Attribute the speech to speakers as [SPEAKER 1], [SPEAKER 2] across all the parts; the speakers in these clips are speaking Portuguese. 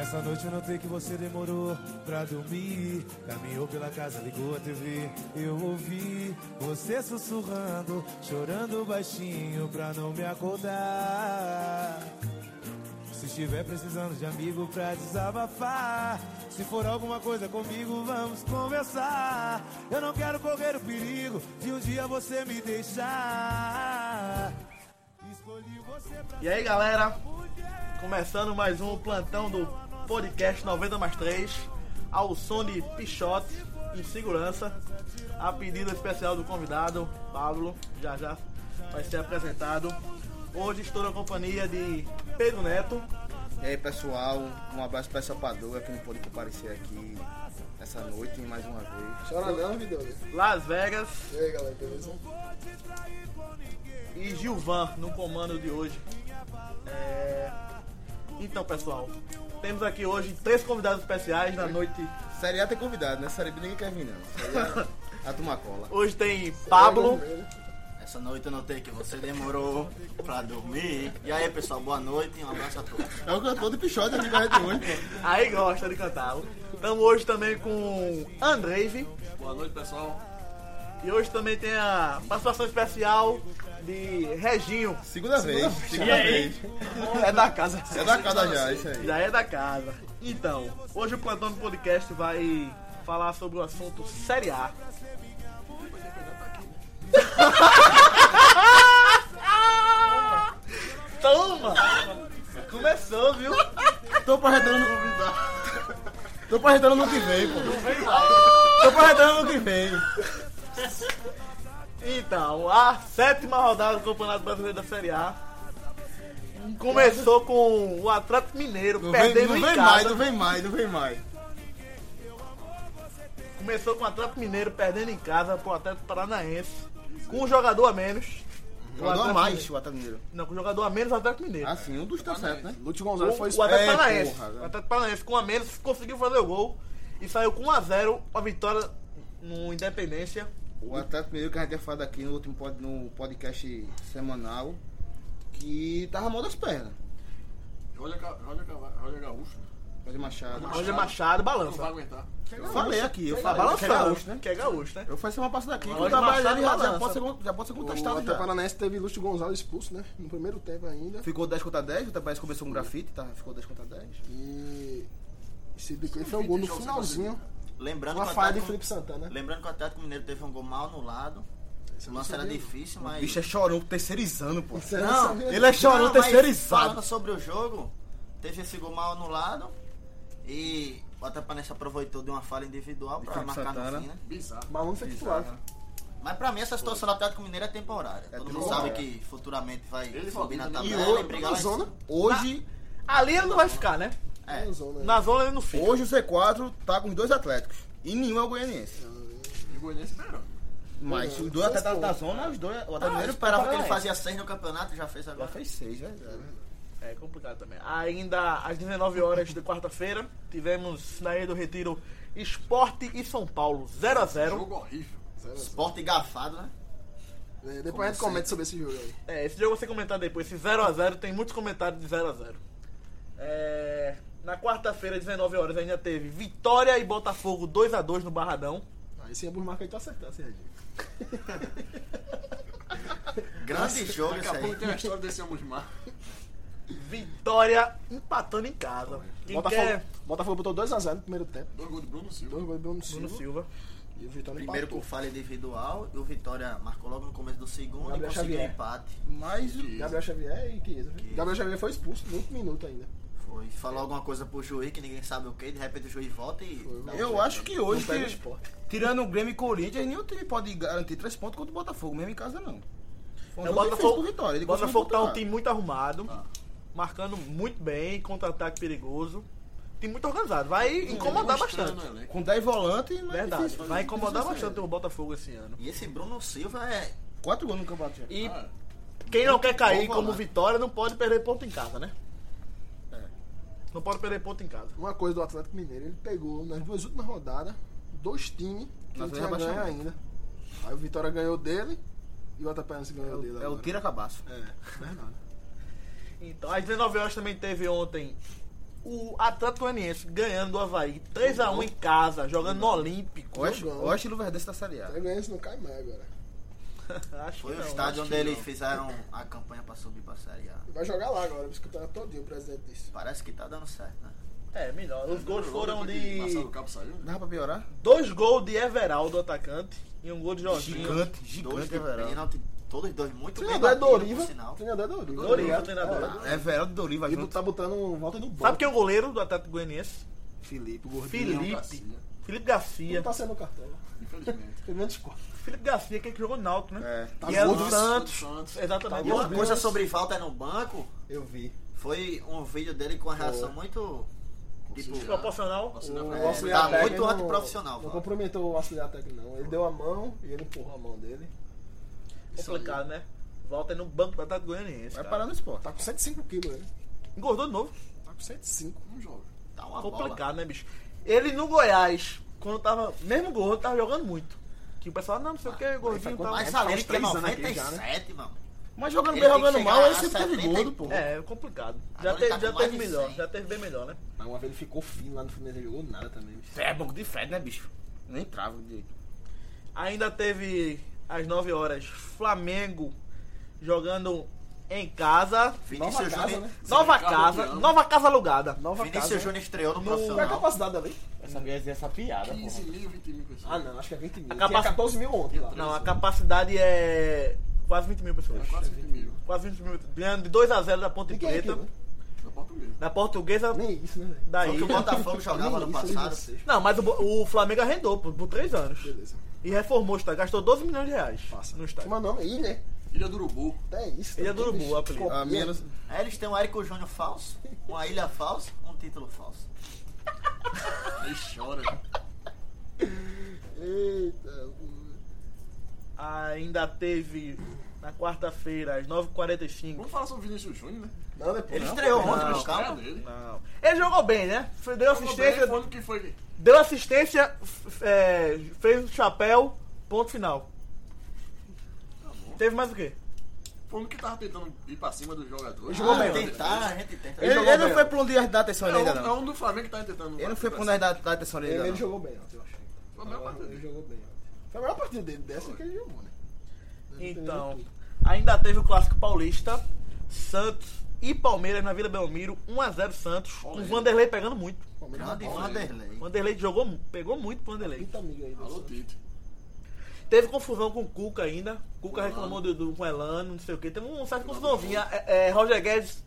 [SPEAKER 1] Essa noite eu notei que você demorou pra dormir. Caminhou pela casa, ligou a TV. Eu ouvi você sussurrando, chorando baixinho pra não me acordar. Se estiver precisando de amigo pra desabafar. Se for alguma coisa comigo, vamos conversar. Eu não quero correr o perigo de um dia você me deixar. Escolhi você pra
[SPEAKER 2] E aí galera, começando mais um plantão do podcast 90 mais 3, ao som de Pichote em segurança, a pedido especial do convidado, Pablo, já já vai ser apresentado. Hoje estou na companhia de Pedro Neto,
[SPEAKER 3] E aí pessoal, um abraço pra essa padoa que não pôde comparecer aqui essa noite mais uma vez.
[SPEAKER 4] Chora não, Vidani.
[SPEAKER 2] Las Vegas
[SPEAKER 4] E aí, galera, beleza?
[SPEAKER 2] e Gilvan no comando de hoje. É, Então pessoal, temos aqui hoje três convidados especiais na noite.
[SPEAKER 3] Série A tem convidado, né? Série B ninguém quer vir não. Série A, a turma cola.
[SPEAKER 2] Hoje tem Pablo.
[SPEAKER 5] Essa noite eu notei que você demorou pra dormir. E aí, pessoal, boa noite e um abraço a todos.
[SPEAKER 3] É o cantor do Pichote aqui da Rede Única.
[SPEAKER 2] Aí gosta de cantar. Estamos hoje também com Andreive.
[SPEAKER 6] Boa noite, pessoal.
[SPEAKER 2] E hoje também tem a participação especial de Reginho.
[SPEAKER 3] Segunda vez, segunda vez.
[SPEAKER 2] É da casa.
[SPEAKER 3] É da casa já, isso aí.
[SPEAKER 2] Já é da casa. Então, hoje o Plantão do Podcast vai falar sobre o assunto Série A. Toma! Começou, viu?
[SPEAKER 3] Tô projetando no convidado. Tô projetando no que vem, pô. Tô projetando no que vem.
[SPEAKER 2] Então, a sétima rodada do Campeonato Brasileiro da Série A começou com o Atlético Mineiro
[SPEAKER 3] Não vem,
[SPEAKER 2] perdendo
[SPEAKER 3] não
[SPEAKER 2] em
[SPEAKER 3] vem
[SPEAKER 2] casa.
[SPEAKER 3] mais, não vem mais, não vem mais.
[SPEAKER 2] Começou com o Atlético Mineiro perdendo em casa pro Atlético Paranaense com um jogador a menos. O
[SPEAKER 3] Mandou a
[SPEAKER 2] Atlético
[SPEAKER 3] mais
[SPEAKER 2] Mineiro-
[SPEAKER 3] o Ataneiro.
[SPEAKER 2] Não, com um jogador a menos o Atlético Mineiro.
[SPEAKER 3] Assim, um dos tá certo, né?
[SPEAKER 6] Lute
[SPEAKER 2] o,
[SPEAKER 6] Gonzalez foi
[SPEAKER 2] o Atlético
[SPEAKER 3] É,
[SPEAKER 2] Paranaense.
[SPEAKER 3] porra,
[SPEAKER 2] o Atlético Paranaense com um a menos conseguiu fazer o gol e saiu com 1 a 0 a vitória no Independência.
[SPEAKER 3] O Atlético Mineiro que a gente tinha falado aqui no último pod- no podcast semanal, que tava mal das pernas.
[SPEAKER 6] Roger, Ca- Roger, Cava- Roger Gaúcho.
[SPEAKER 3] Roger Machado.
[SPEAKER 6] Machado.
[SPEAKER 2] Roger Machado
[SPEAKER 6] Não vai
[SPEAKER 2] balança.
[SPEAKER 6] aguentar.
[SPEAKER 3] Eu falei aqui, eu
[SPEAKER 2] Tá
[SPEAKER 3] falei. que é
[SPEAKER 2] balançando,
[SPEAKER 3] gaúcho, né?
[SPEAKER 2] que é gaúcho, né?
[SPEAKER 3] Eu falei semana passada aqui, que
[SPEAKER 2] Roger
[SPEAKER 3] o trabalho
[SPEAKER 2] Machado
[SPEAKER 5] é
[SPEAKER 3] dele já, já,
[SPEAKER 2] balança.
[SPEAKER 3] pode ser, con- já pode ser
[SPEAKER 6] O
[SPEAKER 3] contestado
[SPEAKER 6] Atlético
[SPEAKER 3] já.
[SPEAKER 6] Paranaense teve Lute Gonzalez expulso, né? No primeiro tempo ainda.
[SPEAKER 3] Ficou 10 contra 10, o Tabares começou um grafite, tá? Ficou 10 contra 10.
[SPEAKER 6] E se bicou e foi um gol no finalzinho.
[SPEAKER 5] Lembrando
[SPEAKER 6] Uma
[SPEAKER 5] que o
[SPEAKER 6] falha de
[SPEAKER 5] Atlético-
[SPEAKER 6] Felipe Santana.
[SPEAKER 5] Lembrando que o Atlético Mineiro teve um gol mal anulado.
[SPEAKER 6] Esse
[SPEAKER 5] O
[SPEAKER 6] eu não
[SPEAKER 5] lance era
[SPEAKER 6] sabia.
[SPEAKER 5] difícil,
[SPEAKER 3] O
[SPEAKER 5] mas.
[SPEAKER 3] bicho é chorão terceirizando, pô.
[SPEAKER 6] Isso eu
[SPEAKER 5] Não,
[SPEAKER 6] sabia.
[SPEAKER 3] Ele é chorão
[SPEAKER 5] mas
[SPEAKER 3] terceirizado.
[SPEAKER 5] Falando sobre o jogo, teve esse gol mal anulado. E o Atlético Paranaense aproveitou de uma falha individual
[SPEAKER 3] De
[SPEAKER 5] pra
[SPEAKER 3] Felipe
[SPEAKER 5] marcar
[SPEAKER 3] Santana.
[SPEAKER 5] no fim, né?
[SPEAKER 6] Bizarro. Mas vamos ser titular.
[SPEAKER 3] né?
[SPEAKER 5] Mas pra mim, essa situação do Atlético Mineiro é temporária. Todo mundo
[SPEAKER 3] temporária.
[SPEAKER 5] sabe que futuramente vai
[SPEAKER 6] Ele
[SPEAKER 5] subir na
[SPEAKER 6] volta né? também.
[SPEAKER 3] E
[SPEAKER 5] tabela e
[SPEAKER 3] hoje,
[SPEAKER 5] Tá brigar lá em
[SPEAKER 6] zona.
[SPEAKER 5] cima.
[SPEAKER 3] Hoje,
[SPEAKER 2] Ali ele não vai ficar, né?
[SPEAKER 5] É.
[SPEAKER 6] Na zona.
[SPEAKER 2] Na zona ele não
[SPEAKER 5] Tá.
[SPEAKER 2] fica.
[SPEAKER 3] hoje o C4 tá com dois atléticos. E nenhum é o goianiense.
[SPEAKER 6] E o Goianiense melhor.
[SPEAKER 3] Mas os dois atletas da zona, os dois. O
[SPEAKER 5] Eu
[SPEAKER 3] Atlético
[SPEAKER 5] esperava que ele
[SPEAKER 3] fazia.
[SPEAKER 5] fazia seis no campeonato e já fez agora.
[SPEAKER 3] Já fez seis, né? verdade.
[SPEAKER 2] É complicado também. Ainda às 19 horas de quarta-feira, tivemos na Ilha do Retiro Esporte e São Paulo, 0 a 0
[SPEAKER 6] Jogo horrível. Zero a zero.
[SPEAKER 5] Esporte engafado, né?
[SPEAKER 6] É, Depois a gente comenta sobre esse jogo aí.
[SPEAKER 2] É, esse jogo você comentar depois. Esse 0 a 0 tem muitos comentários de 0 a 0 É, na quarta-feira, 19 horas, ainda teve Vitória e Botafogo 2 a 2 no Barradão.
[SPEAKER 6] Aí sim é por marca que tu acertar, Serginho.
[SPEAKER 5] Grande jogo
[SPEAKER 6] Daqui
[SPEAKER 5] esse
[SPEAKER 6] a pouco
[SPEAKER 5] aí.
[SPEAKER 6] tem a história desse Amosmar.
[SPEAKER 2] Vitória empatando em casa. Quem
[SPEAKER 7] Botafogo,
[SPEAKER 2] quer
[SPEAKER 7] Botafogo botou 2x0 no primeiro tempo.
[SPEAKER 6] Dois gols de Bruno
[SPEAKER 7] Dois
[SPEAKER 6] Silva.
[SPEAKER 7] gols do Bruno
[SPEAKER 2] Bruno
[SPEAKER 7] Silva.
[SPEAKER 2] Silva.
[SPEAKER 7] E o Vitória
[SPEAKER 5] Primeiro
[SPEAKER 7] empatou.
[SPEAKER 5] com falha individual e o Vitória marcou logo no começo do segundo
[SPEAKER 7] Gabriel
[SPEAKER 5] e conseguiu um
[SPEAKER 7] Xavier.
[SPEAKER 5] empate.
[SPEAKER 3] Mas o-
[SPEAKER 7] Gabriel Xavier e Chiesa. viu? Gabriel Xavier foi expulso no último minuto ainda.
[SPEAKER 5] Foi. Falou alguma coisa pro juiz que ninguém sabe o que, de repente o juiz volta e. dá um
[SPEAKER 3] eu
[SPEAKER 5] jeito.
[SPEAKER 3] acho que hoje,
[SPEAKER 7] Não pega o
[SPEAKER 3] tira-
[SPEAKER 7] esporte.
[SPEAKER 3] tirando o Grêmio e Corinthians, nenhum time pode garantir três pontos contra o Botafogo, mesmo em casa não. Foi um
[SPEAKER 2] É, o
[SPEAKER 3] jogo que fez
[SPEAKER 2] Botafogo,
[SPEAKER 3] por vitória. ele conseguiu
[SPEAKER 2] Botafogo tá um
[SPEAKER 3] pontuar.
[SPEAKER 2] time muito arrumado,
[SPEAKER 3] Ah.
[SPEAKER 2] marcando muito bem, contra-ataque perigoso. Time muito organizado, vai
[SPEAKER 3] tá
[SPEAKER 2] incomodar
[SPEAKER 6] Mostrando
[SPEAKER 2] bastante.
[SPEAKER 6] no elenco.
[SPEAKER 3] Com 10 volantes, não é
[SPEAKER 2] Verdade,
[SPEAKER 3] difícil
[SPEAKER 2] vai
[SPEAKER 3] fazer- é
[SPEAKER 2] incomodar
[SPEAKER 3] difícil
[SPEAKER 2] bastante o Botafogo esse ano.
[SPEAKER 5] E esse Bruno Silva é.
[SPEAKER 3] fazer. Quatro gols no campeonato já.
[SPEAKER 2] E
[SPEAKER 6] Ah,
[SPEAKER 2] quem não quer cair
[SPEAKER 3] Vamos
[SPEAKER 2] como
[SPEAKER 3] lá.
[SPEAKER 2] vitória não pode perder ponto em casa, né? Não pode perder ponto em casa.
[SPEAKER 7] Uma coisa do Atlético Mineiro, ele pegou nas duas últimas rodadas, dois times que
[SPEAKER 3] Na
[SPEAKER 7] não
[SPEAKER 3] zona
[SPEAKER 7] tinha
[SPEAKER 3] de
[SPEAKER 7] ganho
[SPEAKER 3] rebaixamento.
[SPEAKER 7] ainda. Aí o Vitória ganhou dele e o Atapianense ganhou dele.
[SPEAKER 3] É o
[SPEAKER 7] agora.
[SPEAKER 3] tira cabaço.
[SPEAKER 7] É, verdade.
[SPEAKER 2] Então, às 19 horas também teve ontem o Atlético Goianiense ganhando do Havaí 3x1 em casa, jogando no Olímpico.
[SPEAKER 3] Olha
[SPEAKER 7] Jogão.
[SPEAKER 3] olha o estilo verdade da Série A.
[SPEAKER 7] O Goianiense não cai mais agora.
[SPEAKER 2] Acho
[SPEAKER 5] Foi
[SPEAKER 2] que
[SPEAKER 5] o
[SPEAKER 2] não,
[SPEAKER 5] estádio
[SPEAKER 2] acho
[SPEAKER 5] onde
[SPEAKER 2] que
[SPEAKER 5] eles
[SPEAKER 2] não.
[SPEAKER 5] fizeram a campanha pra subir pra Série A.
[SPEAKER 7] Vai jogar lá agora, porque eu tava todinho o presidente disso.
[SPEAKER 5] Parece que tá dando certo, né?
[SPEAKER 2] É, melhor. Os gols foram
[SPEAKER 6] Marcelo
[SPEAKER 2] de.
[SPEAKER 6] Cabo saiu, né?
[SPEAKER 3] Dá pra piorar?
[SPEAKER 2] Dois gols de Everaldo, atacante, e um gol de Jorginho.
[SPEAKER 5] Dois
[SPEAKER 3] gigante
[SPEAKER 5] de
[SPEAKER 3] Everaldo.
[SPEAKER 5] pênalti, todos dois muito bem
[SPEAKER 7] Treinador é
[SPEAKER 5] batidos, por
[SPEAKER 7] Doriva.
[SPEAKER 5] sinal.
[SPEAKER 7] Treinador é Doriva.
[SPEAKER 2] Doriva, um treinador.
[SPEAKER 7] É.
[SPEAKER 3] Everaldo Doriva
[SPEAKER 7] E tu
[SPEAKER 3] junto.
[SPEAKER 7] tá botando volta no banco.
[SPEAKER 2] Sabe quem é o goleiro do Atlético Goianiense?
[SPEAKER 3] Felipe,
[SPEAKER 2] Felipe.
[SPEAKER 6] Leão Garcia,
[SPEAKER 2] Felipe Garcia.
[SPEAKER 7] Não tá sendo cartão.
[SPEAKER 6] Infelizmente.
[SPEAKER 7] Pelo menos quatro.
[SPEAKER 2] Felipe Garcia, que é que jogou no Náutico, né?
[SPEAKER 3] É.
[SPEAKER 2] E é
[SPEAKER 6] Tá bom
[SPEAKER 2] do
[SPEAKER 6] do
[SPEAKER 2] Santos. É,
[SPEAKER 6] Santos.
[SPEAKER 2] Exatamente.
[SPEAKER 5] E uma
[SPEAKER 2] Bom,
[SPEAKER 5] Tá coisa sobre falta é no banco
[SPEAKER 3] Eu vi.
[SPEAKER 5] foi um vídeo dele com a reação muito. Tipo,
[SPEAKER 2] Proporcional.
[SPEAKER 6] Você não
[SPEAKER 5] É,
[SPEAKER 6] vai
[SPEAKER 5] auxiliar
[SPEAKER 2] né?
[SPEAKER 5] tá técnico muito não- antiprofissional,
[SPEAKER 7] Não
[SPEAKER 5] Val.
[SPEAKER 7] comprometeu o auxiliar técnico, não. Ele deu a mão e ele empurrou a mão dele.
[SPEAKER 2] Complicado, né? Volta aí no banco do Atlético Goianiense.
[SPEAKER 3] Vai
[SPEAKER 2] cara.
[SPEAKER 3] parar no É esporte.
[SPEAKER 7] Tá com 105 quilos, né?
[SPEAKER 2] Engordou de novo.
[SPEAKER 7] Tá com 105.
[SPEAKER 6] não joga.
[SPEAKER 5] tá uma bola.
[SPEAKER 2] Complicado, né, bicho? Ele no Goiás, quando tava. Mesmo gordo, tava jogando muito. Que o pessoal, não, não sei o que, gordinho e tal.
[SPEAKER 5] Mas
[SPEAKER 7] Tá uns
[SPEAKER 5] ali ele tem
[SPEAKER 7] três anos aqui
[SPEAKER 2] É,
[SPEAKER 5] 97,
[SPEAKER 7] já, né?
[SPEAKER 5] mano.
[SPEAKER 3] Mas jogando
[SPEAKER 5] Ele
[SPEAKER 3] bem,
[SPEAKER 5] tem que
[SPEAKER 3] jogando
[SPEAKER 5] chegar
[SPEAKER 3] mal,
[SPEAKER 5] a
[SPEAKER 3] ele sempre teve
[SPEAKER 5] 70 e
[SPEAKER 3] gordo, pô.
[SPEAKER 2] É, é complicado. Já,
[SPEAKER 5] né? Agora
[SPEAKER 2] teve,
[SPEAKER 5] ele tá
[SPEAKER 2] já
[SPEAKER 5] com mais
[SPEAKER 2] teve
[SPEAKER 5] de
[SPEAKER 2] melhor,
[SPEAKER 5] 100.
[SPEAKER 2] já teve bem melhor, né?
[SPEAKER 7] Mas uma vez ele ficou fino lá no Fluminense, ele jogou nada também. bicho.
[SPEAKER 3] É banco de Fred, né, bicho? Nem trava direito.
[SPEAKER 2] Ainda teve às 9 horas Flamengo jogando em É, casa.
[SPEAKER 7] Nova
[SPEAKER 5] Vinícius
[SPEAKER 7] casa,
[SPEAKER 5] Júnior.
[SPEAKER 7] né?
[SPEAKER 2] Nova
[SPEAKER 6] Ricardo
[SPEAKER 2] casa,
[SPEAKER 6] Leão.
[SPEAKER 2] nova casa alugada.
[SPEAKER 7] Nova casa.
[SPEAKER 5] Vinícius Júnior estreou no
[SPEAKER 7] Qual é a
[SPEAKER 5] profissional.
[SPEAKER 7] capacidade ali?
[SPEAKER 3] Essa mulher essa piada,
[SPEAKER 6] 15 mil, 20 mil pessoas.
[SPEAKER 7] Ah, não. Acho que é 20 mil.
[SPEAKER 2] A
[SPEAKER 7] Tinha
[SPEAKER 2] capaci-
[SPEAKER 7] 14 mil ontem lá.
[SPEAKER 2] Não, a capacidade é quase 20 mil pessoas.
[SPEAKER 6] É quase 20 mil.
[SPEAKER 2] Quase 20 mil. Ganhando de 2x0 da Ponte
[SPEAKER 7] E quem é
[SPEAKER 2] Preta.
[SPEAKER 7] aquilo?
[SPEAKER 6] Da portuguesa.
[SPEAKER 2] Da portuguesa,
[SPEAKER 7] Nem isso, né, velho?
[SPEAKER 5] Foi
[SPEAKER 2] daí.
[SPEAKER 5] o que o Botafogo jogava
[SPEAKER 7] Nem
[SPEAKER 5] no
[SPEAKER 7] isso, nem
[SPEAKER 5] passado.
[SPEAKER 7] vocês.
[SPEAKER 2] Não, mas o, Bo- o Flamengo arrendou por, por três anos.
[SPEAKER 7] Beleza.
[SPEAKER 2] E reformou o estádio. Gastou 12 milhões de reais
[SPEAKER 7] Passa.
[SPEAKER 2] no estádio.
[SPEAKER 7] Como é o nome? Ilha? né?
[SPEAKER 6] Ilha do Urubu.
[SPEAKER 7] É isso.
[SPEAKER 2] Ilha
[SPEAKER 7] também,
[SPEAKER 2] do Urubu,
[SPEAKER 7] bicho.
[SPEAKER 2] o apelido. Ah,
[SPEAKER 7] Copia.
[SPEAKER 3] A minha não-
[SPEAKER 5] Aí eles têm um Érico Júnior falso, uma ilha falsa, um título falso.
[SPEAKER 6] Aí chora.
[SPEAKER 7] Eita.
[SPEAKER 2] Ainda teve na quarta-feira, às 9h45.
[SPEAKER 6] Vamos falar sobre o Vinícius Júnior, né?
[SPEAKER 7] Não, depois.
[SPEAKER 5] Ele
[SPEAKER 7] não.
[SPEAKER 5] estreou
[SPEAKER 2] não,
[SPEAKER 5] ontem
[SPEAKER 2] não.
[SPEAKER 5] no
[SPEAKER 6] Cara
[SPEAKER 5] campo.
[SPEAKER 6] dele.
[SPEAKER 2] Não. Ele jogou bem, né? Foi- Deu
[SPEAKER 6] Jogou bem,
[SPEAKER 2] assistência.
[SPEAKER 6] foi no que foi.
[SPEAKER 2] Deu assistência, f- é, fez o chapéu, ponto final.
[SPEAKER 6] bom.
[SPEAKER 2] Teve mais o quê?
[SPEAKER 6] Foi um que tava tentando ir pra cima dos jogadores. Ah, é
[SPEAKER 7] Jogou bem,
[SPEAKER 6] tentando.
[SPEAKER 5] Tentar, Tá, a gente tenta.
[SPEAKER 3] Ele,
[SPEAKER 7] jogou
[SPEAKER 3] ele não
[SPEAKER 7] bem,
[SPEAKER 3] foi
[SPEAKER 7] ó.
[SPEAKER 3] pra onde ia dar atenção
[SPEAKER 6] É
[SPEAKER 3] nele, ainda,
[SPEAKER 6] um, é
[SPEAKER 3] não.
[SPEAKER 6] um do Flamengo que tá tentando.
[SPEAKER 3] Ele não foi pra onde ia dar dar atenção nele,
[SPEAKER 7] Ele,
[SPEAKER 3] ainda,
[SPEAKER 7] ele
[SPEAKER 3] não.
[SPEAKER 7] jogou bem ontem, eu achei.
[SPEAKER 6] Foi a melhor partida
[SPEAKER 7] Ele
[SPEAKER 6] dele.
[SPEAKER 7] jogou bem ontem. Foi a melhor partida dele dessa que ele jogou, né?
[SPEAKER 2] Então, ainda teve o clássico paulista, Santos e Palmeiras na Vila Belmiro, 1x0 Santos. O
[SPEAKER 6] Olha aí.
[SPEAKER 2] Vanderlei pegando muito.
[SPEAKER 7] Palmeiras
[SPEAKER 5] Grande
[SPEAKER 6] Olha aí.
[SPEAKER 5] Vanderlei.
[SPEAKER 2] O Vanderlei jogou, mu- pegou muito pro Vanderlei.
[SPEAKER 7] Pinta amiga é aí. do
[SPEAKER 6] Alô,
[SPEAKER 7] Santos.
[SPEAKER 6] Tite.
[SPEAKER 2] Teve confusão com o Cuca ainda. Cuca
[SPEAKER 6] Elano.
[SPEAKER 2] reclamou do, do, com o Elano, não sei o que. Teve um certo confusãozinha. É, é, Roger Guedes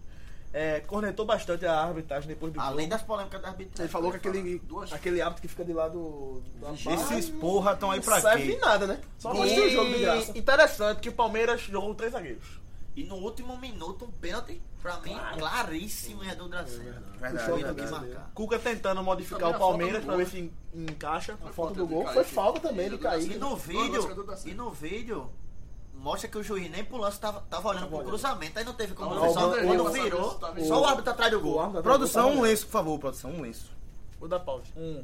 [SPEAKER 2] é, cornetou bastante a arbitragem depois do
[SPEAKER 5] Além
[SPEAKER 2] jogo.
[SPEAKER 5] das polêmicas da arbitragem.
[SPEAKER 7] Ele falou que aquele,
[SPEAKER 6] Duas.
[SPEAKER 7] aquele hábito que fica de lado da barra
[SPEAKER 3] Esses porra
[SPEAKER 2] então,
[SPEAKER 3] estão aí
[SPEAKER 7] não
[SPEAKER 3] pra
[SPEAKER 7] serve
[SPEAKER 3] quê?
[SPEAKER 7] de nada, né? Só pra assistir o jogo de graça.
[SPEAKER 2] E interessante que o Palmeiras jogou com três zagueiros.
[SPEAKER 5] E no último minuto, um pênalti, pra mim, claríssimo é do Dracena.
[SPEAKER 3] Verdade,
[SPEAKER 5] Foi do que
[SPEAKER 3] verdade.
[SPEAKER 5] marcar.
[SPEAKER 2] Cuca tentando modificar
[SPEAKER 6] Também
[SPEAKER 2] o
[SPEAKER 6] a falta
[SPEAKER 2] Palmeiras
[SPEAKER 6] do
[SPEAKER 2] pra
[SPEAKER 6] gol,
[SPEAKER 2] ver se en- encaixa.
[SPEAKER 7] A falta do gol foi falta também de cair.
[SPEAKER 5] E no
[SPEAKER 6] Foi
[SPEAKER 5] vídeo,
[SPEAKER 6] do Dracena.
[SPEAKER 5] e no vídeo, mostra que o juiz nem pro lance tava, tava olhando pro
[SPEAKER 7] olhando.
[SPEAKER 5] cruzamento, aí não teve como
[SPEAKER 6] Não,
[SPEAKER 5] ver.
[SPEAKER 7] o
[SPEAKER 5] Só
[SPEAKER 7] Vanderlei
[SPEAKER 5] quando
[SPEAKER 7] passou
[SPEAKER 5] virou,
[SPEAKER 6] isso, tava
[SPEAKER 5] só
[SPEAKER 6] isso.
[SPEAKER 5] o árbitro atrás do gol.
[SPEAKER 7] árbitro-
[SPEAKER 3] Produção,
[SPEAKER 7] tá
[SPEAKER 3] um lenço, por favor, produção, um lenço.
[SPEAKER 2] Vou dar pausa. Um.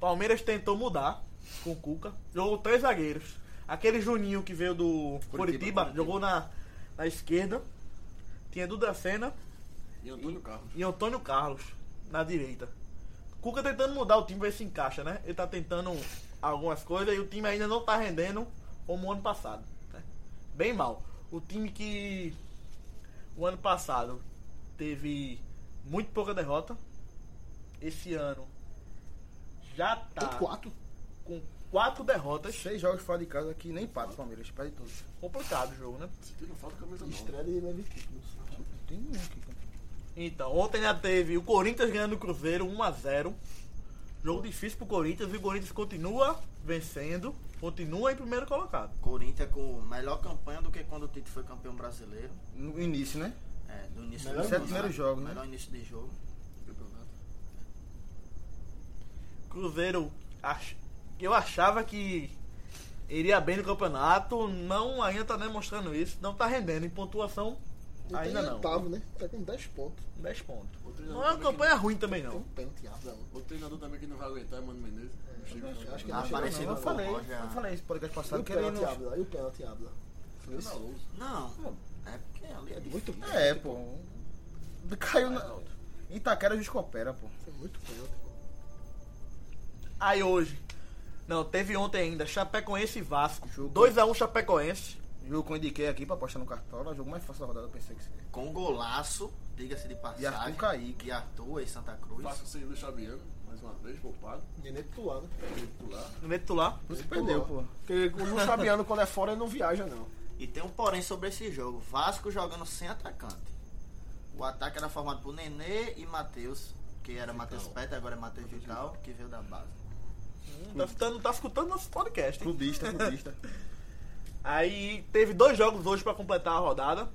[SPEAKER 2] Palmeiras tentou mudar com o Cuca. Jogou três zagueiros. Aquele Juninho que veio do Curitiba, jogou na, na esquerda. Tinha Dudacena
[SPEAKER 6] E Antônio Carlos.
[SPEAKER 2] e Antônio Carlos na direita. Cuca tentando mudar o time, ver se encaixa, né? Ele tá tentando algumas coisas e o time ainda não tá rendendo como o ano passado. né? Bem mal. O time que o ano passado teve muito pouca derrota. Esse ano já tá
[SPEAKER 7] Tem quatro.
[SPEAKER 2] com quatro derrotas.
[SPEAKER 3] Seis jogos fora de casa que nem empata o Palmeiras, perde todos.
[SPEAKER 2] Complicado o jogo, né?
[SPEAKER 6] Se tira falta, camisa nova.
[SPEAKER 7] Estreia de leve títulos.
[SPEAKER 3] Tem um aqui, cara.
[SPEAKER 2] Então, ontem já teve o Corinthians ganhando o Cruzeiro 1x0. Jogo difícil pro Corinthians e o Corinthians continua vencendo, continua em primeiro colocado.
[SPEAKER 5] Corinthians com melhor campanha do que quando o Tito foi campeão brasileiro.
[SPEAKER 3] No início, né?
[SPEAKER 5] É, do início
[SPEAKER 7] Melhor
[SPEAKER 5] do
[SPEAKER 7] início.
[SPEAKER 5] campeonato.
[SPEAKER 3] Primeiro jogo, né?
[SPEAKER 5] Melhor início de jogo.
[SPEAKER 6] Campeonato.
[SPEAKER 2] Cruzeiro, ach- eu achava que né, iria bem no campeonato, não ainda tá demonstrando isso, não tá rendendo. Em pontuação,
[SPEAKER 7] Ele
[SPEAKER 2] Ainda
[SPEAKER 7] tá em
[SPEAKER 2] não.
[SPEAKER 7] oitavo, né? Tá com 10 pontos.
[SPEAKER 2] 10 pontos.
[SPEAKER 6] O
[SPEAKER 2] Não
[SPEAKER 6] treinador
[SPEAKER 2] é uma
[SPEAKER 6] também
[SPEAKER 2] campanha ruim também,
[SPEAKER 7] Tem um
[SPEAKER 2] não.
[SPEAKER 7] pênalti, Abel.
[SPEAKER 6] que- O treinador também que não vai aguentar é Mano Menezes. Não chega, não.
[SPEAKER 7] Acho que
[SPEAKER 5] Ah,
[SPEAKER 7] não chega
[SPEAKER 5] parecendo
[SPEAKER 7] não.
[SPEAKER 5] um
[SPEAKER 2] Eu
[SPEAKER 5] Pô,
[SPEAKER 2] falei,
[SPEAKER 5] Roger.
[SPEAKER 2] eu falei isso no podcast
[SPEAKER 7] E o
[SPEAKER 2] passado que ele
[SPEAKER 7] um pênalti,
[SPEAKER 2] não.
[SPEAKER 7] Abla? E o pênalti, Abla?
[SPEAKER 6] Foi na lousa.
[SPEAKER 5] Não, é porque ali é difícil.
[SPEAKER 7] Muito pênalti.
[SPEAKER 3] É, pô. Caiu na. Itaquera a gente coopera, pô.
[SPEAKER 7] Foi muito pênalti.
[SPEAKER 2] Aí hoje. Não, teve ontem ainda. Chapecoense e Vasco. 2x1 Chapecoense.
[SPEAKER 3] Jogo que eu indiquei aqui pra apostar no cartola, jogo mais fácil da rodada, eu pensei que seria.
[SPEAKER 5] Com um golaço, diga-se de passagem.
[SPEAKER 3] E Arthur Kaique.
[SPEAKER 5] E Arthur e Santa Cruz.
[SPEAKER 6] Vasco sem Luiz Fabiano, mais uma vez, poupado,
[SPEAKER 7] Nenê titular, né?
[SPEAKER 6] titular.
[SPEAKER 2] No meio titular. Tá
[SPEAKER 3] Você perdeu, pô.
[SPEAKER 7] Porque o Luiz Fabiano, quando é fora, ele não viaja, não.
[SPEAKER 5] E tem um porém sobre esse jogo. Vasco jogando sem atacante. O ataque era formado por Nenê e Matheus, que era Matheus Pet, agora é Matheus Vital, que veio da base.
[SPEAKER 2] Não tá escutando, tá escutando nosso podcast. hein?
[SPEAKER 3] Clubista, clubista.
[SPEAKER 2] Aí teve dois jogos hoje pra completar a rodada.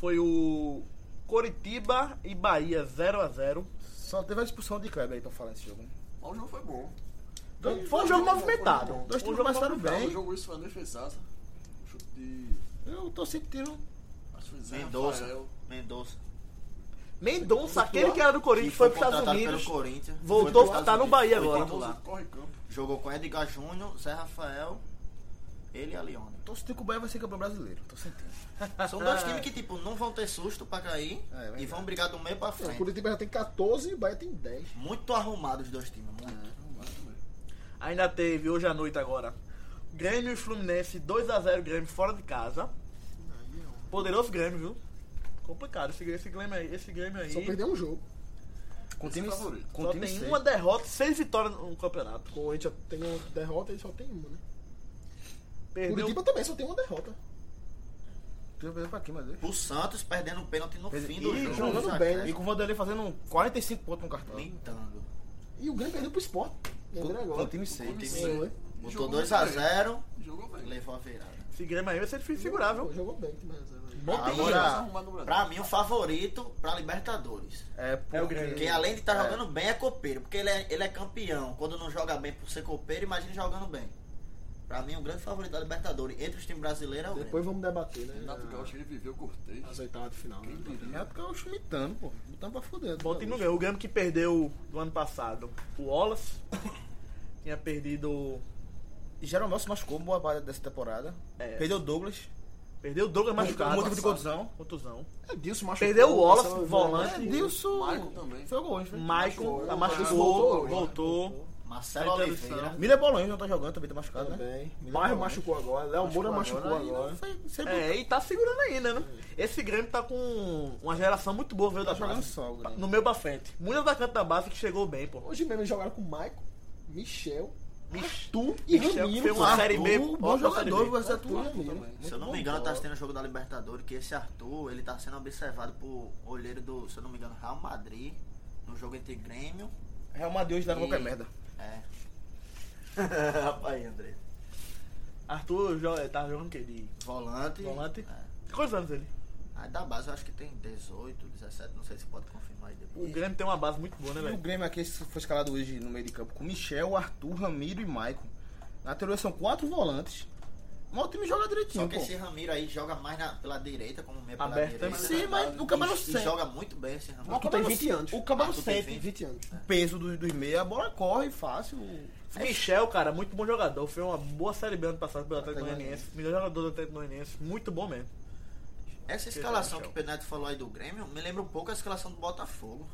[SPEAKER 2] Foi o Coritiba e Bahia 0x0.
[SPEAKER 3] Só teve a expulsão de Kleber aí pra falar nesse jogo. né?
[SPEAKER 6] Mas o jogo foi bom.
[SPEAKER 2] Foi um jogo movimentado.
[SPEAKER 3] Dois
[SPEAKER 2] Foi um jogo
[SPEAKER 3] times começaram
[SPEAKER 2] movimentado.
[SPEAKER 6] O
[SPEAKER 3] bem.
[SPEAKER 6] jogo isso foi na defesaça. Um chute de.
[SPEAKER 3] Eu tô sentindo.
[SPEAKER 6] Acho que foi Zé
[SPEAKER 5] Mendonça.
[SPEAKER 6] é Rafael.
[SPEAKER 5] Mendonça.
[SPEAKER 2] Mendonça, aquele que era do Corinthians, foi
[SPEAKER 5] Que
[SPEAKER 2] pros Estados
[SPEAKER 5] contratado
[SPEAKER 2] Unidos.
[SPEAKER 5] Pelo Corinthians,
[SPEAKER 2] Voltou
[SPEAKER 5] Foi
[SPEAKER 2] a
[SPEAKER 5] pros
[SPEAKER 2] estar no
[SPEAKER 5] Estados
[SPEAKER 2] Bahia
[SPEAKER 5] Unidos,
[SPEAKER 2] agora.
[SPEAKER 5] foi titular.
[SPEAKER 6] Mendonça corre campo.
[SPEAKER 5] Jogou com Edgar Júnior, Zé Rafael, ele e a Leona.
[SPEAKER 3] Tô sentindo que o Bahia vai ser campeão brasileiro. Tô sentindo.
[SPEAKER 5] São dois times que, tipo, não vão ter susto pra cair
[SPEAKER 3] É, verdade.
[SPEAKER 5] e vão brigar do
[SPEAKER 2] É,
[SPEAKER 5] meio pra
[SPEAKER 7] O
[SPEAKER 5] frente.
[SPEAKER 7] Curitiba já tem 14 e o Bahia tem 10.
[SPEAKER 5] Muito arrumados os dois times, muito.
[SPEAKER 2] Ainda teve hoje à noite agora. Grêmio e Fluminense, 2x0 Grêmio fora de casa.
[SPEAKER 7] é um-
[SPEAKER 2] Poderoso Grêmio, viu? Complicado esse, esse Grêmio aí. Esse Grêmio aí.
[SPEAKER 7] Só perdeu um jogo.
[SPEAKER 3] Com
[SPEAKER 6] Esse
[SPEAKER 3] time,
[SPEAKER 6] favorito.
[SPEAKER 3] com
[SPEAKER 2] Só
[SPEAKER 3] time
[SPEAKER 2] tem
[SPEAKER 3] seis.
[SPEAKER 2] uma derrota, seis vitórias no campeonato.
[SPEAKER 7] Com o Corinthians tem uma derrota, ele só tem uma, né?
[SPEAKER 2] Perdeu.
[SPEAKER 7] Curitiba também só tem uma derrota.
[SPEAKER 3] Tem uma coisa pra quê, meu Deus?
[SPEAKER 5] O Santos perdendo o pênalti no
[SPEAKER 3] Perdeu.
[SPEAKER 5] fim do
[SPEAKER 3] Ih,
[SPEAKER 5] jogo. é
[SPEAKER 7] jogando
[SPEAKER 5] Zaca.
[SPEAKER 7] bem, né?
[SPEAKER 3] E com o Vanderlei fazendo 45 pontos no cartão.
[SPEAKER 5] Limitando.
[SPEAKER 7] E o Grêmio perdeu pro Sport. Lembrei
[SPEAKER 3] Com, com
[SPEAKER 7] agora.
[SPEAKER 3] é um time 6.
[SPEAKER 5] time-
[SPEAKER 7] Ganhou, né?
[SPEAKER 5] Botou
[SPEAKER 6] Jogou
[SPEAKER 5] 2x0
[SPEAKER 6] Jogou bem.
[SPEAKER 5] levou a virada.
[SPEAKER 2] Esse Grêmio aí vai ser difícil de segurar,
[SPEAKER 7] Pô,
[SPEAKER 2] viu?
[SPEAKER 7] Jogou bem, time reserva aí.
[SPEAKER 2] Bom time.
[SPEAKER 6] Agora-
[SPEAKER 3] né?
[SPEAKER 5] Agora,
[SPEAKER 6] é arrumado no Brasil.
[SPEAKER 5] pra mim, o favorito pra Libertadores.
[SPEAKER 3] É, porque...
[SPEAKER 2] o Grêmio.
[SPEAKER 5] Porque além de estar
[SPEAKER 3] É.
[SPEAKER 5] jogando bem, é copeiro. Porque ele é, ele é campeão. Quando não joga bem por ser copeiro, imagina jogando bem. Pra mim, o grande favorito da Libertadores entre os times brasileiros é o
[SPEAKER 7] Depois
[SPEAKER 5] Grêmio.
[SPEAKER 7] vamos debater, né?
[SPEAKER 6] Renato Gaúcho reviveu Cortez.
[SPEAKER 7] As oitavas de final, né?
[SPEAKER 6] Quem diria?
[SPEAKER 3] É porque eu acho imitando, pô. Botando pra fuder.
[SPEAKER 2] Bom time no Grêmio. O Grêmio que perdeu no ano passado o Wallace. Tinha perdido.
[SPEAKER 3] E Jeromel se machucou boa parte dessa temporada.
[SPEAKER 2] É.
[SPEAKER 3] Perdeu o Douglas.
[SPEAKER 2] Perdeu o Douglas machucado.
[SPEAKER 3] Com motivo de contusão.
[SPEAKER 2] Contusão.
[SPEAKER 7] É, Dilson machucou.
[SPEAKER 2] Perdeu o Wallace,
[SPEAKER 7] passou- né? É,
[SPEAKER 2] volante.
[SPEAKER 3] Dilson.
[SPEAKER 6] Michael também.
[SPEAKER 7] um
[SPEAKER 3] Foi o gol, hein, foi?
[SPEAKER 2] Maicon tá
[SPEAKER 7] Voltou
[SPEAKER 2] machucou,
[SPEAKER 7] hoje.
[SPEAKER 2] voltou.
[SPEAKER 5] Marcelo
[SPEAKER 2] Tá em
[SPEAKER 5] Oliveira.
[SPEAKER 2] transição.
[SPEAKER 3] Miller Bolonha não tá jogando, também tá machucado, né?
[SPEAKER 7] Também.
[SPEAKER 3] Miller
[SPEAKER 7] Bairro
[SPEAKER 3] Bolonha.
[SPEAKER 7] machucou agora. Léo Moura machucou
[SPEAKER 3] aí,
[SPEAKER 7] agora.
[SPEAKER 3] né? Foi sempre
[SPEAKER 2] É, e tá segurando ainda, né? Esse Grêmio tá com uma geração muito boa, veio da
[SPEAKER 3] jogando
[SPEAKER 2] base. Tá
[SPEAKER 3] só o Grêmio.
[SPEAKER 2] No meio pra frente. Muito atacante da base que chegou bem, pô.
[SPEAKER 7] Hoje mesmo eles jogaram com o Maicon, Michel,
[SPEAKER 2] Mich-
[SPEAKER 7] Tu e
[SPEAKER 2] Michel que fez
[SPEAKER 7] Ramiro.
[SPEAKER 2] uma
[SPEAKER 7] cara.
[SPEAKER 2] série B.
[SPEAKER 3] Arthur,
[SPEAKER 2] ó,
[SPEAKER 3] bom
[SPEAKER 2] pra Série B. Tá
[SPEAKER 3] jogador, vai ser
[SPEAKER 7] Arthur e
[SPEAKER 3] tudo.
[SPEAKER 7] Ramiro.
[SPEAKER 5] Se eu não me engano, tá assistindo o jogo da Libertadores, que esse Arthur, ele tá sendo observado por olheiro do, se eu não me engano, Real Madrid, no jogo entre Grêmio.
[SPEAKER 3] Real Madrid hoje dando qualquer
[SPEAKER 5] e-
[SPEAKER 3] merda.
[SPEAKER 5] É. Rapaz, André.
[SPEAKER 2] Arthur jo- eh, tá jogando o quê? De...
[SPEAKER 5] Volante.
[SPEAKER 2] Volante.
[SPEAKER 5] É.
[SPEAKER 2] Quantos anos ele?
[SPEAKER 5] Aí da base eu acho que tem 18, 17, não sei se pode confirmar aí
[SPEAKER 2] O
[SPEAKER 5] depois.
[SPEAKER 2] Grêmio tem uma base muito boa, né,
[SPEAKER 3] E o
[SPEAKER 2] velho?
[SPEAKER 3] Grêmio aqui foi escalado hoje no meio de campo com Michel, Arthur, Ramiro e Maicon. Na teoria são quatro volantes. Mas o time joga
[SPEAKER 5] Só
[SPEAKER 3] direitinho,
[SPEAKER 5] que
[SPEAKER 3] pô.
[SPEAKER 5] esse Ramiro aí joga mais na- pela direita, como meio pela
[SPEAKER 2] Aberto,
[SPEAKER 5] direita.
[SPEAKER 2] né?
[SPEAKER 3] Sim, mas o Cabelo
[SPEAKER 5] E- e,
[SPEAKER 3] sente.
[SPEAKER 5] joga muito bem esse Ramiro.
[SPEAKER 3] Mas o
[SPEAKER 7] tem
[SPEAKER 3] Cabelo-
[SPEAKER 7] 20 anos.
[SPEAKER 3] O Cabelo
[SPEAKER 5] Arthur tem
[SPEAKER 3] sente
[SPEAKER 7] 20 anos.
[SPEAKER 3] o peso dos, dos meios, a bola corre fácil.
[SPEAKER 2] Michel, cara, muito bom jogador. Foi uma boa série B ano passado pelo Atlético
[SPEAKER 3] Atlético
[SPEAKER 2] Goianiense. Melhor jogador do Atlético Goianiense. Muito bom mesmo.
[SPEAKER 5] Essa escalação que o Pedro Neto falou aí do Grêmio, me lembra um pouco a escalação do Botafogo.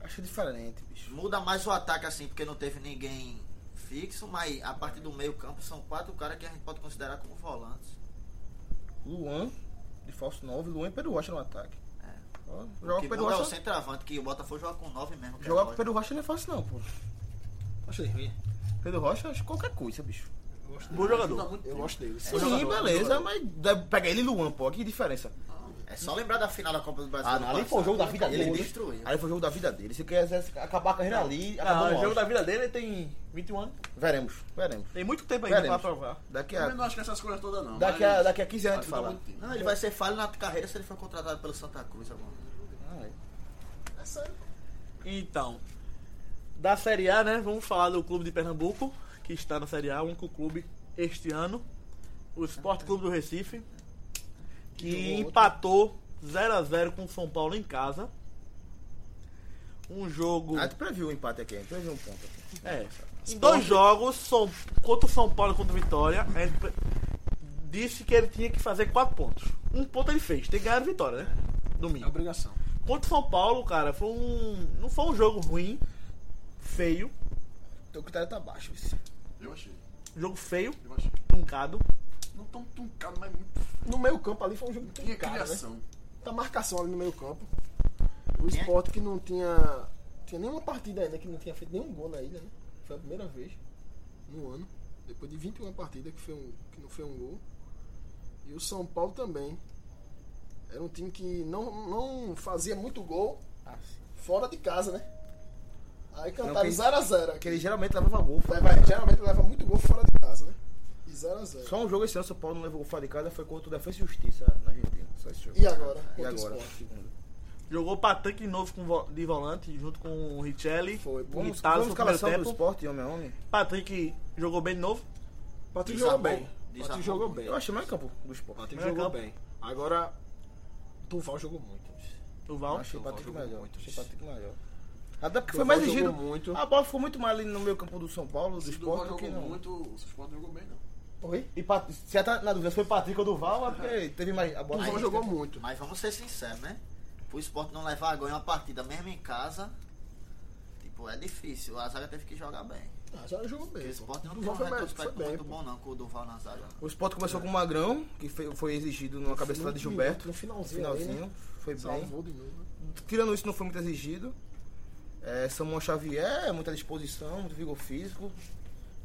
[SPEAKER 3] Acho diferente, bicho.
[SPEAKER 5] Muda mais o ataque assim, porque não teve ninguém fixo, mas a partir do meio campo são quatro caras que a gente pode considerar como volantes.
[SPEAKER 3] Luan, de falso 9, Luan e Pedro Rocha no ataque.
[SPEAKER 5] É.
[SPEAKER 3] Ó,
[SPEAKER 5] O
[SPEAKER 3] Joga
[SPEAKER 5] que
[SPEAKER 3] com Pedro
[SPEAKER 5] muda é o
[SPEAKER 3] Rocha.
[SPEAKER 5] centroavante, que o Botafogo joga com nove mesmo. que é
[SPEAKER 3] Jogar com
[SPEAKER 5] lógico.
[SPEAKER 3] Pedro Rocha não é fácil, não, pô. Pedro Rocha acho qualquer coisa, bicho.
[SPEAKER 2] Bom
[SPEAKER 6] Tá
[SPEAKER 2] jogador.
[SPEAKER 6] muito
[SPEAKER 7] Eu
[SPEAKER 6] tempo.
[SPEAKER 7] gosto
[SPEAKER 5] É.
[SPEAKER 7] deles.
[SPEAKER 3] Sim, beleza, mas deve pegar ele e Luan, pô. Que diferença.
[SPEAKER 5] É só lembrar da final da Copa do Brasil.
[SPEAKER 3] Ah,
[SPEAKER 5] do
[SPEAKER 3] não, ali
[SPEAKER 5] passado.
[SPEAKER 3] foi o jogo da vida
[SPEAKER 5] Ele
[SPEAKER 3] dele.
[SPEAKER 5] destruiu. é
[SPEAKER 3] Ali foi o jogo da vida dele. Se quiser acabar a carreira ali, acabou
[SPEAKER 2] Ah,
[SPEAKER 3] no
[SPEAKER 2] o jogo
[SPEAKER 3] auge.
[SPEAKER 2] da vida dele ele tem 21 anos.
[SPEAKER 3] Veremos, veremos.
[SPEAKER 2] Tem muito tempo ainda
[SPEAKER 3] Veremos.
[SPEAKER 2] pra provar.
[SPEAKER 3] Daqui
[SPEAKER 5] é
[SPEAKER 6] Também não
[SPEAKER 3] a,
[SPEAKER 6] acho que essas coisas todas não.
[SPEAKER 3] daqui a,
[SPEAKER 6] mas
[SPEAKER 3] daqui a 15 anos a gente
[SPEAKER 6] ajuda
[SPEAKER 3] fala.
[SPEAKER 6] muito time.
[SPEAKER 5] Não, ele vai ser falho na carreira se ele for contratado pelo Santa Cruz agora.
[SPEAKER 3] Ah, é.
[SPEAKER 2] Então, da Série A, né? Vamos falar do clube de Pernambuco, que está na Série A, o único clube este ano. O Sport Clube do Recife, que empatou 0x0 com o São Paulo em casa. Um jogo.
[SPEAKER 3] Ah, tu previu o empate aqui, a gente previu um ponto aqui.
[SPEAKER 2] É. Em dois jogos, São, contra o São Paulo e contra o Vitória, a gente pre- disse que ele tinha que fazer quatro pontos. Um ponto ele fez, tem que ganhar a vitória, né?
[SPEAKER 7] É
[SPEAKER 2] Domingo.
[SPEAKER 7] obrigação.
[SPEAKER 2] Contra o São Paulo, cara, foi um. Não foi um jogo ruim, feio.
[SPEAKER 3] Teu critério tá baixo, vice.
[SPEAKER 6] Eu achei.
[SPEAKER 2] Jogo feio,
[SPEAKER 6] Eu achei.
[SPEAKER 2] truncado.
[SPEAKER 6] Não tão truncado, mas muito.
[SPEAKER 7] No meio campo ali foi um jogo
[SPEAKER 6] Tinha
[SPEAKER 7] complicado, né?
[SPEAKER 6] criação.
[SPEAKER 7] Tá marcação ali no meio campo.
[SPEAKER 3] É.
[SPEAKER 7] O esporte que não tinha. Tinha nenhuma partida ainda que não tinha feito nenhum gol na ilha, né? Foi a primeira vez no ano. Depois de 21 partidas que, foi um, que não foi um gol. E o São Paulo também. Era um time que não, não fazia muito gol
[SPEAKER 3] Ah,
[SPEAKER 7] fora de casa, né?
[SPEAKER 3] um
[SPEAKER 7] Aí cantaram
[SPEAKER 3] que-
[SPEAKER 7] 0x0.
[SPEAKER 3] Porque ele geralmente leva gol. fora de
[SPEAKER 7] Leva, geralmente leva muito gol fora de casa, né? E 0x0.
[SPEAKER 3] Só um jogo esse ano, São Paulo não levou gol fora de casa, foi contra o Defensa e Justiça na Argentina. Só esse jogo.
[SPEAKER 7] E agora?
[SPEAKER 3] E
[SPEAKER 7] Contra o
[SPEAKER 3] agora?
[SPEAKER 7] Sport.
[SPEAKER 3] Segundo.
[SPEAKER 2] Jogou Patrick de novo com, vo- de volante, junto com o Richelli.
[SPEAKER 7] Foi, bom.
[SPEAKER 2] Vamos,
[SPEAKER 3] Vamos,
[SPEAKER 2] Italo,
[SPEAKER 3] vamos
[SPEAKER 2] no primeiro
[SPEAKER 3] escalação do
[SPEAKER 2] tempo.
[SPEAKER 3] esporte, homem a homem.
[SPEAKER 2] Patrick jogou bem de novo.
[SPEAKER 7] Patrick
[SPEAKER 5] Desarmou,
[SPEAKER 7] jogou bem.
[SPEAKER 5] desarmou.
[SPEAKER 7] Patrick jogou bem.
[SPEAKER 3] Eu achei mais campo do esporte.
[SPEAKER 7] Patrick
[SPEAKER 2] Melhor
[SPEAKER 7] jogou
[SPEAKER 2] campo.
[SPEAKER 7] bem. Agora, Duval jogou muito.
[SPEAKER 2] O Val.
[SPEAKER 3] achei o Patrick
[SPEAKER 6] jogou
[SPEAKER 3] melhor.
[SPEAKER 6] muito.
[SPEAKER 3] Achei o Patrick melhor. Até porque foi
[SPEAKER 7] Duval
[SPEAKER 3] mais
[SPEAKER 7] jogou
[SPEAKER 3] exigido.
[SPEAKER 7] muito.
[SPEAKER 3] A bola ficou muito mais ali no meio campo do São Paulo, do
[SPEAKER 6] O
[SPEAKER 3] esporte,
[SPEAKER 6] Sport
[SPEAKER 3] do que
[SPEAKER 6] jogou
[SPEAKER 3] não.
[SPEAKER 6] muito. O Sport não jogou bem, não.
[SPEAKER 7] Oi?
[SPEAKER 3] E Pat- se já tá na dúvida, se foi Patrick ou Duval, é porque teve mais. A bola
[SPEAKER 7] Duval
[SPEAKER 3] Aí,
[SPEAKER 7] jogou muito.
[SPEAKER 5] Mas vamos ser sinceros, né? Pro esporte não levar a ganhar uma partida mesmo em casa, tipo, é difícil. A zaga teve que jogar bem.
[SPEAKER 7] Ah, já jogou
[SPEAKER 5] Porque
[SPEAKER 7] bem.
[SPEAKER 5] o
[SPEAKER 7] pô.
[SPEAKER 5] esporte não tem um
[SPEAKER 7] Duval foi, mais- foi
[SPEAKER 5] retrospecto
[SPEAKER 7] bem.
[SPEAKER 5] muito
[SPEAKER 7] pô.
[SPEAKER 5] bom, não, com o Duval na zaga. não.
[SPEAKER 3] O esporte começou com o Magrão, que foi, foi exigido numa cabeçada de
[SPEAKER 7] No
[SPEAKER 3] Gilberto.
[SPEAKER 7] No
[SPEAKER 3] No
[SPEAKER 7] finalzinho. ali,
[SPEAKER 3] finalzinho,
[SPEAKER 7] né?
[SPEAKER 3] foi bem.
[SPEAKER 7] Salvou de novo. né?
[SPEAKER 3] Tirando isso, não foi muito exigido. É, Samuel Xavier, muita disposição, muito vigor físico.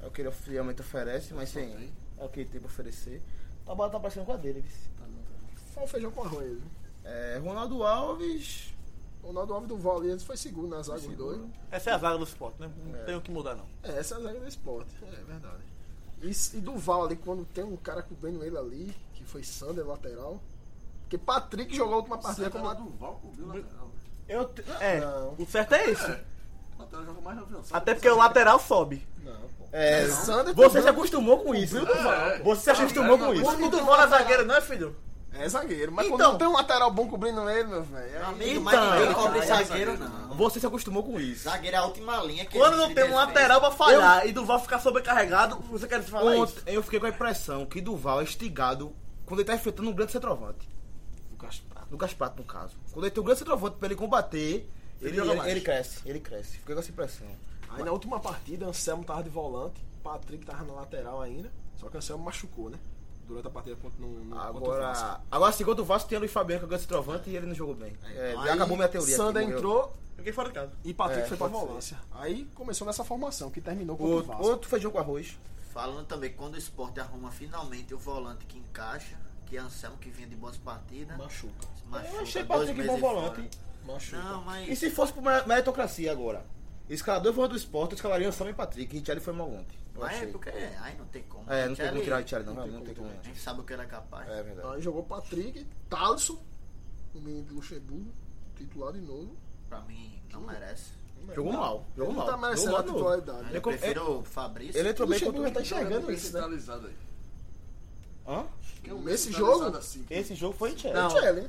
[SPEAKER 3] É o que ele realmente oferece, mas sem. É o que ele tem pra oferecer. A bola tá parecendo com a dele, vice.
[SPEAKER 6] tá.
[SPEAKER 7] Foi um feijão com arroz. Né?
[SPEAKER 3] É, Ronaldo Alves.
[SPEAKER 7] O Naldo Alves e Duval ali, eles foi seguro na zaga, os dois.
[SPEAKER 2] Essa é a zaga do Sport, né? Não tem o que mudar, não.
[SPEAKER 7] É, essa é a zaga do esporte. É verdade. E, e Duval ali, quando tem um cara cobrindo ele ali, que foi Sander, lateral. Porque Patrick jogou a última partida
[SPEAKER 6] Santa
[SPEAKER 7] como
[SPEAKER 6] lá do Val cobriu o lateral. né?
[SPEAKER 2] Eu te- É,
[SPEAKER 7] Não.
[SPEAKER 2] o certo é isso.
[SPEAKER 6] O lateral joga mais na frente.
[SPEAKER 2] Até porque o lateral sobe.
[SPEAKER 7] Não, pô.
[SPEAKER 3] É,
[SPEAKER 7] Sander
[SPEAKER 3] você se
[SPEAKER 7] cobriu-
[SPEAKER 3] acostumou com isso.
[SPEAKER 6] É, é.
[SPEAKER 3] Você se acostumou com isso.
[SPEAKER 2] O Duval é zagueiro, não é, filho?
[SPEAKER 7] É zagueiro, mas
[SPEAKER 3] Então.
[SPEAKER 7] quando não tem um lateral bom cobrindo ele, meu velho. É, aí-
[SPEAKER 5] Amigo, mas ninguém cobre zagueiro, não.
[SPEAKER 3] Você se acostumou com isso.
[SPEAKER 5] Zagueiro é a última linha que
[SPEAKER 2] Quando não
[SPEAKER 5] existe
[SPEAKER 2] tem um
[SPEAKER 5] defesa.
[SPEAKER 2] lateral pra falhar e Duval ficar sobrecarregado, você quer falar isso?
[SPEAKER 3] Ontem eu fiquei com a impressão que Duval é estigado quando ele tá enfrentando um grande centroavante.
[SPEAKER 6] Lucas Prato.
[SPEAKER 3] Lucas Prato, no caso. Quando ele tem um grande centroavante pra ele combater,
[SPEAKER 7] Ele
[SPEAKER 3] ele,
[SPEAKER 7] joga
[SPEAKER 3] ele,
[SPEAKER 7] mais.
[SPEAKER 3] ele cresce, ele cresce. Fiquei com essa impressão.
[SPEAKER 7] Ah, Aí na última partida, Anselmo tava de volante, Patrick tava na lateral ainda, só que Anselmo machucou, né? Durante a partida contra, no, no, contra o Vasco.
[SPEAKER 3] Agora, agora segundo o Vasco, tem o Luiz Fabiano que é o grande centroavante e ele não jogou bem. É,
[SPEAKER 7] então Aí,
[SPEAKER 3] acabou minha teoria. aqui,
[SPEAKER 7] Sander
[SPEAKER 3] morreu.
[SPEAKER 7] entrou
[SPEAKER 2] Fiquei fora de casa.
[SPEAKER 7] e Patrick
[SPEAKER 3] É,
[SPEAKER 7] foi pra
[SPEAKER 3] pode ser.
[SPEAKER 7] volância. Aí começou nessa formação, que terminou contra o
[SPEAKER 3] Outro,
[SPEAKER 7] Vasco.
[SPEAKER 3] outro feijão com arroz.
[SPEAKER 5] Falando também, quando o esporte arruma finalmente o volante que encaixa, que é Anselmo que vinha de boas partidas.
[SPEAKER 7] Machuca,
[SPEAKER 5] machuca,
[SPEAKER 3] Eu achei
[SPEAKER 5] dois
[SPEAKER 3] Patrick bom
[SPEAKER 5] meses
[SPEAKER 3] volante.
[SPEAKER 7] machuca.
[SPEAKER 5] fora. Não, mas.
[SPEAKER 3] E se fosse por mer- meritocracia agora? Escalador foi do esporte, escalaria Anselmo e Patrick. E Richelli foi mal ontem. Eu
[SPEAKER 5] mas é
[SPEAKER 3] achei.
[SPEAKER 5] porque. Aí não tem como.
[SPEAKER 3] É, não tem como
[SPEAKER 5] Richelli-
[SPEAKER 3] tirar o Richelli, não. Não tem como.
[SPEAKER 5] A gente sabe o que ele é capaz.
[SPEAKER 7] né?
[SPEAKER 3] É verdade.
[SPEAKER 7] Aí jogou Patrick, Talisson, o menino de Luxemburgo, titular de novo.
[SPEAKER 5] Pra mim, não merece.
[SPEAKER 3] Jogou mal, jogou
[SPEAKER 7] Não
[SPEAKER 3] mal.
[SPEAKER 7] tá merecendo
[SPEAKER 3] Jogou
[SPEAKER 7] a
[SPEAKER 3] mal, não.
[SPEAKER 7] titularidade.
[SPEAKER 5] Eu
[SPEAKER 3] é com-
[SPEAKER 5] prefiro o Fabrício.
[SPEAKER 3] Ele é entrou bem
[SPEAKER 7] Luxemburgo
[SPEAKER 3] contra
[SPEAKER 7] já tá enxergando
[SPEAKER 6] Bem
[SPEAKER 7] isso, né?
[SPEAKER 6] sinalizado aí.
[SPEAKER 3] Hã?
[SPEAKER 6] Quem é o
[SPEAKER 7] Nesse
[SPEAKER 6] sinalizado
[SPEAKER 7] jogo?
[SPEAKER 6] Assim, que-
[SPEAKER 3] Esse jogo foi Richelli.
[SPEAKER 2] Não.
[SPEAKER 7] Richelli, hein?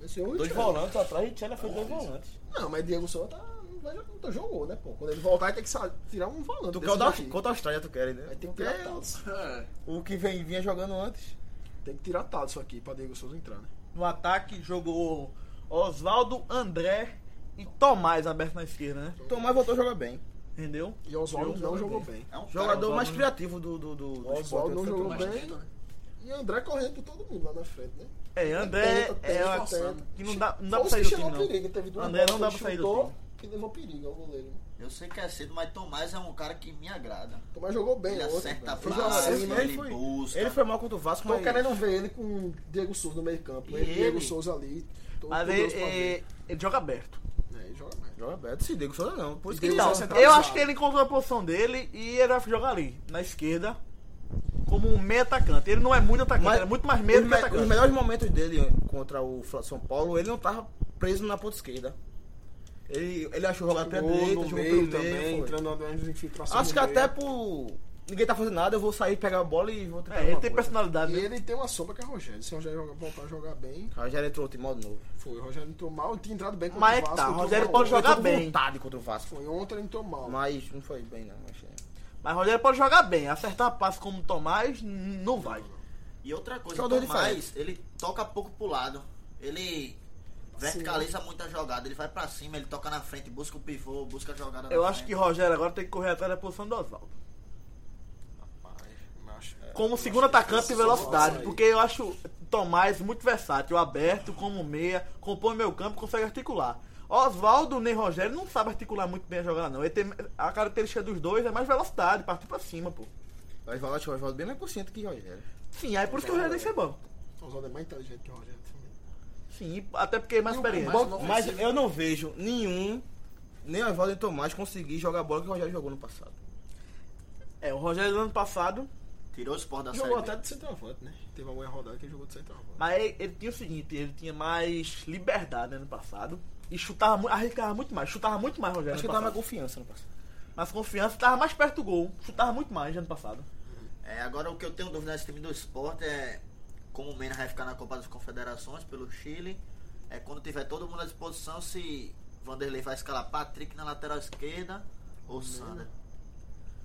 [SPEAKER 7] Esse é o
[SPEAKER 3] Dois
[SPEAKER 7] Richelli.
[SPEAKER 3] volantes atrás, Richelli fez dois volantes.
[SPEAKER 7] Não, mas Diego Souza tá, não vai- não jogou, né, pô? Quando ele voltar, ele tem que sa- tirar um volante.
[SPEAKER 3] Tu quer
[SPEAKER 7] desse
[SPEAKER 3] o da
[SPEAKER 7] daqui.
[SPEAKER 3] contra a Austrália, tu quer, né?
[SPEAKER 7] Aí tem que
[SPEAKER 3] Porque
[SPEAKER 7] tirar Talisson.
[SPEAKER 6] É.
[SPEAKER 3] o que vem, vinha jogando antes.
[SPEAKER 7] Tem que tirar Talisson aqui pra Diego Souza entrar, né?
[SPEAKER 2] No ataque jogou Oswaldo, André e Tomás aberto na esquerda, né?
[SPEAKER 3] Tomás voltou a jogar bem.
[SPEAKER 2] Entendeu?
[SPEAKER 7] E Oswaldo não jogou bem.
[SPEAKER 5] É um
[SPEAKER 3] Jogador
[SPEAKER 2] Oswaldo
[SPEAKER 3] mais
[SPEAKER 2] não-
[SPEAKER 3] criativo do, do, do, do esporte.
[SPEAKER 7] Oswaldo não jogou
[SPEAKER 6] mais
[SPEAKER 7] bem.
[SPEAKER 6] lento, né?
[SPEAKER 7] E André correndo por todo mundo lá na frente, né?
[SPEAKER 2] É, André
[SPEAKER 7] Tenta,
[SPEAKER 2] é
[SPEAKER 7] tenta,
[SPEAKER 2] uma
[SPEAKER 7] tenta.
[SPEAKER 2] que não dá, não dá pra
[SPEAKER 7] Foi os
[SPEAKER 2] sair do time,
[SPEAKER 7] que chegou
[SPEAKER 2] não.
[SPEAKER 7] perigo. né? Teve duas
[SPEAKER 2] André não
[SPEAKER 7] bolas
[SPEAKER 2] dá
[SPEAKER 7] que
[SPEAKER 2] pra sair do
[SPEAKER 7] chutou,
[SPEAKER 2] time.
[SPEAKER 7] Que levou perigo ao goleiro.
[SPEAKER 5] Eu sei que é cedo, mas Tomás é um cara que me agrada.
[SPEAKER 7] Mas jogou bem,
[SPEAKER 5] Ele
[SPEAKER 7] ontem,
[SPEAKER 5] acerta a
[SPEAKER 7] velho. Ele
[SPEAKER 5] frase,
[SPEAKER 7] jogou bem,
[SPEAKER 5] né?
[SPEAKER 7] né?
[SPEAKER 5] ele
[SPEAKER 3] foi,
[SPEAKER 5] busca.
[SPEAKER 3] ele foi mal contra o Vasco,
[SPEAKER 7] Tô
[SPEAKER 3] mas
[SPEAKER 7] querendo ver ele com o Diego Souza no meio campo.
[SPEAKER 5] E
[SPEAKER 7] Ele, Diego
[SPEAKER 5] ele?
[SPEAKER 7] Souza ali. Tô
[SPEAKER 2] Mas
[SPEAKER 7] curioso
[SPEAKER 2] ele,
[SPEAKER 7] pra ver.
[SPEAKER 2] ele- ele joga aberto.
[SPEAKER 7] É, ele joga bem.
[SPEAKER 3] joga bem. Se Diego Souza não. Por isso que
[SPEAKER 7] Diego
[SPEAKER 2] Então,
[SPEAKER 7] Souza centralizado.
[SPEAKER 2] eu acho que ele encontrou a posição dele e ele vai jogar ali, na esquerda, como um meio atacante. Ele não é muito atacante, ele é muito mais meio
[SPEAKER 3] os,
[SPEAKER 2] do que
[SPEAKER 3] me-
[SPEAKER 2] atacante.
[SPEAKER 3] os melhores momentos dele contra o Fla- São Paulo, ele não tava preso na ponta esquerda. Ele, ele achou jogar até a
[SPEAKER 7] Gol
[SPEAKER 3] direita,
[SPEAKER 7] no
[SPEAKER 3] jogou
[SPEAKER 7] meio
[SPEAKER 3] pelo meio.
[SPEAKER 7] também,
[SPEAKER 3] foi.
[SPEAKER 7] entrando nas infiltrações.
[SPEAKER 3] Acho
[SPEAKER 7] no
[SPEAKER 3] que até
[SPEAKER 7] meio.
[SPEAKER 3] por Ninguém tá fazendo nada, eu vou sair, pegar a bola e vou tentar.
[SPEAKER 2] É, ele
[SPEAKER 3] alguma
[SPEAKER 2] tem
[SPEAKER 3] coisa.
[SPEAKER 2] personalidade,
[SPEAKER 7] E
[SPEAKER 2] né?
[SPEAKER 7] ele tem uma sombra que é o Rogério. Se o Rogério joga- voltar a jogar bem,
[SPEAKER 3] Rogério entrou de modo novo.
[SPEAKER 2] Tá
[SPEAKER 7] foi. O Rogério entrou mal, tinha entrado bem contra
[SPEAKER 2] Mas é
[SPEAKER 7] o
[SPEAKER 2] que
[SPEAKER 7] Vasco.
[SPEAKER 2] tá, o
[SPEAKER 7] entrou
[SPEAKER 2] Rogério
[SPEAKER 7] mal
[SPEAKER 2] pode
[SPEAKER 7] ontem.
[SPEAKER 2] jogar
[SPEAKER 3] Entrou
[SPEAKER 2] bem.
[SPEAKER 3] vontade contra o Vasco.
[SPEAKER 7] Foi ontem, ele entrou mal.
[SPEAKER 3] Mas não foi bem, não. Mas, é.
[SPEAKER 2] Mas Rogério pode jogar bem. Acertar um passe como Tomás, n- não vai.
[SPEAKER 5] E outra coisa, o
[SPEAKER 3] Jogador
[SPEAKER 5] Tomás, ele toca pouco pro lado. Ele verticaliza muito a jogada. Ele vai pra cima, ele toca na frente, busca o pivô, busca a jogada
[SPEAKER 2] Eu
[SPEAKER 5] na
[SPEAKER 2] acho que
[SPEAKER 5] frente.
[SPEAKER 2] Rogério agora tem que correr atrás da posição do Oswaldo.
[SPEAKER 5] Rapaz.
[SPEAKER 7] Mas, é,
[SPEAKER 2] Como segundo atacante e velocidade.
[SPEAKER 7] aí.
[SPEAKER 2] Porque eu acho Tomás muito versátil, aberto, como meia, compõe meu campo, consegue articular. Oswaldo nem Rogério não sabe articular muito bem a jogada, não. Ele tem, a característica dos dois é mais velocidade, partir pra cima, pô.
[SPEAKER 3] O Oswaldo acho que o Oswaldo bem mais por cento que o Rogério.
[SPEAKER 2] Sim, aí por isso que o Rogério tem que ser bom.
[SPEAKER 7] o Oswaldo é mais inteligente que o Rogério.
[SPEAKER 2] Tá
[SPEAKER 7] né? também.
[SPEAKER 2] Sim, até porque é mais experiente.
[SPEAKER 7] Bom,
[SPEAKER 3] Mas eu não vejo nenhum, nem o Oswaldo nem o Tomás conseguir jogar a bola que o Rogério jogou no passado.
[SPEAKER 2] É, o Rogério do ano passado,
[SPEAKER 5] Tirou o Sport da
[SPEAKER 7] Jogou
[SPEAKER 5] série.
[SPEAKER 7] até
[SPEAKER 5] B.
[SPEAKER 7] de centroavante, né? Teve alguma rodada que ele jogou de centroavante.
[SPEAKER 2] mas ele, ele tinha o seguinte, ele tinha mais liberdade né, ano passado. E chutava muito, arriscava muito mais, chutava muito mais, Rogério.
[SPEAKER 3] Acho que
[SPEAKER 2] ano
[SPEAKER 3] ele tava mais
[SPEAKER 2] passado.
[SPEAKER 3] confiança no passado.
[SPEAKER 2] Mas confiança tava mais perto do gol. Chutava muito mais ano passado.
[SPEAKER 5] É, agora o que eu tenho dúvida nesse time do Sport é como o Mena vai ficar na Copa das Confederações pelo Chile. É quando tiver todo mundo à disposição se Vanderlei vai escalar Patrick na lateral esquerda ou Sander.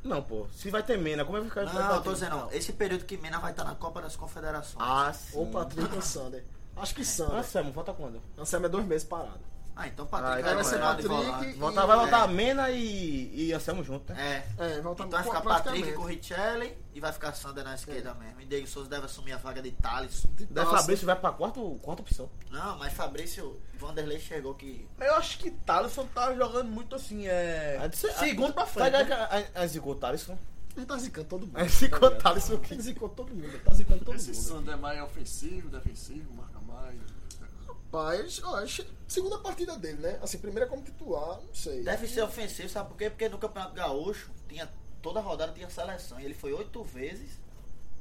[SPEAKER 3] Não, pô. Se vai ter Mena, como é que vai
[SPEAKER 5] Não,
[SPEAKER 3] ficar?
[SPEAKER 5] não, eu tô dizendo, não. Esse período que Mena vai estar na Copa das Confederações.
[SPEAKER 3] Ah, sim.
[SPEAKER 7] Ou Patrick ou Sander. Acho que Sander.
[SPEAKER 3] Anselmo, volta quando?
[SPEAKER 7] Anselmo é dois meses parado.
[SPEAKER 5] Ah, então
[SPEAKER 3] Ah,
[SPEAKER 5] Patrick
[SPEAKER 3] então
[SPEAKER 5] vai
[SPEAKER 3] vai ser
[SPEAKER 5] continuar de
[SPEAKER 7] Patrick
[SPEAKER 5] volante.
[SPEAKER 3] Volta,
[SPEAKER 7] E-
[SPEAKER 3] vai voltar
[SPEAKER 5] é.
[SPEAKER 3] Mena e, e Anselmo junto, né?
[SPEAKER 5] É.
[SPEAKER 7] É, volta
[SPEAKER 5] Então vai ficar Patrick
[SPEAKER 7] praticamente.
[SPEAKER 5] com Richelli e vai ficar Sander na esquerda mesmo. E Diego Souza deve assumir a vaga de Thales.
[SPEAKER 3] Deve saber se vai pra quarta, quarta opção.
[SPEAKER 5] Não, mas Fabrício Vanderlei chegou que.
[SPEAKER 2] Eu acho que Thaleson tá jogando muito assim, é.
[SPEAKER 3] É de ser-
[SPEAKER 2] Segundo pra
[SPEAKER 3] Tá
[SPEAKER 2] frente.
[SPEAKER 3] ligado
[SPEAKER 2] né?
[SPEAKER 3] que a- a- a zicou o Thaleson?
[SPEAKER 7] Ele tá zicando todo mundo.
[SPEAKER 3] É, zicou
[SPEAKER 7] Tá ligado?
[SPEAKER 3] Thales, o quê?
[SPEAKER 7] Ele zicou todo mundo. ele Tá zicando todo
[SPEAKER 6] Esse
[SPEAKER 7] mundo.
[SPEAKER 6] Sander é mais ofensivo, defensivo, marca mais.
[SPEAKER 7] Rapaz, ó, acho- segunda partida dele, né? Assim, primeira como titular, não sei.
[SPEAKER 5] Deve ser ofensivo, sabe por quê? Porque no Campeonato Gaúcho tinha. Toda rodada tinha seleção. E ele foi oito vezes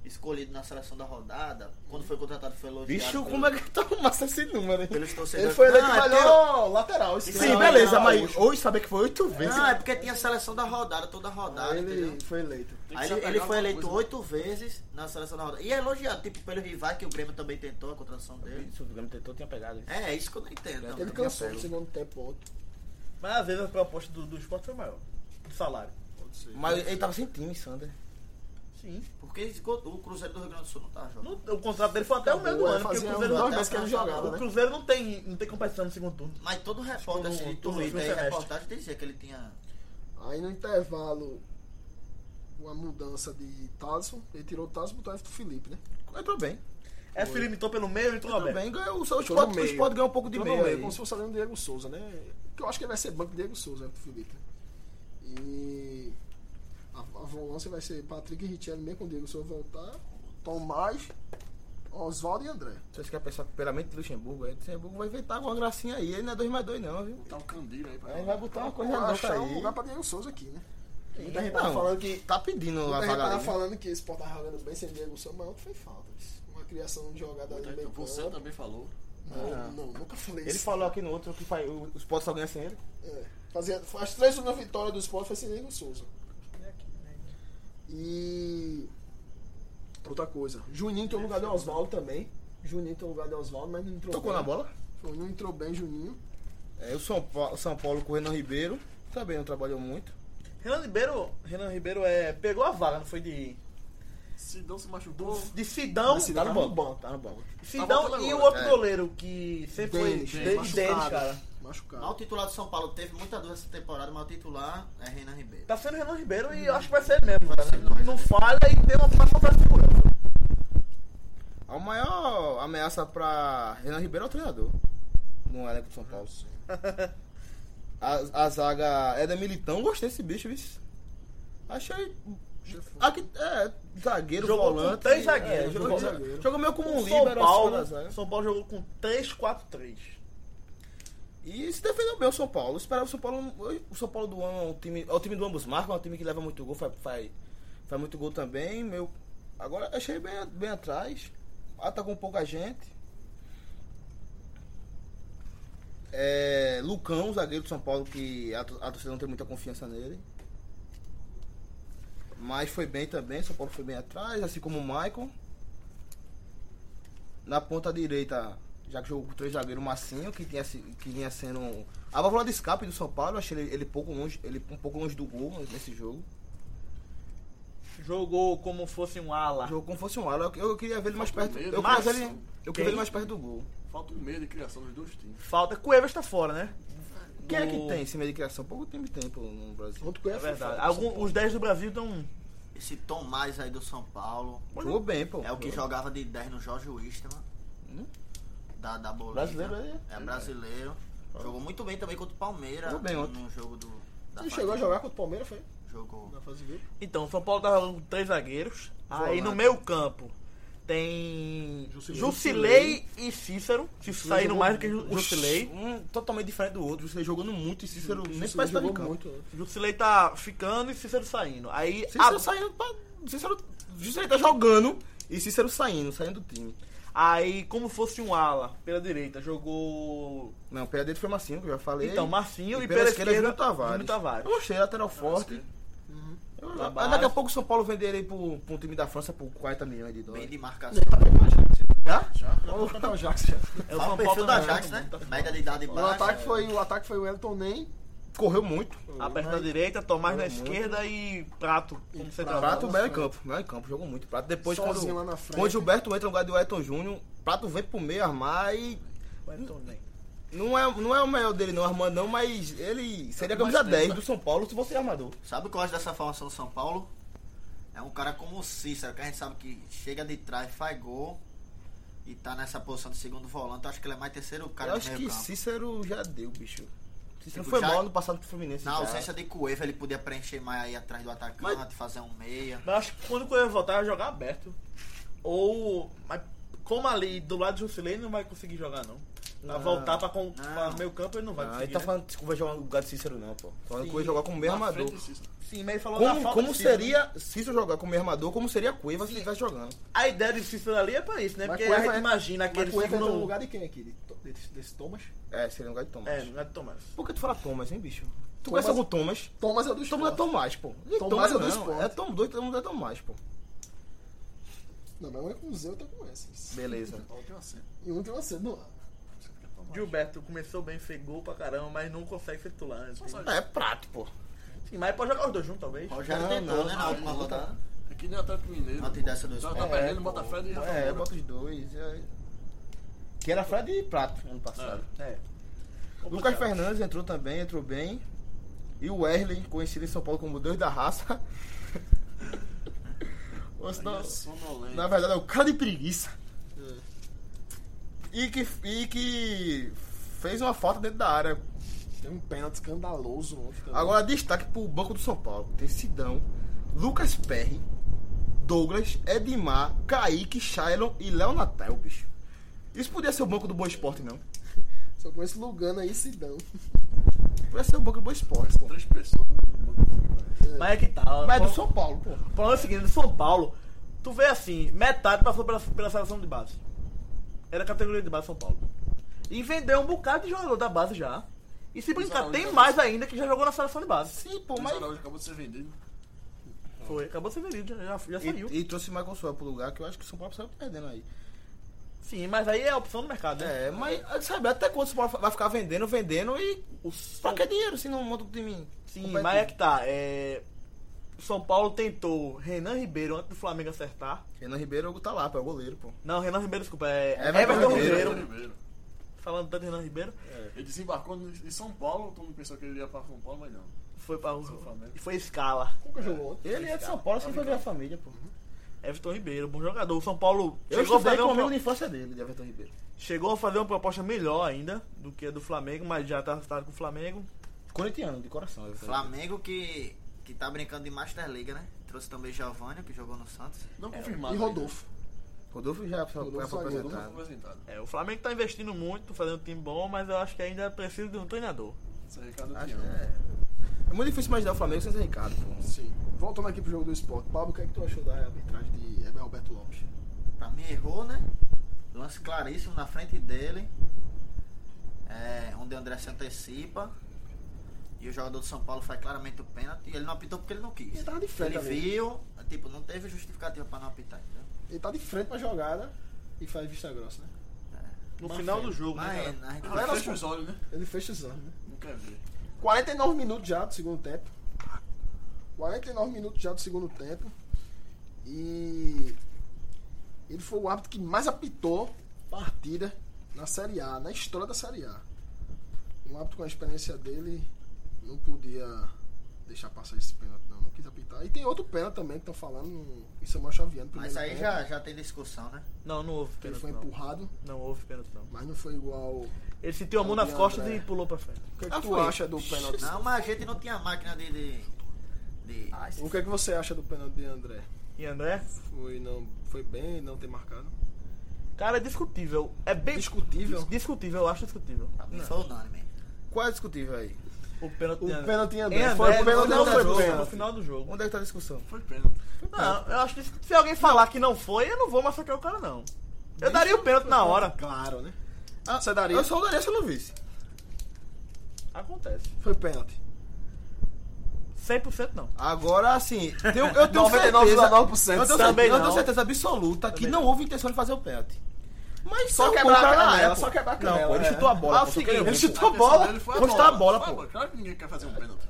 [SPEAKER 5] escolhido na seleção da rodada. Quando foi contratado foi elogiado.
[SPEAKER 3] Bicho,
[SPEAKER 5] pelo-
[SPEAKER 3] como é que tá massa esse número, hein?
[SPEAKER 5] Pelos torcedores.
[SPEAKER 7] Ele foi eleito
[SPEAKER 5] Não, é
[SPEAKER 7] melhor lateral. esse
[SPEAKER 3] Sim,
[SPEAKER 7] ano.
[SPEAKER 3] assim? beleza,
[SPEAKER 7] Não,
[SPEAKER 3] mas
[SPEAKER 7] hoje.
[SPEAKER 3] hoje saber que foi oito
[SPEAKER 5] porque-
[SPEAKER 3] vezes.
[SPEAKER 5] Não, é porque tinha seleção da rodada, toda rodada,
[SPEAKER 7] Aí
[SPEAKER 5] entendeu?
[SPEAKER 7] ele foi eleito.
[SPEAKER 6] Tem que
[SPEAKER 5] Aí
[SPEAKER 6] se
[SPEAKER 5] ele,
[SPEAKER 6] apegar
[SPEAKER 5] ele foi
[SPEAKER 6] a alguma
[SPEAKER 5] eleito
[SPEAKER 6] coisa.
[SPEAKER 5] oito vezes na seleção da rodada. E é elogiado, tipo, pelo rival, que o Grêmio também tentou a contratação dele.
[SPEAKER 3] Isso, o Grêmio tentou, tinha pegado isso.
[SPEAKER 5] É, é isso que eu não entendo. também.
[SPEAKER 7] Ele cansou no segundo tempo ontem.
[SPEAKER 2] Mas às vezes a proposta do, do esporte foi maior. Do salário.
[SPEAKER 6] Pode ser.
[SPEAKER 3] Mas ele tava sem time, Sander.
[SPEAKER 2] Sim.
[SPEAKER 5] Porque esgotou, o Cruzeiro do Rio Grande do Sul não tá jogando.
[SPEAKER 2] No- o contrato dele foi até o meio do
[SPEAKER 7] Boa,
[SPEAKER 2] ano, porque o
[SPEAKER 7] fazia
[SPEAKER 2] Cruzeiro
[SPEAKER 7] dois
[SPEAKER 2] não,
[SPEAKER 7] meses que ele jogava,
[SPEAKER 2] o
[SPEAKER 7] né?
[SPEAKER 2] Cruzeiro não tem, não tem competição no segundo turno.
[SPEAKER 5] Mas todo repórter
[SPEAKER 2] No-
[SPEAKER 5] assim, de
[SPEAKER 2] no último
[SPEAKER 5] Twitter e
[SPEAKER 2] semestre.
[SPEAKER 5] reportagem dizia que ele tinha.
[SPEAKER 7] né? Aí no intervalo, uma mudança de Talisson. Ele tirou o Talisson e botou o Everton Felipe, né?
[SPEAKER 3] Entrou bem.
[SPEAKER 2] É, se limitou pelo meio, entrou
[SPEAKER 3] Entrou
[SPEAKER 2] aberto.
[SPEAKER 3] bem, ganhou, o Sport,
[SPEAKER 7] Entrou no
[SPEAKER 3] o
[SPEAKER 7] meio.
[SPEAKER 3] Sport ganhou um pouco de
[SPEAKER 7] Entrou no
[SPEAKER 3] meio.
[SPEAKER 7] meio,
[SPEAKER 3] aí.
[SPEAKER 7] como se fosse ali um Diego Souza, né? Que eu acho que ele vai ser banco de Diego Souza, Everton Felipe. né? E a, a volância vai ser Patrick e Richelli, mesmo com o Diego Souza voltar. Tomás, Oswaldo e André.
[SPEAKER 3] Vocês querem pensar que pela mente do Luxemburgo, aí o Luxemburgo vai inventar alguma gracinha aí, ele não é 2 mais 2 não, viu?
[SPEAKER 6] Botar o Candira aí pra
[SPEAKER 3] Aí
[SPEAKER 6] ele.
[SPEAKER 3] vai botar uma Tá, coisa
[SPEAKER 7] Vou
[SPEAKER 3] louca
[SPEAKER 7] achar um
[SPEAKER 3] aí.
[SPEAKER 7] lugar pra Diego Souza aqui, né? Muita gente tava
[SPEAKER 3] Não,
[SPEAKER 7] falando que
[SPEAKER 3] tá pedindo a
[SPEAKER 7] Muita gente
[SPEAKER 3] vaga
[SPEAKER 7] tava
[SPEAKER 3] ali, né?
[SPEAKER 7] falando que esse Sport tava jogando bem sem Diego Souza, mas ontem foi falta. isso. Uma criação de jogada ali no meio
[SPEAKER 6] Você
[SPEAKER 7] campo.
[SPEAKER 6] também falou.
[SPEAKER 7] Não,
[SPEAKER 3] Ah.
[SPEAKER 7] não, nunca falei
[SPEAKER 3] Ele
[SPEAKER 7] isso.
[SPEAKER 3] falou aqui no outro que faz, o- os potes só ganham sem ele.
[SPEAKER 7] É, fazia, as três últimas vitórias do Sport foi sem Diego Souza. E. Outra coisa. Juninho tem o lugar de Oswaldo também. Juninho tem o lugar de Oswaldo, mas não entrou
[SPEAKER 3] Tocou
[SPEAKER 7] bem.
[SPEAKER 3] na bola.
[SPEAKER 7] Foi, não entrou bem, Juninho.
[SPEAKER 3] É, o São Paulo, São Paulo com o Renan Ribeiro também não trabalhou muito.
[SPEAKER 2] Renan Ribeiro, Renan Ribeiro é, pegou a vaga, não foi de.
[SPEAKER 6] Se não se machucou,
[SPEAKER 2] De Sidão.
[SPEAKER 7] Mas Sidão
[SPEAKER 2] tá
[SPEAKER 7] no
[SPEAKER 2] no banco.
[SPEAKER 3] Tá no banco.
[SPEAKER 2] Sidão
[SPEAKER 6] voltando
[SPEAKER 2] e o
[SPEAKER 6] agora,
[SPEAKER 2] outro
[SPEAKER 3] é.
[SPEAKER 2] goleiro que sempre foi.
[SPEAKER 7] Denis,
[SPEAKER 2] Denis, Denis,
[SPEAKER 7] machucado.
[SPEAKER 2] cara.
[SPEAKER 7] Machucado.
[SPEAKER 5] Mas o titular do São Paulo teve muita dúvida essa temporada, mas o titular é Renan Ribeiro.
[SPEAKER 2] Tá sendo Renan Ribeiro e eu acho que vai ser ele mesmo. cara. Não, não falha e tem uma faixa pra segurança.
[SPEAKER 3] A maior ameaça pra Renan Ribeiro é o treinador. No elenco do São Paulo. A, a zaga é da Militão, gostei desse bicho, viu? Achei. Aqui, é, zagueiro,
[SPEAKER 2] Jogou com
[SPEAKER 3] volante.
[SPEAKER 2] três zagueiros,
[SPEAKER 3] é,
[SPEAKER 2] jogou
[SPEAKER 3] jogou,
[SPEAKER 7] zagueiro.
[SPEAKER 3] jogou meio como um
[SPEAKER 2] O
[SPEAKER 3] líbero.
[SPEAKER 2] São
[SPEAKER 3] assim, na
[SPEAKER 2] Paulo,
[SPEAKER 3] zaga.
[SPEAKER 2] São Paulo jogou com 3-4-3.
[SPEAKER 3] E se defendeu bem o São Paulo. Eu esperava o São Paulo. O São Paulo do ano é um time. É o time do ambos marcam, é um time que leva muito gol, faz, faz, faz muito gol também. Meu, agora achei bem, bem atrás. Atacou pouca gente. É, Lucão, zagueiro do São Paulo, que a, to- a torcida não tem muita confiança nele. Mas foi bem também, São Paulo foi bem atrás, assim como o Maicon. Na ponta direita, já que jogou com três zagueiros, o Massinho, que, tinha, se- que vinha sendo um, a válvula de escape do São Paulo. Achei ele, ele pouco longe, ele um pouco longe do gol nesse jogo.
[SPEAKER 2] Jogou como fosse um ala.
[SPEAKER 3] Jogou como fosse um ala. Eu, eu queria ver ele mais perto. Eu
[SPEAKER 2] Mas-
[SPEAKER 3] queria ver ele, eu queria ver ele mais perto do gol.
[SPEAKER 6] Falta um meio de criação dos dois times.
[SPEAKER 2] Falta. Cuevas tá fora, né?
[SPEAKER 3] Quem é que
[SPEAKER 2] Do-
[SPEAKER 3] tem esse meio de criação? Pouco time tem pô, no Brasil.
[SPEAKER 7] Quanto que
[SPEAKER 2] É verdade. Algum, os 10 do Brasil estão.
[SPEAKER 5] Esse Tom Mais aí do São Paulo.
[SPEAKER 3] Jogou bem, pô.
[SPEAKER 5] É o que jogava de 10 no Jorge Wisterman.
[SPEAKER 3] Hum?
[SPEAKER 5] Da, da Bolívia.
[SPEAKER 3] Brasileiro aí?
[SPEAKER 5] É brasileiro. Jogou muito bem também contra o Palmeiras.
[SPEAKER 3] Jogou bem
[SPEAKER 5] no,
[SPEAKER 3] ontem.
[SPEAKER 5] jogo do. da
[SPEAKER 7] Ele
[SPEAKER 5] fase
[SPEAKER 7] chegou a
[SPEAKER 5] de-
[SPEAKER 7] jogar contra o Palmeiras, foi?
[SPEAKER 5] Jogou.
[SPEAKER 7] Na fase de grupo.
[SPEAKER 2] Então, o São Paulo tá jogando com três zagueiros. Aí no
[SPEAKER 3] Volante.
[SPEAKER 2] meio campo tem.
[SPEAKER 6] Jusilei.
[SPEAKER 2] Jusilei e Cícero. Se saíram mais do que Ju- Jusilei.
[SPEAKER 3] Um totalmente diferente do outro. Jusilei jogando muito e Cícero nem
[SPEAKER 7] Ele
[SPEAKER 3] parece estar em
[SPEAKER 7] jogou
[SPEAKER 3] campo.
[SPEAKER 7] muito. né?
[SPEAKER 2] Jusilei tá ficando e Cícero saindo. Aí.
[SPEAKER 3] Cícero
[SPEAKER 2] a-
[SPEAKER 3] saindo pra... Cícero... Cícero tá jogando e Cícero saindo, saindo do time.
[SPEAKER 2] Aí, como fosse um ala, pela direita, jogou.
[SPEAKER 3] Não, pela direita foi Marcinho, que eu já falei.
[SPEAKER 2] Então, Marcinho e,
[SPEAKER 3] pela, esquerda, Júnior Tavares.
[SPEAKER 2] Júnior Tavares.
[SPEAKER 3] Eu gostei, lateral forte. Eu-
[SPEAKER 2] Na
[SPEAKER 3] mas daqui a
[SPEAKER 2] base.
[SPEAKER 3] pouco o São Paulo vender ele pro, pro time da França por 40 milhões de
[SPEAKER 5] Bem
[SPEAKER 3] dólares.
[SPEAKER 5] de marcação.
[SPEAKER 3] tá Já?
[SPEAKER 6] Já?
[SPEAKER 7] Vamos contratar o Jax. já.
[SPEAKER 2] É o
[SPEAKER 5] Fala
[SPEAKER 2] São
[SPEAKER 5] o perfil
[SPEAKER 2] Paulo
[SPEAKER 5] da
[SPEAKER 2] também.
[SPEAKER 5] Jax, né?
[SPEAKER 3] tá
[SPEAKER 5] Média de idade
[SPEAKER 7] O ataque
[SPEAKER 5] baixa.
[SPEAKER 7] foi o ataque foi o Elton Nem.
[SPEAKER 3] Correu muito.
[SPEAKER 2] Aberto na direita, Tomás na esquerda e Prato. Como você
[SPEAKER 7] Prato,
[SPEAKER 3] Prato,
[SPEAKER 7] Nossa,
[SPEAKER 3] melhor em
[SPEAKER 7] velho.
[SPEAKER 3] campo. Melhor em campo, jogou muito. Prato depois
[SPEAKER 7] Sozinho
[SPEAKER 3] quando,
[SPEAKER 7] lá na frente.
[SPEAKER 3] quando Gilberto entra no lugar do Elton Júnior, Prato vem pro meio armar e não é, não é o melhor dele não, Armandão, mas ele seria a
[SPEAKER 6] mais
[SPEAKER 3] camisa
[SPEAKER 6] tempo,
[SPEAKER 3] 10
[SPEAKER 6] né?
[SPEAKER 3] do São Paulo se fosse armador.
[SPEAKER 5] Sabe o que eu acho dessa formação do São Paulo? É um cara como o Cícero, que a gente sabe que chega de trás, faz gol e tá nessa posição de segundo volante. Eu acho que ele é mais terceiro cara
[SPEAKER 3] Eu
[SPEAKER 5] de
[SPEAKER 3] acho
[SPEAKER 5] meio
[SPEAKER 3] que
[SPEAKER 5] campo.
[SPEAKER 3] Cícero já deu, bicho. Cícero
[SPEAKER 5] Tipo,
[SPEAKER 3] foi
[SPEAKER 5] já-
[SPEAKER 3] mal no passado pro Fluminense.
[SPEAKER 5] Na
[SPEAKER 3] já.
[SPEAKER 5] ausência de Cueva, ele podia preencher mais aí atrás do atacante, fazer um meia.
[SPEAKER 2] Mas acho que quando o Cueva voltar, vai jogar aberto. Ou. Mas como ali do lado do Jusilei, ele não vai conseguir jogar, não. Pra
[SPEAKER 3] Não.
[SPEAKER 2] voltar pra, com, pra
[SPEAKER 5] Não.
[SPEAKER 2] meio campo, ele não vai
[SPEAKER 3] Ah,
[SPEAKER 2] conseguir.
[SPEAKER 3] ele tá
[SPEAKER 2] né?
[SPEAKER 3] falando que vai jogar no lugar de Cícero não, pô. Falando que
[SPEAKER 2] Sim.
[SPEAKER 3] vai jogar como meio
[SPEAKER 6] Na
[SPEAKER 3] armador.
[SPEAKER 6] Tá frente, Cícero.
[SPEAKER 2] Sim, mas ele falou da
[SPEAKER 3] Como,
[SPEAKER 2] falta
[SPEAKER 3] como
[SPEAKER 2] de Cícero.
[SPEAKER 3] seria Cícero jogar como meio armador, como seria Cueva se ele estivesse jogando.
[SPEAKER 2] A ideia de Cícero ali é pra isso, né?
[SPEAKER 7] Mas
[SPEAKER 2] Porque a
[SPEAKER 7] Cueva
[SPEAKER 2] gente
[SPEAKER 7] é-
[SPEAKER 2] imagina aquele
[SPEAKER 7] Mas o Elton entra no
[SPEAKER 2] segundo.
[SPEAKER 7] lugar de quem aqui? De To- Desse, desse Thomas?
[SPEAKER 3] É, seria no lugar de Thomas.
[SPEAKER 2] É, não é de Tomás.
[SPEAKER 3] Por que tu fala Thomas, hein, bicho? Tu
[SPEAKER 7] Thomas-
[SPEAKER 3] conhece algum Thomas?
[SPEAKER 7] Thomas é o do
[SPEAKER 3] Thomas é
[SPEAKER 7] Sport.
[SPEAKER 3] Tomás, pô. Nem
[SPEAKER 7] Tomás é do
[SPEAKER 3] não.
[SPEAKER 7] esporte.
[SPEAKER 3] É Tom 2, todo mundo é Tomás, pô.
[SPEAKER 7] Não, mas um é com Z, outro é com S.
[SPEAKER 3] Beleza.
[SPEAKER 6] Paulo tem um acento.
[SPEAKER 7] E um tem uma C. Não,
[SPEAKER 6] Você fica
[SPEAKER 2] é
[SPEAKER 6] tomando.
[SPEAKER 2] Gilberto começou bem, fez gol pra caramba, mas não consegue ser titular. né?
[SPEAKER 3] É prato, pô.
[SPEAKER 2] Sim, mas pode jogar os dois juntos, talvez.
[SPEAKER 5] Rogério
[SPEAKER 3] Não,
[SPEAKER 5] tentou,
[SPEAKER 3] não,
[SPEAKER 5] né? Na
[SPEAKER 3] não,
[SPEAKER 5] última
[SPEAKER 3] não tá.
[SPEAKER 5] rodada.
[SPEAKER 6] É que nem o Atlético Mineiro.
[SPEAKER 5] Antes dessa, dois
[SPEAKER 6] Já tá
[SPEAKER 5] pontos.
[SPEAKER 6] perdendo,
[SPEAKER 3] É,
[SPEAKER 6] bota
[SPEAKER 3] pô.
[SPEAKER 6] Fred e já
[SPEAKER 3] É,
[SPEAKER 6] fora.
[SPEAKER 3] bota os dois. é. Que era Fred e Prato ano passado.
[SPEAKER 2] É.
[SPEAKER 3] Lucas
[SPEAKER 2] Complicado.
[SPEAKER 3] Fernandes entrou também, entrou bem. E o Wesley, conhecido em São Paulo como Deus da Raça. Ou
[SPEAKER 6] Aí
[SPEAKER 3] senão-
[SPEAKER 6] é sonolento.
[SPEAKER 3] na verdade, é o cara de preguiça. E que, e que fez uma falta dentro da área.
[SPEAKER 7] tem um pênalti escandaloso ontem também.
[SPEAKER 3] Agora, destaque pro Banco do São Paulo. Tem Sidão, Lucas Perry, Douglas, Edmar, Kaique, Shailon e Léo Natel, bicho. Isso podia ser o Banco do Boa Esporte, não.
[SPEAKER 7] Só com esse Lugano aí, Sidão.
[SPEAKER 3] Podia ser o Banco do Boa Esporte, pô.
[SPEAKER 6] Três pessoas.
[SPEAKER 2] Mas é que tá.
[SPEAKER 3] Mas é do
[SPEAKER 2] Bom,
[SPEAKER 3] São Paulo, pô.
[SPEAKER 2] O problema é o seguinte, do São Paulo, tu vê assim, metade passou pela, pela seleção de base. Era a categoria de base São Paulo. E vendeu um bocado de jogador da base já. E se brincar,
[SPEAKER 6] Luiz
[SPEAKER 2] tem
[SPEAKER 6] Araújo.
[SPEAKER 2] mais ainda que já jogou na seleção de base.
[SPEAKER 3] Sim, pô,
[SPEAKER 6] O
[SPEAKER 3] mas.
[SPEAKER 6] Araújo acabou de ser vendido.
[SPEAKER 2] Foi, acabou sendo vendido, já, já- já saiu.
[SPEAKER 3] E, e trouxe Michael Souza pro lugar que eu acho que o São Paulo saiu perdendo aí.
[SPEAKER 2] Sim, mas aí é a opção do mercado, né?
[SPEAKER 3] É, mas sabe até quando o São Paulo vai ficar vendendo, vendendo e.
[SPEAKER 2] O
[SPEAKER 3] Pra
[SPEAKER 2] São...
[SPEAKER 3] que dinheiro se não monta o time?
[SPEAKER 2] Sim,
[SPEAKER 3] competitivo?
[SPEAKER 2] mas é que tá. É... o São Paulo tentou Renan Ribeiro antes do Flamengo acertar.
[SPEAKER 3] Renan Ribeiro tá lá, pô, é o goleiro, pô.
[SPEAKER 2] Não, Renan Ribeiro, desculpa, é
[SPEAKER 3] Everton
[SPEAKER 2] Everton,
[SPEAKER 3] Ribeiro.
[SPEAKER 2] Ribeiro.
[SPEAKER 6] Ribeiro.
[SPEAKER 2] Falando tanto de Renan Ribeiro,
[SPEAKER 3] É.
[SPEAKER 6] Ele desembarcou em São Paulo, todo mundo pensou que ele ia pra São Paulo, mas não.
[SPEAKER 2] foi pra...
[SPEAKER 6] Flamengo.
[SPEAKER 2] e foi escala.
[SPEAKER 7] Como que jogou ontem?
[SPEAKER 3] Ele é Uhum. de São Paulo, sempre foi ver a família, pô.
[SPEAKER 2] Everton Ribeiro, bom jogador. O São Paulo
[SPEAKER 3] Eu
[SPEAKER 2] chegou a,
[SPEAKER 3] estudei
[SPEAKER 2] fazer
[SPEAKER 3] com o
[SPEAKER 2] um
[SPEAKER 3] amigo
[SPEAKER 2] pro-
[SPEAKER 3] de infância dele, de Everton Ribeiro.
[SPEAKER 2] chegou a fazer uma proposta melhor ainda do que a do Flamengo, mas já tá acertado com o Flamengo.
[SPEAKER 3] Corintiano, de coração. Everton Ribeiro.
[SPEAKER 5] Flamengo que, que tá brincando de Master League, né? Trouxe também Giovanni, que jogou no Santos.
[SPEAKER 6] Não confirmado.
[SPEAKER 7] E Rodolfo.
[SPEAKER 3] Rodolfo já foi
[SPEAKER 7] Rodolfo
[SPEAKER 3] É, foi
[SPEAKER 7] zagueiro, né?
[SPEAKER 6] ainda. Rodolfo
[SPEAKER 3] apresentado.
[SPEAKER 6] apresentado.
[SPEAKER 2] É, o Flamengo tá investindo muito, fazendo um time bom, mas eu acho que ainda precisa de um treinador.
[SPEAKER 6] Esse é Ricardo
[SPEAKER 3] Acho-
[SPEAKER 6] Tião.
[SPEAKER 3] É muito difícil imaginar o Flamengo sem ser Ricardo, pô.
[SPEAKER 7] Sim. Voltando aqui pro jogo do esporte. Pablo, o que é que tu achou da arbitragem de Heber Alberto Lopes?
[SPEAKER 5] Pra mim errou, né? Lance claríssimo na frente dele. É, onde o André se antecipa. E o jogador do São Paulo faz claramente o pênalti e ele não apitou porque ele não quis.
[SPEAKER 7] Ele tava de frente
[SPEAKER 5] Ele
[SPEAKER 7] também.
[SPEAKER 5] viu, tipo, não teve justificativa pra não apitar, entendeu?
[SPEAKER 7] Ele tá de frente pra jogada e faz vista grossa, né?
[SPEAKER 2] No
[SPEAKER 7] é
[SPEAKER 2] final do jogo,
[SPEAKER 5] Mas,
[SPEAKER 2] né,
[SPEAKER 5] na
[SPEAKER 4] Galera,
[SPEAKER 5] realidade,
[SPEAKER 4] fecha os olhos, né?
[SPEAKER 7] Ele fecha os olhos, né?
[SPEAKER 4] Nunca vi.
[SPEAKER 7] 49 minutos já do segundo tempo. 49 minutos já do segundo tempo. E ele foi o árbitro que mais apitou partida na Série A, na história da Série A. Um árbitro com a experiência dele não podia deixar passar esse pênalti, não. Não quis apitar. E tem outro pênalti também que estão falando no- em Samuel Xavier.
[SPEAKER 3] é
[SPEAKER 7] no
[SPEAKER 5] mas
[SPEAKER 7] primeiro
[SPEAKER 5] aí
[SPEAKER 7] tempo.
[SPEAKER 5] já, já tem discussão, né?
[SPEAKER 2] Não, não houve
[SPEAKER 7] Ele
[SPEAKER 2] pênalti.
[SPEAKER 7] foi
[SPEAKER 2] Não.
[SPEAKER 7] empurrado,
[SPEAKER 2] não houve pênalti, não.
[SPEAKER 7] mas não foi igual. O
[SPEAKER 2] Ele sentiu a mão nas
[SPEAKER 7] Não,
[SPEAKER 2] costas
[SPEAKER 7] André.
[SPEAKER 2] e pulou pra frente.
[SPEAKER 7] que, é que
[SPEAKER 3] Ah,
[SPEAKER 7] tu
[SPEAKER 3] foi.
[SPEAKER 7] acha do pênalti?
[SPEAKER 5] Não, mas a gente não tinha máquina de. de, de-
[SPEAKER 7] O que é que você acha do pênalti de André?
[SPEAKER 2] E André?
[SPEAKER 7] Foi, não, foi bem não ter marcado.
[SPEAKER 2] Cara, é discutível. É bem.
[SPEAKER 7] Discutível? Ah.
[SPEAKER 2] Discutível, eu acho discutível.
[SPEAKER 5] Não foi unânime.
[SPEAKER 3] Qual é discutível aí?
[SPEAKER 2] O pênalti.
[SPEAKER 7] O
[SPEAKER 2] de André.
[SPEAKER 7] pênalti em André.
[SPEAKER 2] Em
[SPEAKER 7] Foi
[SPEAKER 2] André,
[SPEAKER 7] pênalti,
[SPEAKER 2] no
[SPEAKER 7] não
[SPEAKER 2] final
[SPEAKER 7] foi
[SPEAKER 2] do jogo,
[SPEAKER 7] pênalti.
[SPEAKER 2] No final do jogo.
[SPEAKER 3] Onde é que tá a discussão?
[SPEAKER 4] Foi pênalti.
[SPEAKER 2] Não, eu acho que se alguém falar que não foi, eu não vou massacrar o cara, não. Eu daria o pênalti na hora.
[SPEAKER 7] Claro, né?
[SPEAKER 3] Ah,
[SPEAKER 7] Você daria?
[SPEAKER 3] Eu só daria se eu não visse.
[SPEAKER 2] Acontece.
[SPEAKER 7] Foi pênalti.
[SPEAKER 2] 100% não.
[SPEAKER 3] Agora, assim, tenho- eu tenho
[SPEAKER 7] 99,9%
[SPEAKER 3] certeza. Eu tenho,
[SPEAKER 2] também
[SPEAKER 3] certeza, eu tenho
[SPEAKER 2] não.
[SPEAKER 3] certeza absoluta que não houve intenção de fazer o pênalti. Mas
[SPEAKER 7] Só
[SPEAKER 3] se eu
[SPEAKER 7] quebrar a
[SPEAKER 3] comprar na
[SPEAKER 7] canela,
[SPEAKER 3] época-
[SPEAKER 7] só quebrar a
[SPEAKER 3] Não,
[SPEAKER 7] canela,
[SPEAKER 3] pô, ele
[SPEAKER 7] é.
[SPEAKER 3] chutou a bola.
[SPEAKER 7] Ah,
[SPEAKER 3] pô,
[SPEAKER 7] o seguinte,
[SPEAKER 3] só queria
[SPEAKER 7] ele
[SPEAKER 3] ver,
[SPEAKER 7] chutou
[SPEAKER 3] pô.
[SPEAKER 7] a bola,
[SPEAKER 4] dele foi
[SPEAKER 3] encostar a bola,
[SPEAKER 4] Foi
[SPEAKER 3] pô.
[SPEAKER 4] Claro que ninguém quer fazer um pênalti.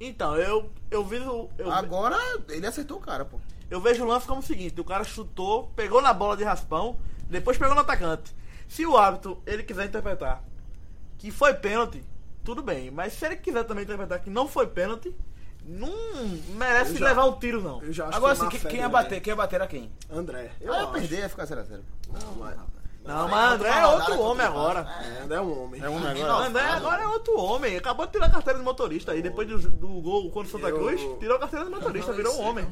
[SPEAKER 2] Então, eu, eu, vi, o- eu,
[SPEAKER 3] Agora, ele acertou o cara, pô.
[SPEAKER 2] eu vejo o lance como o seguinte: o cara chutou, pegou na bola de raspão, depois pegou no atacante. Se o árbitro ele quiser interpretar que foi pênalti, tudo bem. Mas se ele quiser também interpretar que não foi pênalti, não merece
[SPEAKER 7] Eu já-
[SPEAKER 2] levar um tiro, não.
[SPEAKER 7] Eu já acho
[SPEAKER 3] Agora,
[SPEAKER 7] que
[SPEAKER 3] assim,
[SPEAKER 7] má
[SPEAKER 3] que-
[SPEAKER 7] fé
[SPEAKER 3] quem ia
[SPEAKER 7] dele,
[SPEAKER 3] bater, quem ia bater era quem?
[SPEAKER 7] né? André. Eu
[SPEAKER 3] Eu ah, ia
[SPEAKER 7] acho.
[SPEAKER 3] perder, ia ficar 0x0.
[SPEAKER 7] Não, mas...
[SPEAKER 2] Não, mas André é outro homem agora.
[SPEAKER 7] É, André é um homem.
[SPEAKER 3] É um
[SPEAKER 2] Não,
[SPEAKER 3] negócio.
[SPEAKER 2] André agora é outro homem. Acabou de tirar a carteira de motorista. Aí depois do, do gol contra o Santa
[SPEAKER 7] Eu-
[SPEAKER 2] Cruz, tirou a carteira de motorista, virou um homem.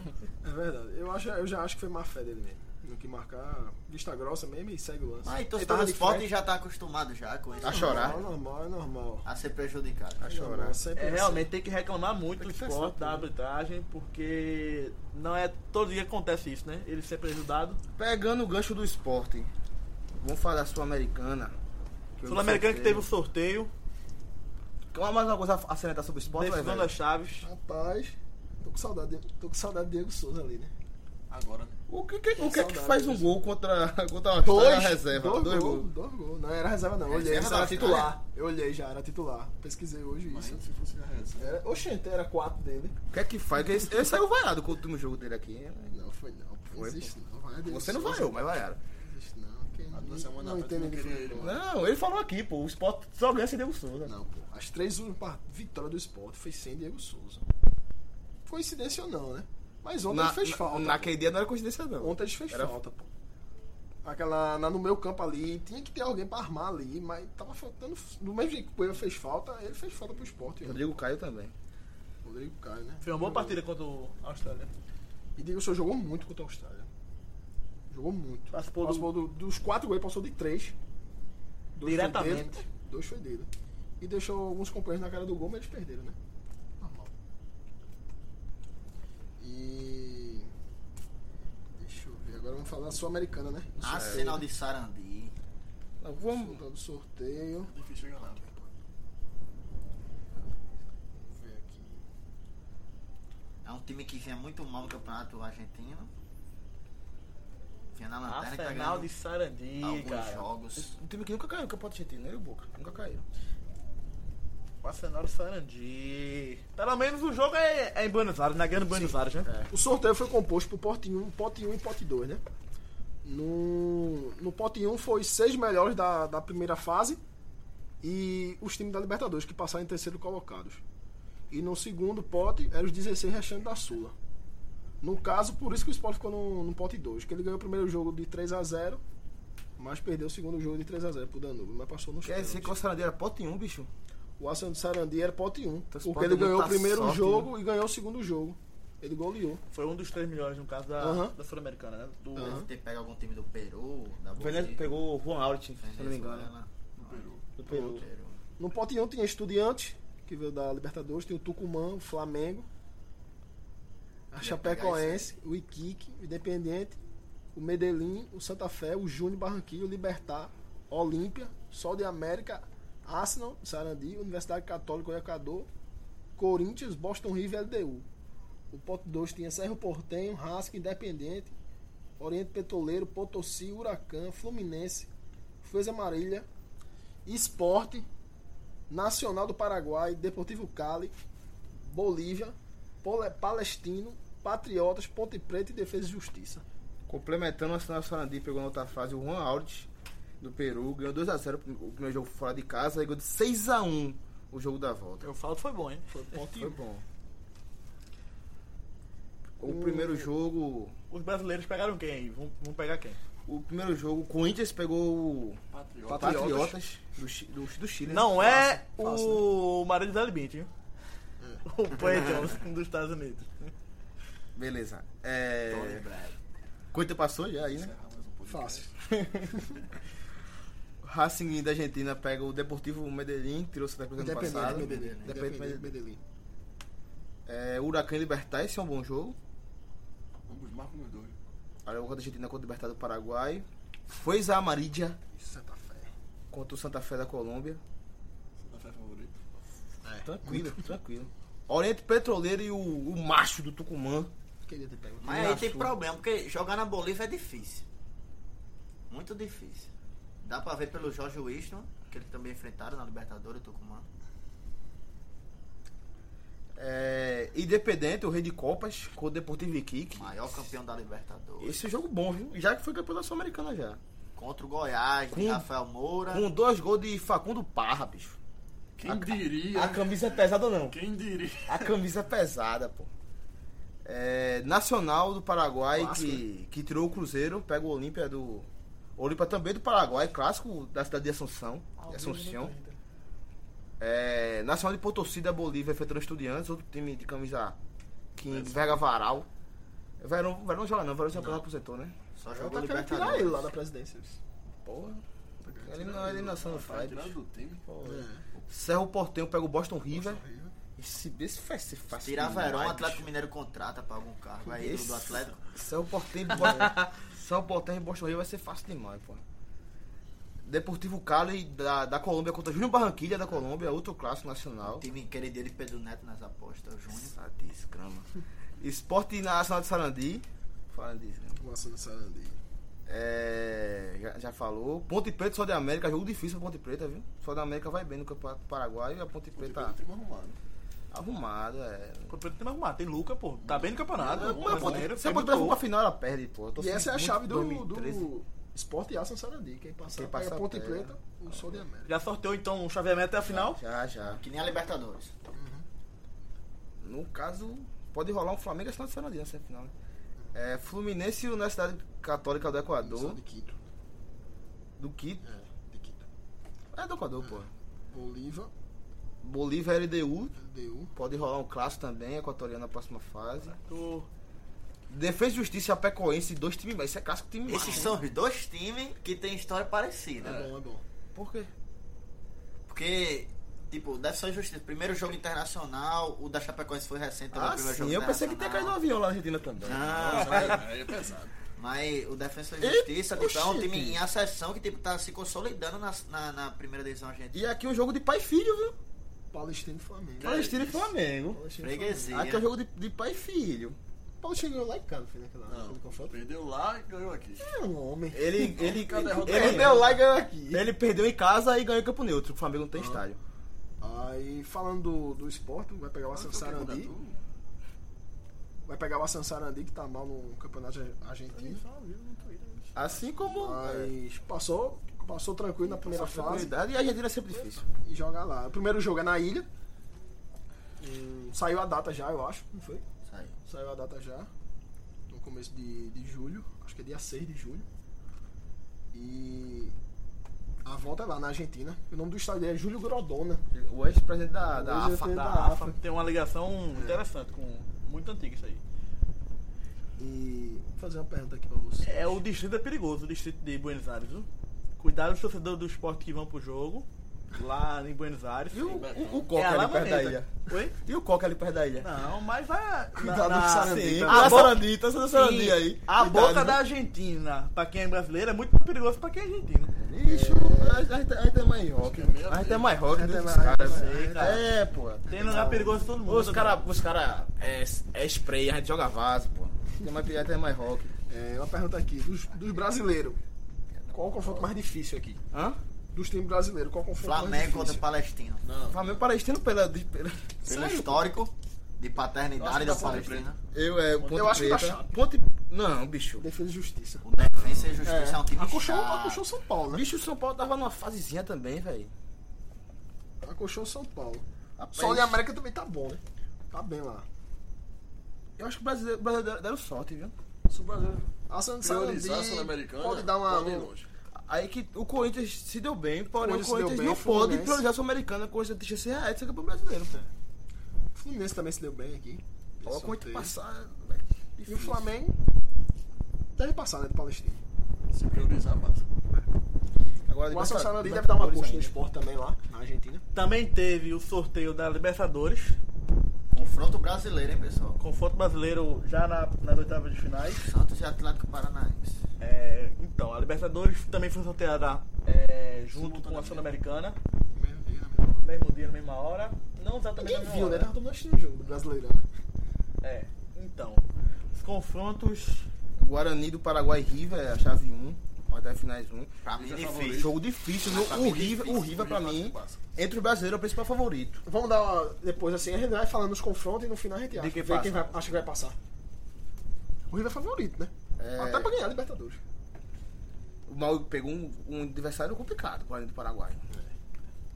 [SPEAKER 7] É verdade. Eu, acho, eu já acho que foi má fé dele mesmo. No que marcar, vista grossa mesmo e segue o lance.
[SPEAKER 5] Mas então
[SPEAKER 7] Ele
[SPEAKER 5] os
[SPEAKER 7] tava
[SPEAKER 5] do
[SPEAKER 7] de
[SPEAKER 5] esporte
[SPEAKER 7] frente.
[SPEAKER 5] já tá acostumado já com isso.
[SPEAKER 3] A chorar.
[SPEAKER 7] É normal, é normal.
[SPEAKER 5] A ser prejudicado.
[SPEAKER 3] A chorar.
[SPEAKER 7] Normal, sempre
[SPEAKER 2] É,
[SPEAKER 7] assim.
[SPEAKER 2] realmente tem que reclamar muito do
[SPEAKER 7] Tem que
[SPEAKER 2] esporte,
[SPEAKER 3] assim,
[SPEAKER 7] pensar,
[SPEAKER 2] da
[SPEAKER 7] né?
[SPEAKER 2] arbitragem, porque não é todo dia que acontece isso, né? Ele ser prejudicado.
[SPEAKER 3] Pegando o gancho do esporte, vamos falar da Sul-Americana. que eu
[SPEAKER 2] Sul-Americano que
[SPEAKER 3] sorteio.
[SPEAKER 2] teve o sorteio,
[SPEAKER 3] Quer Mais uma coisa a acertar sobre o esporte, vai,
[SPEAKER 2] decisão
[SPEAKER 3] velho?
[SPEAKER 2] das chaves.
[SPEAKER 7] Rapaz, tô com saudade, de- tô com saudade de Diego Souza ali, né?
[SPEAKER 4] Agora, né?
[SPEAKER 3] O que, que- o que é que
[SPEAKER 7] Saudade
[SPEAKER 3] faz um
[SPEAKER 7] disso.
[SPEAKER 3] gol contra, contra a história da reserva?
[SPEAKER 7] Tá Dois,
[SPEAKER 3] Dois
[SPEAKER 7] gols,
[SPEAKER 3] gols.
[SPEAKER 7] Dois gols. Não era reserva, não. Eu olhei,
[SPEAKER 3] Reserva
[SPEAKER 7] isso era
[SPEAKER 3] da
[SPEAKER 7] titular. Eu olhei já, era titular. Pesquisei hoje
[SPEAKER 4] Mas
[SPEAKER 7] isso.
[SPEAKER 4] se fosse a reserva.
[SPEAKER 7] Era, oxente, era quatro dele.
[SPEAKER 3] O que é que faz? Ele, ele saiu vaiado com o último jogo dele aqui. né?
[SPEAKER 7] Não, foi não.
[SPEAKER 3] Foi,
[SPEAKER 7] Foi, existe, não. Vai, Diego
[SPEAKER 3] Você não
[SPEAKER 7] Souza.
[SPEAKER 3] vaiou, mas vaiaram.
[SPEAKER 7] Existe, não. Quem
[SPEAKER 4] Há duas
[SPEAKER 7] não,
[SPEAKER 4] semanas
[SPEAKER 7] não
[SPEAKER 4] atrás eu
[SPEAKER 7] entende
[SPEAKER 4] não
[SPEAKER 7] de
[SPEAKER 4] queria ele,
[SPEAKER 7] futebol.
[SPEAKER 3] Não, ele falou aqui, pô. O esporte só ganha se deu o Souza.
[SPEAKER 7] Não, pô. As três últimas part- vitórias do esporte foi sem Diego Souza. Coincidência ou não, né? Mas ontem ele fez falta. pô.
[SPEAKER 3] naquele dia não era coincidência, não.
[SPEAKER 7] Ontem eles fez
[SPEAKER 3] Era-
[SPEAKER 7] falta, pô. Aquela, na- no meu campo ali, tinha que ter alguém pra armar ali, mas tava faltando. No mesmo jeito que o Coelho fez falta, ele fez falta pro esporte. né?
[SPEAKER 3] Rodrigo Caio também.
[SPEAKER 7] Rodrigo Caio, né?
[SPEAKER 2] Foi uma boa partida contra o Austrália.
[SPEAKER 7] E Diego Souza jogou muito contra a Austrália. Jogou muito.
[SPEAKER 2] Participou do-
[SPEAKER 7] do- dos quatro gols, passou de três. Dois foi
[SPEAKER 2] Diretamente.
[SPEAKER 7] dele, dois foi dele. E deixou alguns companheiros na cara do gol, mas eles perderam, né? Normal. E. Deixa eu ver. Agora vamos falar da Sul-Americana, né? Do
[SPEAKER 5] Ah,
[SPEAKER 7] sorteio.
[SPEAKER 5] sinal de Sarandi.
[SPEAKER 3] Não, vamos-
[SPEAKER 7] Resultado do sorteio.
[SPEAKER 4] Difícil chegar lá.
[SPEAKER 7] Vamos ver aqui.
[SPEAKER 5] É um time que vinha muito mal no campeonato argentino. Vinha na lanterna e tá
[SPEAKER 2] Arsenal de
[SPEAKER 5] ganhando
[SPEAKER 2] Sarandi,
[SPEAKER 5] alguns
[SPEAKER 2] cara.
[SPEAKER 5] jogos.
[SPEAKER 3] O time que nunca caiu no Campeonato Argentino, ele e o Boca. Nunca caiu.
[SPEAKER 2] O Arsenal de Sarandi. Pelo menos o jogo é, é em Buenos Aires, na grande Buenos Aires, né?
[SPEAKER 3] é.
[SPEAKER 7] O sorteio foi composto por pote 1, pote 1 e pote 2, né? No, no pote 1 foi seis melhores da, da primeira fase e os times da Libertadores que passaram em terceiro colocados. E no segundo pote eram os 16 restantes da Sula. No caso, por isso que o Sport ficou no, no pote 2, que ele ganhou o primeiro jogo de 3 a 0 mas perdeu o segundo jogo de 3 a 0 pro Danúbio, mas passou nos
[SPEAKER 3] Quer dizer que o
[SPEAKER 7] pênaltis.
[SPEAKER 3] Sarandi era pote 1, bicho.
[SPEAKER 7] O Arsenal de Sarandi era pote 1,
[SPEAKER 3] esse
[SPEAKER 7] porque
[SPEAKER 3] pote
[SPEAKER 7] ele
[SPEAKER 3] não
[SPEAKER 7] ganhou
[SPEAKER 3] tá
[SPEAKER 7] o primeiro
[SPEAKER 3] sorte,
[SPEAKER 7] jogo e ganhou o segundo jogo. Ele goleou.
[SPEAKER 2] Foi um dos três melhores, no caso, da,
[SPEAKER 7] Aham.
[SPEAKER 2] da Sul-Americana, né? Do,
[SPEAKER 5] Deve ter pego algum time do Peru, da
[SPEAKER 3] O Vélez
[SPEAKER 5] Bolívia,
[SPEAKER 3] né? pegou o Juan Aurich, se eu não me engano. né?
[SPEAKER 5] Venezuela.
[SPEAKER 3] Do Peru.
[SPEAKER 5] Peru.
[SPEAKER 7] No pote 1 tinha Estudiantes, que veio da Libertadores, tem o Tucumã, o Flamengo, a
[SPEAKER 5] Ia
[SPEAKER 7] Chapecoense, o Iquique, o Independente, o Medellín, o Santa Fé, o Júnior Barranquilla, o Libertar, Olímpia, Sol de América, Arsenal, Sarandi, Universidade Católica do Equador, Corinthians, Boston River e LDU. O pote 2 tinha Serro Portenho, Rasca, Independente, Oriente Petroleiro, Potosí, Huracan, Fluminense, Fez Marília, Esporte, Nacional do Paraguai, Deportivo Cali, Bolívia, Pole- Palestino, Patriotas, Ponte Preta e Defesa e Justiça.
[SPEAKER 3] Complementando, o Arsenal Sarandi pegou na outra fase o Juan Aldes, do Peru, ganhou 2x0 o primeiro jogo fora de casa, aí ganhou de 6x1 o jogo da volta.
[SPEAKER 2] Eu falo que foi bom, hein? Foi um
[SPEAKER 3] Foi bom. O primeiro jogo.
[SPEAKER 2] Os brasileiros pegaram quem aí? Vamos, vamos pegar quem?
[SPEAKER 3] O primeiro jogo, o Corinthians pegou o
[SPEAKER 4] Patriota.
[SPEAKER 3] Patriotas, do, Chi- do, do Chile. né?
[SPEAKER 2] Não é
[SPEAKER 4] fácil,
[SPEAKER 2] o marido da Libit, hein?
[SPEAKER 3] É.
[SPEAKER 2] O Peyton dos Estados Unidos.
[SPEAKER 3] Beleza. É...
[SPEAKER 4] Tony Blair.
[SPEAKER 3] Coita passou já aí, né?
[SPEAKER 4] Encerrar mais um pouquinho.
[SPEAKER 7] Fácil.
[SPEAKER 3] Racing da Argentina pega o Deportivo Medellín, que tirou Santa Cruz ano
[SPEAKER 7] Independente,
[SPEAKER 3] passado.
[SPEAKER 7] Medellín. né?
[SPEAKER 3] Independente,
[SPEAKER 7] Independente,
[SPEAKER 3] Medellín.
[SPEAKER 7] Medellín.
[SPEAKER 3] É, Huracan e Libertar, esse é um bom jogo.
[SPEAKER 4] Ambos marcam meus dois.
[SPEAKER 3] Aí o da Argentina contra o Libertar do Paraguai. Foi a Amarídia
[SPEAKER 7] Isso, Santa Fé.
[SPEAKER 3] contra o Santa Fé da Colômbia.
[SPEAKER 4] Santa Fé é favorito.
[SPEAKER 7] É.
[SPEAKER 3] Tranquilo, tranquilo. Oriente Petroleiro e o, o Macho do Tucumã.
[SPEAKER 7] Queria ter pego.
[SPEAKER 5] Mas aí tem
[SPEAKER 3] Engraçou.
[SPEAKER 5] problema, porque jogar na Bolívia é difícil. Muito difícil. Dá pra ver pelo Jorge Winston, que ele também enfrentaram na Libertadores, Tucumã.
[SPEAKER 3] É, Independente, o Rei de Copas, contra o Deportivo Iquique.
[SPEAKER 5] Maior campeão da Libertadores.
[SPEAKER 3] Esse é um jogo bom, viu? Já que foi campeão da Sul-Americana já.
[SPEAKER 5] Contra o Goiás, de
[SPEAKER 3] Com-
[SPEAKER 5] Rafael Moura.
[SPEAKER 3] Com dois gols de Facundo Parra, bicho.
[SPEAKER 4] Quem
[SPEAKER 3] A-
[SPEAKER 4] diria?
[SPEAKER 3] A camisa é pesada ou não?
[SPEAKER 4] Quem diria?
[SPEAKER 3] A camisa é pesada, pô. É, Nacional do Paraguai, que, que tirou o Cruzeiro, pega o Olímpia do. Olímpia também do Paraguai, clássico da cidade de Assunção. de Assunção. É, Nacional de Potosí da Bolívia, enfrentando Estudiantes, outro time de camisa que enverga varal. Verão, verão não joga não, Verão já aposentou, né?
[SPEAKER 5] Só
[SPEAKER 7] Eu
[SPEAKER 5] jogou
[SPEAKER 7] tá querendo tirar
[SPEAKER 5] Libertadores.
[SPEAKER 7] ele lá da presidência.
[SPEAKER 3] Porra. Ele não, ele não são
[SPEAKER 4] Tá
[SPEAKER 3] faz.
[SPEAKER 4] tirado
[SPEAKER 3] bicho.
[SPEAKER 4] do time.
[SPEAKER 3] Serra o Portenho pega o Boston River. Esse, esse vai ser fácil.
[SPEAKER 5] Tirar
[SPEAKER 3] demais,
[SPEAKER 5] Verão, o
[SPEAKER 3] bicho.
[SPEAKER 5] Atlético Mineiro contrata pra algum cargo. Aí ídolo do
[SPEAKER 3] Esse-
[SPEAKER 5] Atlético.
[SPEAKER 3] São Portenho e Boston, São Portenho e Boston River vai ser fácil demais, pô. Deportivo Cali da, da Colômbia contra Júnior Barranquilha da Colômbia, outro clássico nacional.
[SPEAKER 5] Time querido dele, Pedro Neto nas apostas, Júnior.
[SPEAKER 3] Essa desgrama. Esporte Nacional de Sarandi. Fala disso, né?
[SPEAKER 7] Nossa, não sabe onde ir.
[SPEAKER 3] É, já, já falou. Ponte Preta, Sol de América, jogo difícil pra Ponte Preta, viu? Sol de América vai bem no Campeonato Paraguai e a Ponte Preta
[SPEAKER 4] Tem mais arrumado.
[SPEAKER 3] arrumada, é.
[SPEAKER 2] O Peyton tem mais arrumado. Tem Luca, pô. Tá bem no campeonato.
[SPEAKER 3] Mas,
[SPEAKER 2] O
[SPEAKER 3] pô,
[SPEAKER 2] brasileiro
[SPEAKER 3] se a
[SPEAKER 2] tem
[SPEAKER 3] Ponte
[SPEAKER 2] muito
[SPEAKER 3] Preta for
[SPEAKER 2] gol.
[SPEAKER 3] pra final, ela perde, pô. Eu tô
[SPEAKER 7] E essa é a
[SPEAKER 3] muito
[SPEAKER 7] chave do,
[SPEAKER 3] 2013.
[SPEAKER 7] do Esporte e Ação Sarandi. Quem passar,
[SPEAKER 3] Quem
[SPEAKER 7] pega
[SPEAKER 3] passar,
[SPEAKER 7] Ponte
[SPEAKER 3] pega.
[SPEAKER 7] Preta, o Sol de América.
[SPEAKER 2] Já sorteou então o chaveamento até a final?
[SPEAKER 3] Já, já.
[SPEAKER 5] Que nem a Libertadores.
[SPEAKER 3] No caso, pode rolar um Flamengo e Atlético Sarandi na semifinal. né? É, Fluminense e Universidade Católica do Equador.
[SPEAKER 7] Só de Quito.
[SPEAKER 3] Do Quito.
[SPEAKER 7] É, de Quito.
[SPEAKER 3] É do Equador, pô.
[SPEAKER 7] Bolívia,
[SPEAKER 3] Bolívia e LDU.
[SPEAKER 7] LDU.
[SPEAKER 3] Pode rolar um clássico também, equatoriano na próxima fase.
[SPEAKER 2] Do...
[SPEAKER 3] Defesa e Justiça Pecoense, dois times. Isso é clássico time massa,
[SPEAKER 5] Esses
[SPEAKER 3] né?
[SPEAKER 5] são os dois times que tem história parecida.
[SPEAKER 7] É bom, é bom.
[SPEAKER 3] Por quê?
[SPEAKER 5] Porque, tipo, deve ser justiça. Primeiro jogo internacional, o da Chapecoense foi recente também. o
[SPEAKER 3] Ah,
[SPEAKER 5] primeiro
[SPEAKER 3] sim.
[SPEAKER 5] jogo
[SPEAKER 3] Eu pensei que tinha caído um
[SPEAKER 5] internacional.
[SPEAKER 3] avião lá na Argentina também.
[SPEAKER 5] Não,
[SPEAKER 4] Aí é pesado.
[SPEAKER 5] mas o Defensa e Justiça, tipo, é um time
[SPEAKER 7] oxente.
[SPEAKER 5] em ascensão que, tipo, tá se consolidando na, na, na primeira divisão argentina.
[SPEAKER 3] E aqui um jogo de pai e filho, viu?
[SPEAKER 7] Palestino e Flamengo.
[SPEAKER 4] É
[SPEAKER 3] Palestina e Flamengo.
[SPEAKER 7] Palestino e Flamengo.
[SPEAKER 5] Freguesia.
[SPEAKER 3] Aqui é um jogo de, de pai e filho.
[SPEAKER 7] Palestino ganhou lá em casa, foi naquela naquele
[SPEAKER 4] Não,
[SPEAKER 7] confronto.
[SPEAKER 4] perdeu lá e ganhou aqui.
[SPEAKER 7] É um homem.
[SPEAKER 3] Ele, ele,
[SPEAKER 4] Cada
[SPEAKER 3] ele,
[SPEAKER 4] derrota
[SPEAKER 3] ele
[SPEAKER 4] é.
[SPEAKER 3] deu lá e ganhou aqui. Ele perdeu em casa e ganhou em campo neutro. O Flamengo não tem estádio.
[SPEAKER 7] Aí, falando do, do esporte, vai
[SPEAKER 6] Ah,
[SPEAKER 7] pegar o
[SPEAKER 6] então
[SPEAKER 7] Ação Sarandi. Vai pegar o Ação Sarandi, que tá mal no campeonato argentino.
[SPEAKER 3] Assim como.
[SPEAKER 7] Mas passou, passou tranquilo na primeira fase.
[SPEAKER 3] Tranquilidade e a Argentina é sempre difícil.
[SPEAKER 7] e jogar lá. O primeiro jogo é na ilha. Hum, saiu a data já, eu acho, não foi?
[SPEAKER 5] Saiu.
[SPEAKER 7] Saiu a data já. No começo de, de julho. Acho que é dia 6 de julho. E a volta é lá na Argentina. O nome do estádio é Júlio Grodona.
[SPEAKER 3] O ex-presidente da, da
[SPEAKER 7] Hoje eu
[SPEAKER 3] AFA.
[SPEAKER 7] tenho
[SPEAKER 2] Da
[SPEAKER 7] da AFA.
[SPEAKER 2] AFA. Tem uma ligação interessante com... Muito antiga isso aí.
[SPEAKER 7] E vou fazer uma pergunta aqui pra você.
[SPEAKER 2] É, o distrito é perigoso, o distrito de Buenos Aires. viu? Cuidado os torcedores do esporte que vão pro jogo. lá em Buenos Aires.
[SPEAKER 3] E o, o, o
[SPEAKER 2] É
[SPEAKER 3] Coca
[SPEAKER 2] a
[SPEAKER 3] ali
[SPEAKER 2] lá
[SPEAKER 3] perto da
[SPEAKER 2] bonita.
[SPEAKER 3] ilha?
[SPEAKER 2] Oi?
[SPEAKER 3] E o Coca ali perto da ilha?
[SPEAKER 2] Não, mas vai.
[SPEAKER 3] Cuidado
[SPEAKER 2] na-
[SPEAKER 3] com o
[SPEAKER 2] na-
[SPEAKER 3] Sarandi.
[SPEAKER 2] a
[SPEAKER 3] Tá na
[SPEAKER 2] boca-
[SPEAKER 3] Sarandi, tá na Sarandi
[SPEAKER 2] Sim,
[SPEAKER 3] aí.
[SPEAKER 2] A
[SPEAKER 3] Cuidado, né?
[SPEAKER 2] boca
[SPEAKER 3] viu?
[SPEAKER 2] da Argentina, pra quem é brasileiro, é muito perigoso pra quem é argentino.
[SPEAKER 3] Ixi, a gente- a gente é mais rock. A gente é mais rock do que os
[SPEAKER 2] sei, cara.
[SPEAKER 3] caras. É, pô.
[SPEAKER 2] Tem lugar né, perigoso pra todo mundo.
[SPEAKER 8] Os caras os cara é, é spray, a gente joga vaso, pô.
[SPEAKER 3] Tem mais pirata, tem mais rock.
[SPEAKER 7] É, uma pergunta aqui. Dos, dos brasileiros, qual o confronto mais difícil aqui?
[SPEAKER 3] Hã?
[SPEAKER 7] Dos times brasileiros, qual o confronto mais
[SPEAKER 5] Flamengo
[SPEAKER 7] difícil?
[SPEAKER 5] contra Palestina.
[SPEAKER 3] Flamengo palestino pela... de- pela-
[SPEAKER 5] Pelo histórico de paternidade
[SPEAKER 3] tá
[SPEAKER 5] da Palestina.
[SPEAKER 3] Eu, é, Ponte
[SPEAKER 7] Eu acho que tá
[SPEAKER 3] Preta.
[SPEAKER 7] chato.
[SPEAKER 3] Ponte... Não, bicho.
[SPEAKER 7] Defesa e Justiça.
[SPEAKER 5] O Defensa e Justiça é, um time
[SPEAKER 7] Acochou,
[SPEAKER 5] chato.
[SPEAKER 7] acochou São Paulo, né?
[SPEAKER 3] Bicho, o São Paulo tava numa fasezinha também, velho.
[SPEAKER 7] Acochou São Paulo.
[SPEAKER 3] Rapaz.
[SPEAKER 7] Sol de América também tá bom, né? Tá bem lá.
[SPEAKER 3] Eu acho que o brasileiro, o brasileiro deram sorte, viu?
[SPEAKER 4] Se o Brasil
[SPEAKER 7] A Santa
[SPEAKER 4] priorizar a
[SPEAKER 7] Sarandi
[SPEAKER 4] Sul-Americana,
[SPEAKER 7] pode dar uma...
[SPEAKER 4] pode ir
[SPEAKER 7] um-
[SPEAKER 4] longe.
[SPEAKER 3] Aí que o Corinthians se deu bem, porém o
[SPEAKER 7] Corinthians se deu
[SPEAKER 3] Corinthians
[SPEAKER 7] bem,
[SPEAKER 3] não
[SPEAKER 7] Fluminense.
[SPEAKER 3] pode priorizar a Sul-Americana. O Corinthians deixa ser reais de é ser campeão brasileiro, pô.
[SPEAKER 7] Fluminense também se deu bem aqui.
[SPEAKER 3] Ó, o Corinthians
[SPEAKER 7] Sorteio.
[SPEAKER 3] passar...
[SPEAKER 7] E o Flamengo deve passar, né, do Palestino.
[SPEAKER 4] Se priorizar, passa.
[SPEAKER 3] Agora,
[SPEAKER 7] O Aston Sarandi deve dar
[SPEAKER 3] Libertadores
[SPEAKER 7] uma coxa no
[SPEAKER 3] ainda.
[SPEAKER 7] esporte também lá, na Argentina.
[SPEAKER 2] Também teve o sorteio da Libertadores,
[SPEAKER 5] Confronto brasileiro, hein, pessoal?
[SPEAKER 2] confronto brasileiro já na, nas oitavas de finais.
[SPEAKER 5] Santos e Atlético Paranaense.
[SPEAKER 2] É, então, a Libertadores também foi sorteada é, junto com a Sul-Americana.
[SPEAKER 4] né?
[SPEAKER 2] Mesmo dia, na mesma hora. Não exatamente
[SPEAKER 7] Ninguém
[SPEAKER 2] na mesma
[SPEAKER 7] viu, né?
[SPEAKER 2] hora.
[SPEAKER 7] Tava todo mundo assistindo o jogo do Brasileirão. né?
[SPEAKER 2] É, então. Os confrontos.
[SPEAKER 3] Guarani do Paraguai e River, a chave 1, até finais 1.
[SPEAKER 5] Pra mim,
[SPEAKER 3] é
[SPEAKER 5] difícil.
[SPEAKER 3] Jogo é difícil, no, o, River, o River pra mim, entre o brasileiro é o principal favorito.
[SPEAKER 7] Vamos dar uma, depois assim, a gente vai falando nos confrontos e no final a gente acha.
[SPEAKER 2] quem
[SPEAKER 7] vê quem
[SPEAKER 2] passa.
[SPEAKER 7] vai, acha que vai passar. O River é favorito, né?
[SPEAKER 3] É.
[SPEAKER 7] Até pra ganhar a Libertadores.
[SPEAKER 3] O Mauro pegou um, um adversário complicado, Guarani do Paraguai.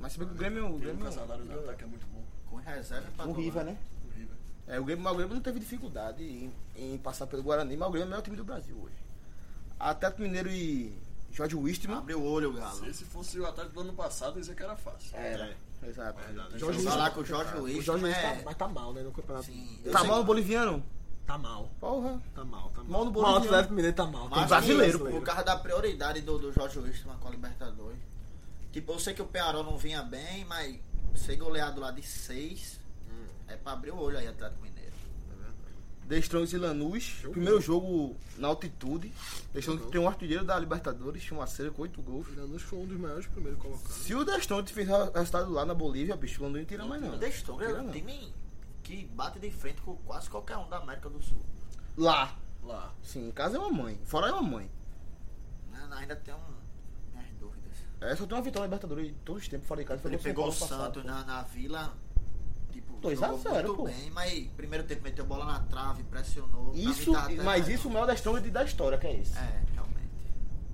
[SPEAKER 3] Mas se bem que o Grêmio, o
[SPEAKER 4] Tem um
[SPEAKER 3] Grêmio,
[SPEAKER 4] casalário no ataque é muito bom.
[SPEAKER 5] Com reserva
[SPEAKER 7] Um
[SPEAKER 5] pra
[SPEAKER 2] O
[SPEAKER 5] todo,
[SPEAKER 2] Riva, né?
[SPEAKER 4] O River.
[SPEAKER 3] é, o Grêmio, mas o Grêmio não teve dificuldade em, em passar pelo Guarani, mas o Grêmio é o maior time do Brasil hoje. Atlético Mineiro e Jorge Wistman.
[SPEAKER 5] Abre o olho, Galo. É.
[SPEAKER 4] Se esse fosse o ataque do ano passado, dizia que era fácil.
[SPEAKER 3] Era, É, exato. É,
[SPEAKER 7] Jorge
[SPEAKER 5] Jogar lá
[SPEAKER 7] Luiz-
[SPEAKER 5] com o Jorge
[SPEAKER 7] O
[SPEAKER 5] Luiz.
[SPEAKER 7] Jorge Luiz tá,
[SPEAKER 5] né?
[SPEAKER 7] mas tá mal, né? No campeonato.
[SPEAKER 5] Sim.
[SPEAKER 3] Tá mal no boliviano?
[SPEAKER 7] Tá mal,
[SPEAKER 3] Porra.
[SPEAKER 7] tá mal, tá
[SPEAKER 3] Mal no
[SPEAKER 7] Mal, o
[SPEAKER 3] boliviano.
[SPEAKER 7] Atlético Mineiro tá mal.
[SPEAKER 5] Mas
[SPEAKER 7] tá mal.
[SPEAKER 3] brasileiro,
[SPEAKER 5] por causa da prioridade do, do Jorge Wilson com a Libertadores. Tipo, eu sei que o Pearol não vinha bem, mas ser goleado lá de 6 é pra abrir o olho aí, Atlético Mineiro.
[SPEAKER 3] The Strong's e Lanús. Primeiro jogo na altitude. The Strong's tem um artilheiro da Libertadores, Chumaceira, com 8 gols.
[SPEAKER 7] O Lanús foi um dos maiores primeiros colocados.
[SPEAKER 3] Se o The Strong's fez resultado lá na Bolívia, bicho, o Lanús não tira mais não.
[SPEAKER 5] O The Strong é
[SPEAKER 3] Tira
[SPEAKER 5] um
[SPEAKER 3] não.
[SPEAKER 5] time que bate de frente com quase qualquer um da América do Sul.
[SPEAKER 3] Lá.
[SPEAKER 4] Lá.
[SPEAKER 3] Sim, em casa é uma mãe. Fora é uma mãe.
[SPEAKER 5] Né, Ainda tem um, minhas dúvidas.
[SPEAKER 3] É, só tem uma vitória na Libertadores de todos os tempos fora de casa. foi
[SPEAKER 5] Ele
[SPEAKER 3] contra
[SPEAKER 5] pegou o
[SPEAKER 3] São Paulo
[SPEAKER 5] Santos
[SPEAKER 3] passado.
[SPEAKER 5] na, na vila. Tipo,
[SPEAKER 3] Dois a
[SPEAKER 5] jogou
[SPEAKER 3] zero,
[SPEAKER 5] muito
[SPEAKER 3] pô.
[SPEAKER 5] bem, mas primeiro tempo meteu bola na trave, pressionou. pra mim
[SPEAKER 3] Isso,
[SPEAKER 5] tá até
[SPEAKER 3] mas
[SPEAKER 5] melhor.
[SPEAKER 3] isso é o maior The Strong's da história, que é esse.
[SPEAKER 5] É, realmente.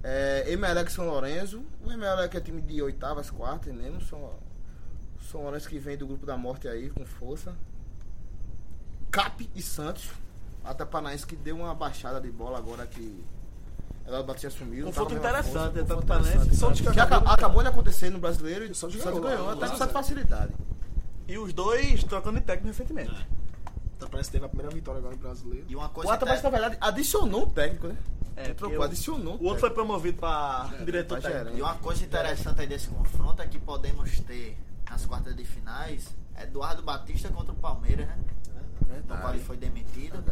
[SPEAKER 3] É, Emelec São Lourenço. O Emelec é time de oitavas, quartas mesmo. São, São Lourenço que vem do grupo da morte aí com força. Cap e Santos. Até Paranaense que deu uma baixada de bola agora que ela bateu
[SPEAKER 5] Um
[SPEAKER 3] assumiu.
[SPEAKER 2] Confronto interessante,
[SPEAKER 5] né?
[SPEAKER 3] Força,
[SPEAKER 5] Tá
[SPEAKER 3] um
[SPEAKER 2] tanto
[SPEAKER 3] confronto
[SPEAKER 2] parece.
[SPEAKER 3] interessante.
[SPEAKER 7] Santos
[SPEAKER 3] Que acabou, acabou de acontecer no brasileiro e o
[SPEAKER 7] Santos
[SPEAKER 3] Santos ganhou,
[SPEAKER 7] ganhou,
[SPEAKER 3] até
[SPEAKER 7] lá,
[SPEAKER 3] com certa
[SPEAKER 7] né?
[SPEAKER 3] facilidade.
[SPEAKER 2] E os dois trocando de técnico recentemente.
[SPEAKER 7] Então parece que teve a primeira vitória agora no brasileiro.
[SPEAKER 5] E uma
[SPEAKER 3] O
[SPEAKER 5] coisa.
[SPEAKER 3] Atapaz, na
[SPEAKER 5] inter-
[SPEAKER 3] verdade, adicionou o técnico, né?
[SPEAKER 2] É,
[SPEAKER 3] Não trocou,
[SPEAKER 2] porque o-
[SPEAKER 3] adicionou.
[SPEAKER 2] O outro foi promovido pra diretor
[SPEAKER 3] pra
[SPEAKER 2] técnico.
[SPEAKER 3] gerente.
[SPEAKER 5] E uma coisa interessante aí desse confronto é que podemos ter nas quartas de finais Eduardo Batista contra o Palmeiras, né? Do qual ele foi demitido.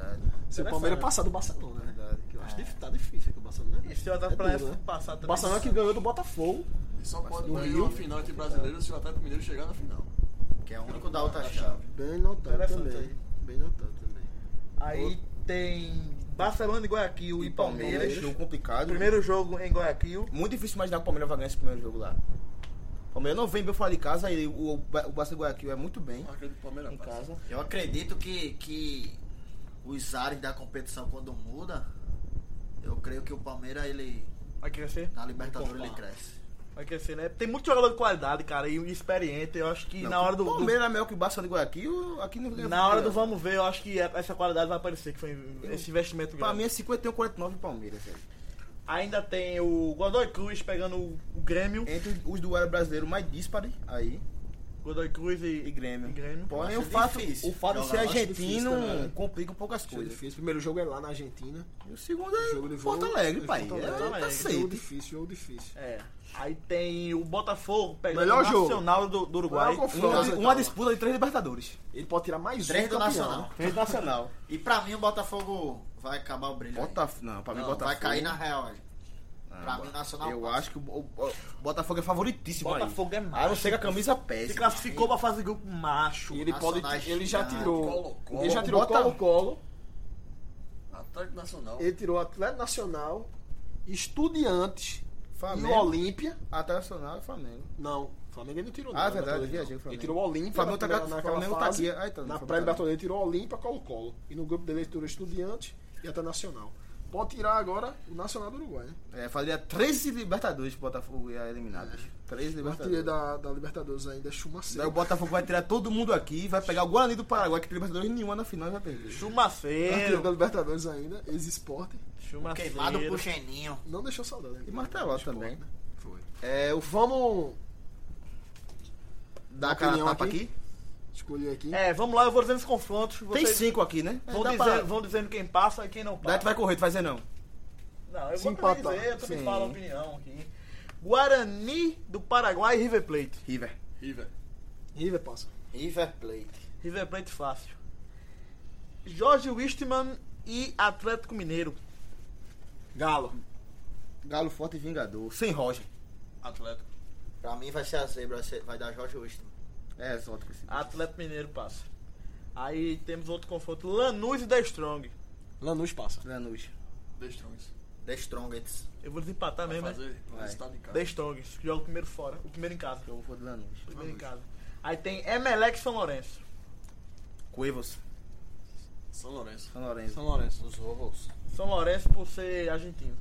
[SPEAKER 7] Se o Palmeiras passar do Barcelona, né? Que eu acho que tá difícil aqui o Barcelona, né?
[SPEAKER 2] E se o Atlético Paranaense
[SPEAKER 7] duro, né?
[SPEAKER 2] tá passar
[SPEAKER 7] O
[SPEAKER 2] também.
[SPEAKER 7] Barcelona que ganhou do Botafogo.
[SPEAKER 4] E só pode
[SPEAKER 7] no
[SPEAKER 4] ganhar
[SPEAKER 7] Rio.
[SPEAKER 4] uma final entre brasileiros se o Atlético Mineiro chegar na final.
[SPEAKER 5] Que é o único da outra chave.
[SPEAKER 7] Bem notado
[SPEAKER 2] Interessante
[SPEAKER 7] também.
[SPEAKER 2] aí.
[SPEAKER 7] Bem notado também.
[SPEAKER 2] Aí tem Barcelona e Guayaquil e,
[SPEAKER 3] E Palmeiras,
[SPEAKER 2] Palmeiras.
[SPEAKER 3] jogo complicado.
[SPEAKER 2] Primeiro jogo em Guayaquil.
[SPEAKER 3] Muito difícil imaginar que o Palmeiras vai ganhar esse primeiro jogo lá. O Palmeiras não vem bem fora de casa, aí o, o Ba- o Barça de Guayaquil é muito bem
[SPEAKER 4] Eu acredito que o Palmeiras
[SPEAKER 3] em
[SPEAKER 4] passa.
[SPEAKER 3] casa.
[SPEAKER 5] Eu acredito que, que os ares da competição quando muda, eu creio que o Palmeiras ele
[SPEAKER 2] Vai crescer?
[SPEAKER 5] na Libertadores ele cresce.
[SPEAKER 2] Vai crescer, né? Tem muito jogador de qualidade, cara, e experiente. Eu acho que na hora do.
[SPEAKER 3] O Palmeiras é melhor que o Barça de Guayaquil, aqui não ganha.
[SPEAKER 2] Na hora do vamos ver, eu acho que é- essa qualidade vai aparecer, que foi esse investimento
[SPEAKER 3] Pra mim
[SPEAKER 2] grande.
[SPEAKER 3] é 51 49 Palmeiras, velho.
[SPEAKER 2] Ainda tem o Godoy Cruz pegando o o Grêmio.
[SPEAKER 3] É. Entre os duelos brasileiros mais díspares, aí.
[SPEAKER 2] Godoy Cruz e,
[SPEAKER 3] E Grêmio.
[SPEAKER 2] e Grêmio.
[SPEAKER 3] Porém,
[SPEAKER 5] Eu
[SPEAKER 3] o
[SPEAKER 5] acho
[SPEAKER 3] fato,
[SPEAKER 5] difícil
[SPEAKER 3] o fato de ser
[SPEAKER 5] jogar, eu acho
[SPEAKER 3] argentino
[SPEAKER 7] difícil também, né?
[SPEAKER 3] complica um pouco as
[SPEAKER 7] Foi
[SPEAKER 3] coisas.
[SPEAKER 7] difícil. O primeiro jogo é lá na Argentina.
[SPEAKER 3] E o segundo é
[SPEAKER 7] Jogo de
[SPEAKER 3] Porto
[SPEAKER 7] voo,
[SPEAKER 3] Alegre,
[SPEAKER 7] é
[SPEAKER 3] pai.
[SPEAKER 7] Porto
[SPEAKER 3] É
[SPEAKER 7] Alegre.
[SPEAKER 3] um
[SPEAKER 7] Jogo
[SPEAKER 3] cacete.
[SPEAKER 7] difícil, jogo difícil.
[SPEAKER 2] É. Aí tem o Botafogo pegando
[SPEAKER 7] Melhor
[SPEAKER 2] o
[SPEAKER 7] jogo.
[SPEAKER 2] Nacional do, do
[SPEAKER 7] Não é
[SPEAKER 2] Uruguai.
[SPEAKER 7] um confronto.
[SPEAKER 3] Uma,
[SPEAKER 7] Calma,
[SPEAKER 3] uma
[SPEAKER 7] calma.
[SPEAKER 3] disputa de três Libertadores.
[SPEAKER 7] Ele pode tirar mais um
[SPEAKER 5] Três do
[SPEAKER 7] campeão.
[SPEAKER 5] Nacional.
[SPEAKER 3] Três Nacional.
[SPEAKER 5] E pra mim o Botafogo vai acabar o brilho. aí.
[SPEAKER 3] Botafogo. Não, pra mim,
[SPEAKER 5] Não,
[SPEAKER 3] Botafogo.
[SPEAKER 5] Vai cair na real, velho.
[SPEAKER 3] Não,
[SPEAKER 5] pra
[SPEAKER 3] Bo-
[SPEAKER 5] mim, o Nacional
[SPEAKER 3] Eu
[SPEAKER 5] passa.
[SPEAKER 3] acho que o, o- o Botafogo é favoritíssimo
[SPEAKER 2] Botafogo é
[SPEAKER 3] aí. A não
[SPEAKER 2] macho.
[SPEAKER 3] ser que a camisa
[SPEAKER 2] Se
[SPEAKER 3] pese.
[SPEAKER 2] classificou pra fazer grupo macho.
[SPEAKER 7] E ele pode.
[SPEAKER 5] Nacional
[SPEAKER 7] Ele já
[SPEAKER 5] gigante,
[SPEAKER 7] tirou.
[SPEAKER 4] Colo-Colo.
[SPEAKER 7] Ele já tirou
[SPEAKER 3] Bota-
[SPEAKER 7] Colo-Colo.
[SPEAKER 4] Ataque Nacional.
[SPEAKER 7] Ele tirou Atlético Nacional, Estudiantes e
[SPEAKER 3] Flamengo.
[SPEAKER 7] o Olímpia.
[SPEAKER 3] Até Nacional e Flamengo.
[SPEAKER 7] Não, o Flamengo ele não tirou
[SPEAKER 3] Ah,
[SPEAKER 7] não,
[SPEAKER 3] verdade,
[SPEAKER 7] Libertadores,
[SPEAKER 3] viajei,
[SPEAKER 7] não.
[SPEAKER 3] Flamengo.
[SPEAKER 7] Ele tirou o Olímpia.
[SPEAKER 3] Flamengo tá
[SPEAKER 7] na
[SPEAKER 3] aqui,
[SPEAKER 7] naquela
[SPEAKER 3] Flamengo tá
[SPEAKER 7] fase,
[SPEAKER 3] aqui, ah, então,
[SPEAKER 7] na
[SPEAKER 3] Flamengo tá
[SPEAKER 7] pré-Libertadores ele tirou o Olímpia, Colo-Colo. E no grupo dele ele tirou Estudiantes e até Nacional. Pode tirar agora o Nacional do Uruguai, né?
[SPEAKER 3] É, faria 13 Libertadores pro Botafogo ia eliminado. 13
[SPEAKER 7] Partilha
[SPEAKER 3] Libertadores.
[SPEAKER 7] da, da Libertadores ainda é
[SPEAKER 3] Daí o
[SPEAKER 7] Chumaceiro.
[SPEAKER 3] Botafogo vai tirar todo mundo aqui, vai pegar o Guarani do Paraguai, que tem Libertadores nenhuma na final e vai perder.
[SPEAKER 7] Partilha
[SPEAKER 2] Chumaceiro.
[SPEAKER 7] da Libertadores ainda, ex-esporte.
[SPEAKER 2] Chumaceiro.
[SPEAKER 5] Queimado pro Geninho.
[SPEAKER 7] Não deixou saudade. né?
[SPEAKER 3] E Marteló
[SPEAKER 7] Esporte,
[SPEAKER 3] também.
[SPEAKER 7] né? Foi.
[SPEAKER 3] É, o
[SPEAKER 7] Vamos
[SPEAKER 3] dá aquela
[SPEAKER 7] opinião
[SPEAKER 3] tapa
[SPEAKER 7] aqui?
[SPEAKER 3] aqui.
[SPEAKER 7] escolher aqui.
[SPEAKER 2] É, vamos lá, eu vou dizendo os confrontos.
[SPEAKER 3] Tem
[SPEAKER 2] Vocês
[SPEAKER 3] cinco aqui, né?
[SPEAKER 2] vão,
[SPEAKER 3] Dá
[SPEAKER 2] dizer-
[SPEAKER 3] pra-
[SPEAKER 2] vão dizendo quem passa e quem não
[SPEAKER 3] Daí
[SPEAKER 2] passa.
[SPEAKER 3] tu vai correr, tu vai dizer não.
[SPEAKER 2] Não, eu
[SPEAKER 7] Se
[SPEAKER 2] vou também
[SPEAKER 7] empatar.
[SPEAKER 2] dizer, eu também
[SPEAKER 3] Sim.
[SPEAKER 2] falo a opinião aqui. Guarani do Paraguai e River Plate.
[SPEAKER 3] River.
[SPEAKER 4] River.
[SPEAKER 7] River passa.
[SPEAKER 3] River Plate.
[SPEAKER 2] River Plate fácil. Jorge Wistman e Atlético Mineiro.
[SPEAKER 7] Galo.
[SPEAKER 3] Galo Forte e Vingador. Sem Roger.
[SPEAKER 4] Atlético.
[SPEAKER 5] Pra mim vai ser a zebra, vai ser- vai dar Jorge Wistman.
[SPEAKER 3] É, solta com esse.
[SPEAKER 5] Ah.
[SPEAKER 2] Atlético Mineiro passa. Aí temos outro confronto. Lanús e The Strong.
[SPEAKER 7] Lanús passa.
[SPEAKER 3] Lanús.
[SPEAKER 4] The Strongs.
[SPEAKER 5] The Strongest.
[SPEAKER 2] Eu vou desempatar
[SPEAKER 4] Vai
[SPEAKER 2] mesmo, né?
[SPEAKER 4] fazer
[SPEAKER 3] Vai.
[SPEAKER 4] resultado em
[SPEAKER 2] The
[SPEAKER 4] casa.
[SPEAKER 2] Strongs. que Joga o primeiro fora. O primeiro em casa.
[SPEAKER 3] Eu vou do Lanús.
[SPEAKER 2] O primeiro em casa. Aí tem Emelec e São Lourenço.
[SPEAKER 3] Cuevas.
[SPEAKER 4] São Lourenço.
[SPEAKER 3] São Lourenço.
[SPEAKER 7] Lourenço.
[SPEAKER 5] Os Rovos.
[SPEAKER 2] São Lourenço por ser argentino.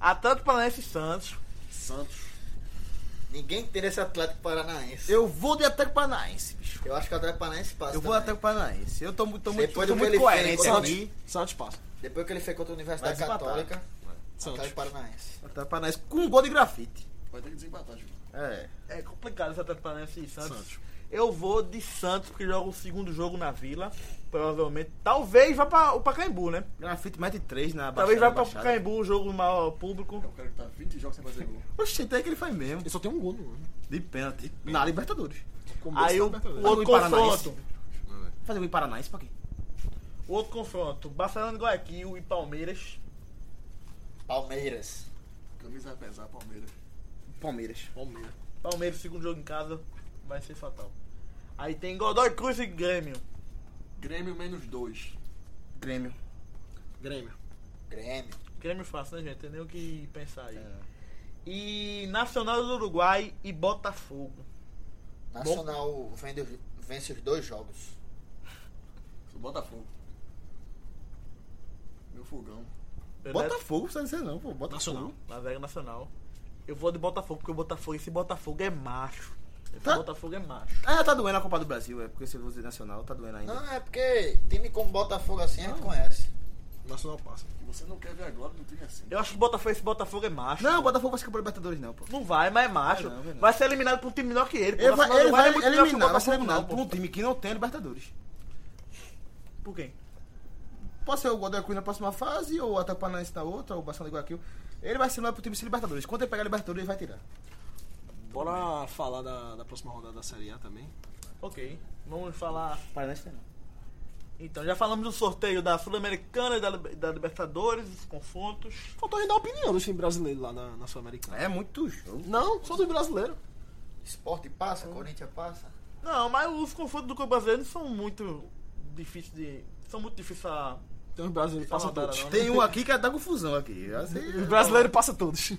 [SPEAKER 2] Atlético Paranaense e Santos.
[SPEAKER 4] Santos.
[SPEAKER 5] Ninguém tem esse Atlético Paranaense.
[SPEAKER 3] Eu vou de Atlético Paranaense, bicho.
[SPEAKER 5] Eu acho que o Atlético Paranaense passa.
[SPEAKER 3] Eu vou de
[SPEAKER 5] também.
[SPEAKER 3] Atlético Paranaense. Eu tô, muito- tô muito,
[SPEAKER 5] Depois
[SPEAKER 3] tô
[SPEAKER 5] do
[SPEAKER 3] muito
[SPEAKER 5] que ele
[SPEAKER 3] coerente
[SPEAKER 5] fez,
[SPEAKER 3] aqui.
[SPEAKER 7] Santos passa.
[SPEAKER 5] Depois que ele fez contra a Universidade
[SPEAKER 2] Vai desempatar.
[SPEAKER 5] Católica,
[SPEAKER 7] Santos.
[SPEAKER 5] Atlético Paranaense.
[SPEAKER 3] Atlético Paranaense com um gol de grafite.
[SPEAKER 4] Vai ter que desempatar, Júlio.
[SPEAKER 3] É.
[SPEAKER 2] É complicado esse Atlético Paranaense e Santos. Eu vou de Santos, porque joga o segundo jogo na Vila. Provavelmente. Talvez vá pra o Pacaembu, né?
[SPEAKER 3] Grafite mete três na
[SPEAKER 2] Talvez vá
[SPEAKER 3] baixada,
[SPEAKER 2] pra
[SPEAKER 3] baixada.
[SPEAKER 2] Pacaembu, o jogo maior público.
[SPEAKER 4] É o cara que tá 20 jogos sem fazer gol.
[SPEAKER 3] Oxe, até que ele faz mesmo.
[SPEAKER 7] Ele só tem um gol no ano.
[SPEAKER 3] De pênalti. Na Libertadores.
[SPEAKER 7] Começo
[SPEAKER 2] Aí
[SPEAKER 7] da
[SPEAKER 2] o,
[SPEAKER 7] Libertadores.
[SPEAKER 2] o outro
[SPEAKER 3] Tá no Paranaense.
[SPEAKER 2] confronto.
[SPEAKER 3] Fazer gol em Paranaense pra quê?
[SPEAKER 2] O outro confronto. Barcelona e Guayaquil e Palmeiras.
[SPEAKER 5] Palmeiras.
[SPEAKER 4] Camisa vai pesar, Palmeiras.
[SPEAKER 3] Palmeiras.
[SPEAKER 7] Palmeiras.
[SPEAKER 2] Palmeiras, segundo jogo em casa, vai ser fatal. Aí tem Godoy Cruz e Grêmio.
[SPEAKER 4] Grêmio menos 2.
[SPEAKER 3] Grêmio.
[SPEAKER 7] Grêmio.
[SPEAKER 5] Grêmio.
[SPEAKER 2] Grêmio fácil, né, gente? Tem nem o que pensar aí.
[SPEAKER 3] É.
[SPEAKER 2] E Nacional do Uruguai e Botafogo.
[SPEAKER 5] Nacional vende- vence os dois jogos.
[SPEAKER 4] Sou Botafogo. Meu fogão.
[SPEAKER 2] Eu levo-
[SPEAKER 3] Botafogo, não precisa dizer não, pô. Botafogo.
[SPEAKER 7] Nacional.
[SPEAKER 2] Na Vega Nacional. Eu vou de Botafogo, porque o Botafogo, esse Botafogo é macho. Esse
[SPEAKER 3] Tá.
[SPEAKER 2] Botafogo é macho.
[SPEAKER 3] Ah, tá doendo a Copa do Brasil, é porque se eu vou dizer nacional, tá doendo ainda.
[SPEAKER 5] Não, é porque time como Botafogo assim a gente conhece.
[SPEAKER 7] Nacional passa.
[SPEAKER 4] Você não quer ver a glória do time assim.
[SPEAKER 2] Eu acho que o Botafogo, esse Botafogo é macho.
[SPEAKER 3] Não, o
[SPEAKER 2] pô.
[SPEAKER 3] Botafogo vai ser campeão da Libertadores, não, pô.
[SPEAKER 2] Não vai, mas é macho.
[SPEAKER 3] Vai não, vai não.
[SPEAKER 2] Vai ser eliminado por um time menor que ele. pô.
[SPEAKER 3] Ele
[SPEAKER 2] Nacional
[SPEAKER 3] vai,
[SPEAKER 2] do
[SPEAKER 3] ele
[SPEAKER 2] Uruguai
[SPEAKER 3] vai
[SPEAKER 2] é muito melhor que o
[SPEAKER 3] eliminar, vai ser
[SPEAKER 2] Botafogo,
[SPEAKER 3] eliminado
[SPEAKER 2] não,
[SPEAKER 3] por
[SPEAKER 2] pô.
[SPEAKER 3] um time que não tem a Libertadores.
[SPEAKER 2] Por quem?
[SPEAKER 3] Pode ser o Godoy Cruz na próxima fase, ou até o Paranaense na outra, ou o Barcelona igual aquilo. Ele vai ser lá pro time sem Libertadores. Quando ele pegar a Libertadores, ele vai tirar.
[SPEAKER 7] Bora falar da, da próxima rodada da Série A também.
[SPEAKER 2] Ok. Vamos falar.
[SPEAKER 3] Paranaense tem não.
[SPEAKER 2] Então, já falamos do sorteio da Sul-Americana e da, Liber- da Libertadores, os confrontos.
[SPEAKER 7] Faltou ainda a opinião do time brasileiro lá na, na Sul-Americana.
[SPEAKER 3] É muito jogo.
[SPEAKER 7] Não, só do brasileiro.
[SPEAKER 5] Esporte passa, Corinthians passa.
[SPEAKER 2] Não, mas os confrontos do Clube Brasileiro não são muito difíceis de. São muito difíceis a.
[SPEAKER 7] Então o brasileiro passa
[SPEAKER 2] rodada,
[SPEAKER 7] todos.
[SPEAKER 2] não, né?
[SPEAKER 3] Tem um aqui que dá confusão aqui. Assim, Eu
[SPEAKER 7] O
[SPEAKER 3] sei-
[SPEAKER 7] brasileiro passa todos.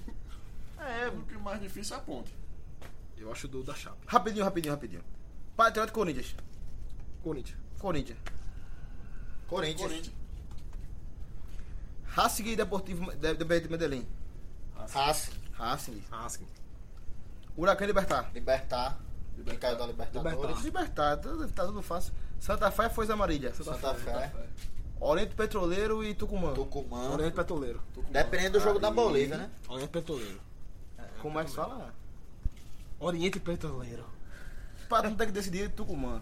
[SPEAKER 2] É,
[SPEAKER 4] O que mais difícil é a ponte.
[SPEAKER 7] Eu acho do da Chapa.
[SPEAKER 3] Rapidinho, rapidinho, rapidinho. Patriota e Corinthians.
[SPEAKER 7] Corinthians.
[SPEAKER 3] Corinthians. É.
[SPEAKER 5] Corinthians.
[SPEAKER 4] Corinthians.
[SPEAKER 3] Racing e Deportivo de, de, de Medellín.
[SPEAKER 5] Racing,
[SPEAKER 3] Racing.
[SPEAKER 7] Asking.
[SPEAKER 3] Huracán e Libertar.
[SPEAKER 5] Libertar, que caiu da Libertadores,
[SPEAKER 3] Libertar, tá, tá tudo fácil. Santa Fé foi Amarilha.
[SPEAKER 5] Santa Fé,
[SPEAKER 3] Oriente Petroleiro e Tucumã.
[SPEAKER 5] Tucumã.
[SPEAKER 7] Oriente Petroleiro.
[SPEAKER 5] Dependendo do jogo da Bolívia, né?
[SPEAKER 7] é Oriente Petroleiro.
[SPEAKER 3] Como é que se fala?
[SPEAKER 7] Oriente Petroleiro.
[SPEAKER 3] para não ter que decidir Tucumã.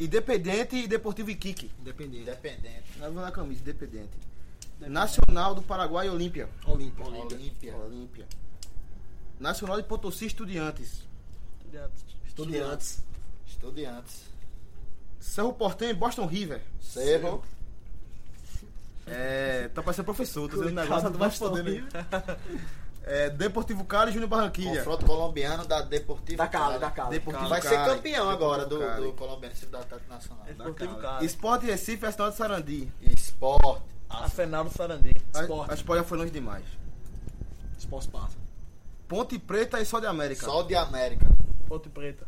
[SPEAKER 3] Independente e Deportivo Iquique.
[SPEAKER 7] Independente.
[SPEAKER 5] Independente.
[SPEAKER 3] Leva na camisa, Independente. Nacional do Paraguai e Olímpia.
[SPEAKER 7] Olímpia.
[SPEAKER 5] Olímpia.
[SPEAKER 3] Olímpia. Nacional de Potosí Estudiantes.
[SPEAKER 5] Estudiantes. Estudiantes.
[SPEAKER 3] Cerro Portenho e Boston River.
[SPEAKER 5] Cerro.
[SPEAKER 3] É, tá parecendo professor, tô dizendo um negócio, tu vai responder, né? É, Deportivo Cali e Júnior Barranquilla.
[SPEAKER 5] Confronto colombiano da Deportivo
[SPEAKER 6] Da Cali, da Cali.
[SPEAKER 3] Deportivo
[SPEAKER 5] Vai ser
[SPEAKER 3] Cali.
[SPEAKER 5] campeão agora do,
[SPEAKER 3] Cali.
[SPEAKER 5] do colombiano, do Atlético Nacional. né?
[SPEAKER 2] é Esportivo Cali.
[SPEAKER 3] Esporte Recife e Arsenal de Sarandi.
[SPEAKER 5] Esporte.
[SPEAKER 2] A final do Sarandi.
[SPEAKER 3] A-
[SPEAKER 6] Sport.
[SPEAKER 3] Acho que já foi longe demais.
[SPEAKER 6] Esporte passa.
[SPEAKER 3] Ponte Preta e Sol de América.
[SPEAKER 5] Sol de América.
[SPEAKER 2] Ponte Preta.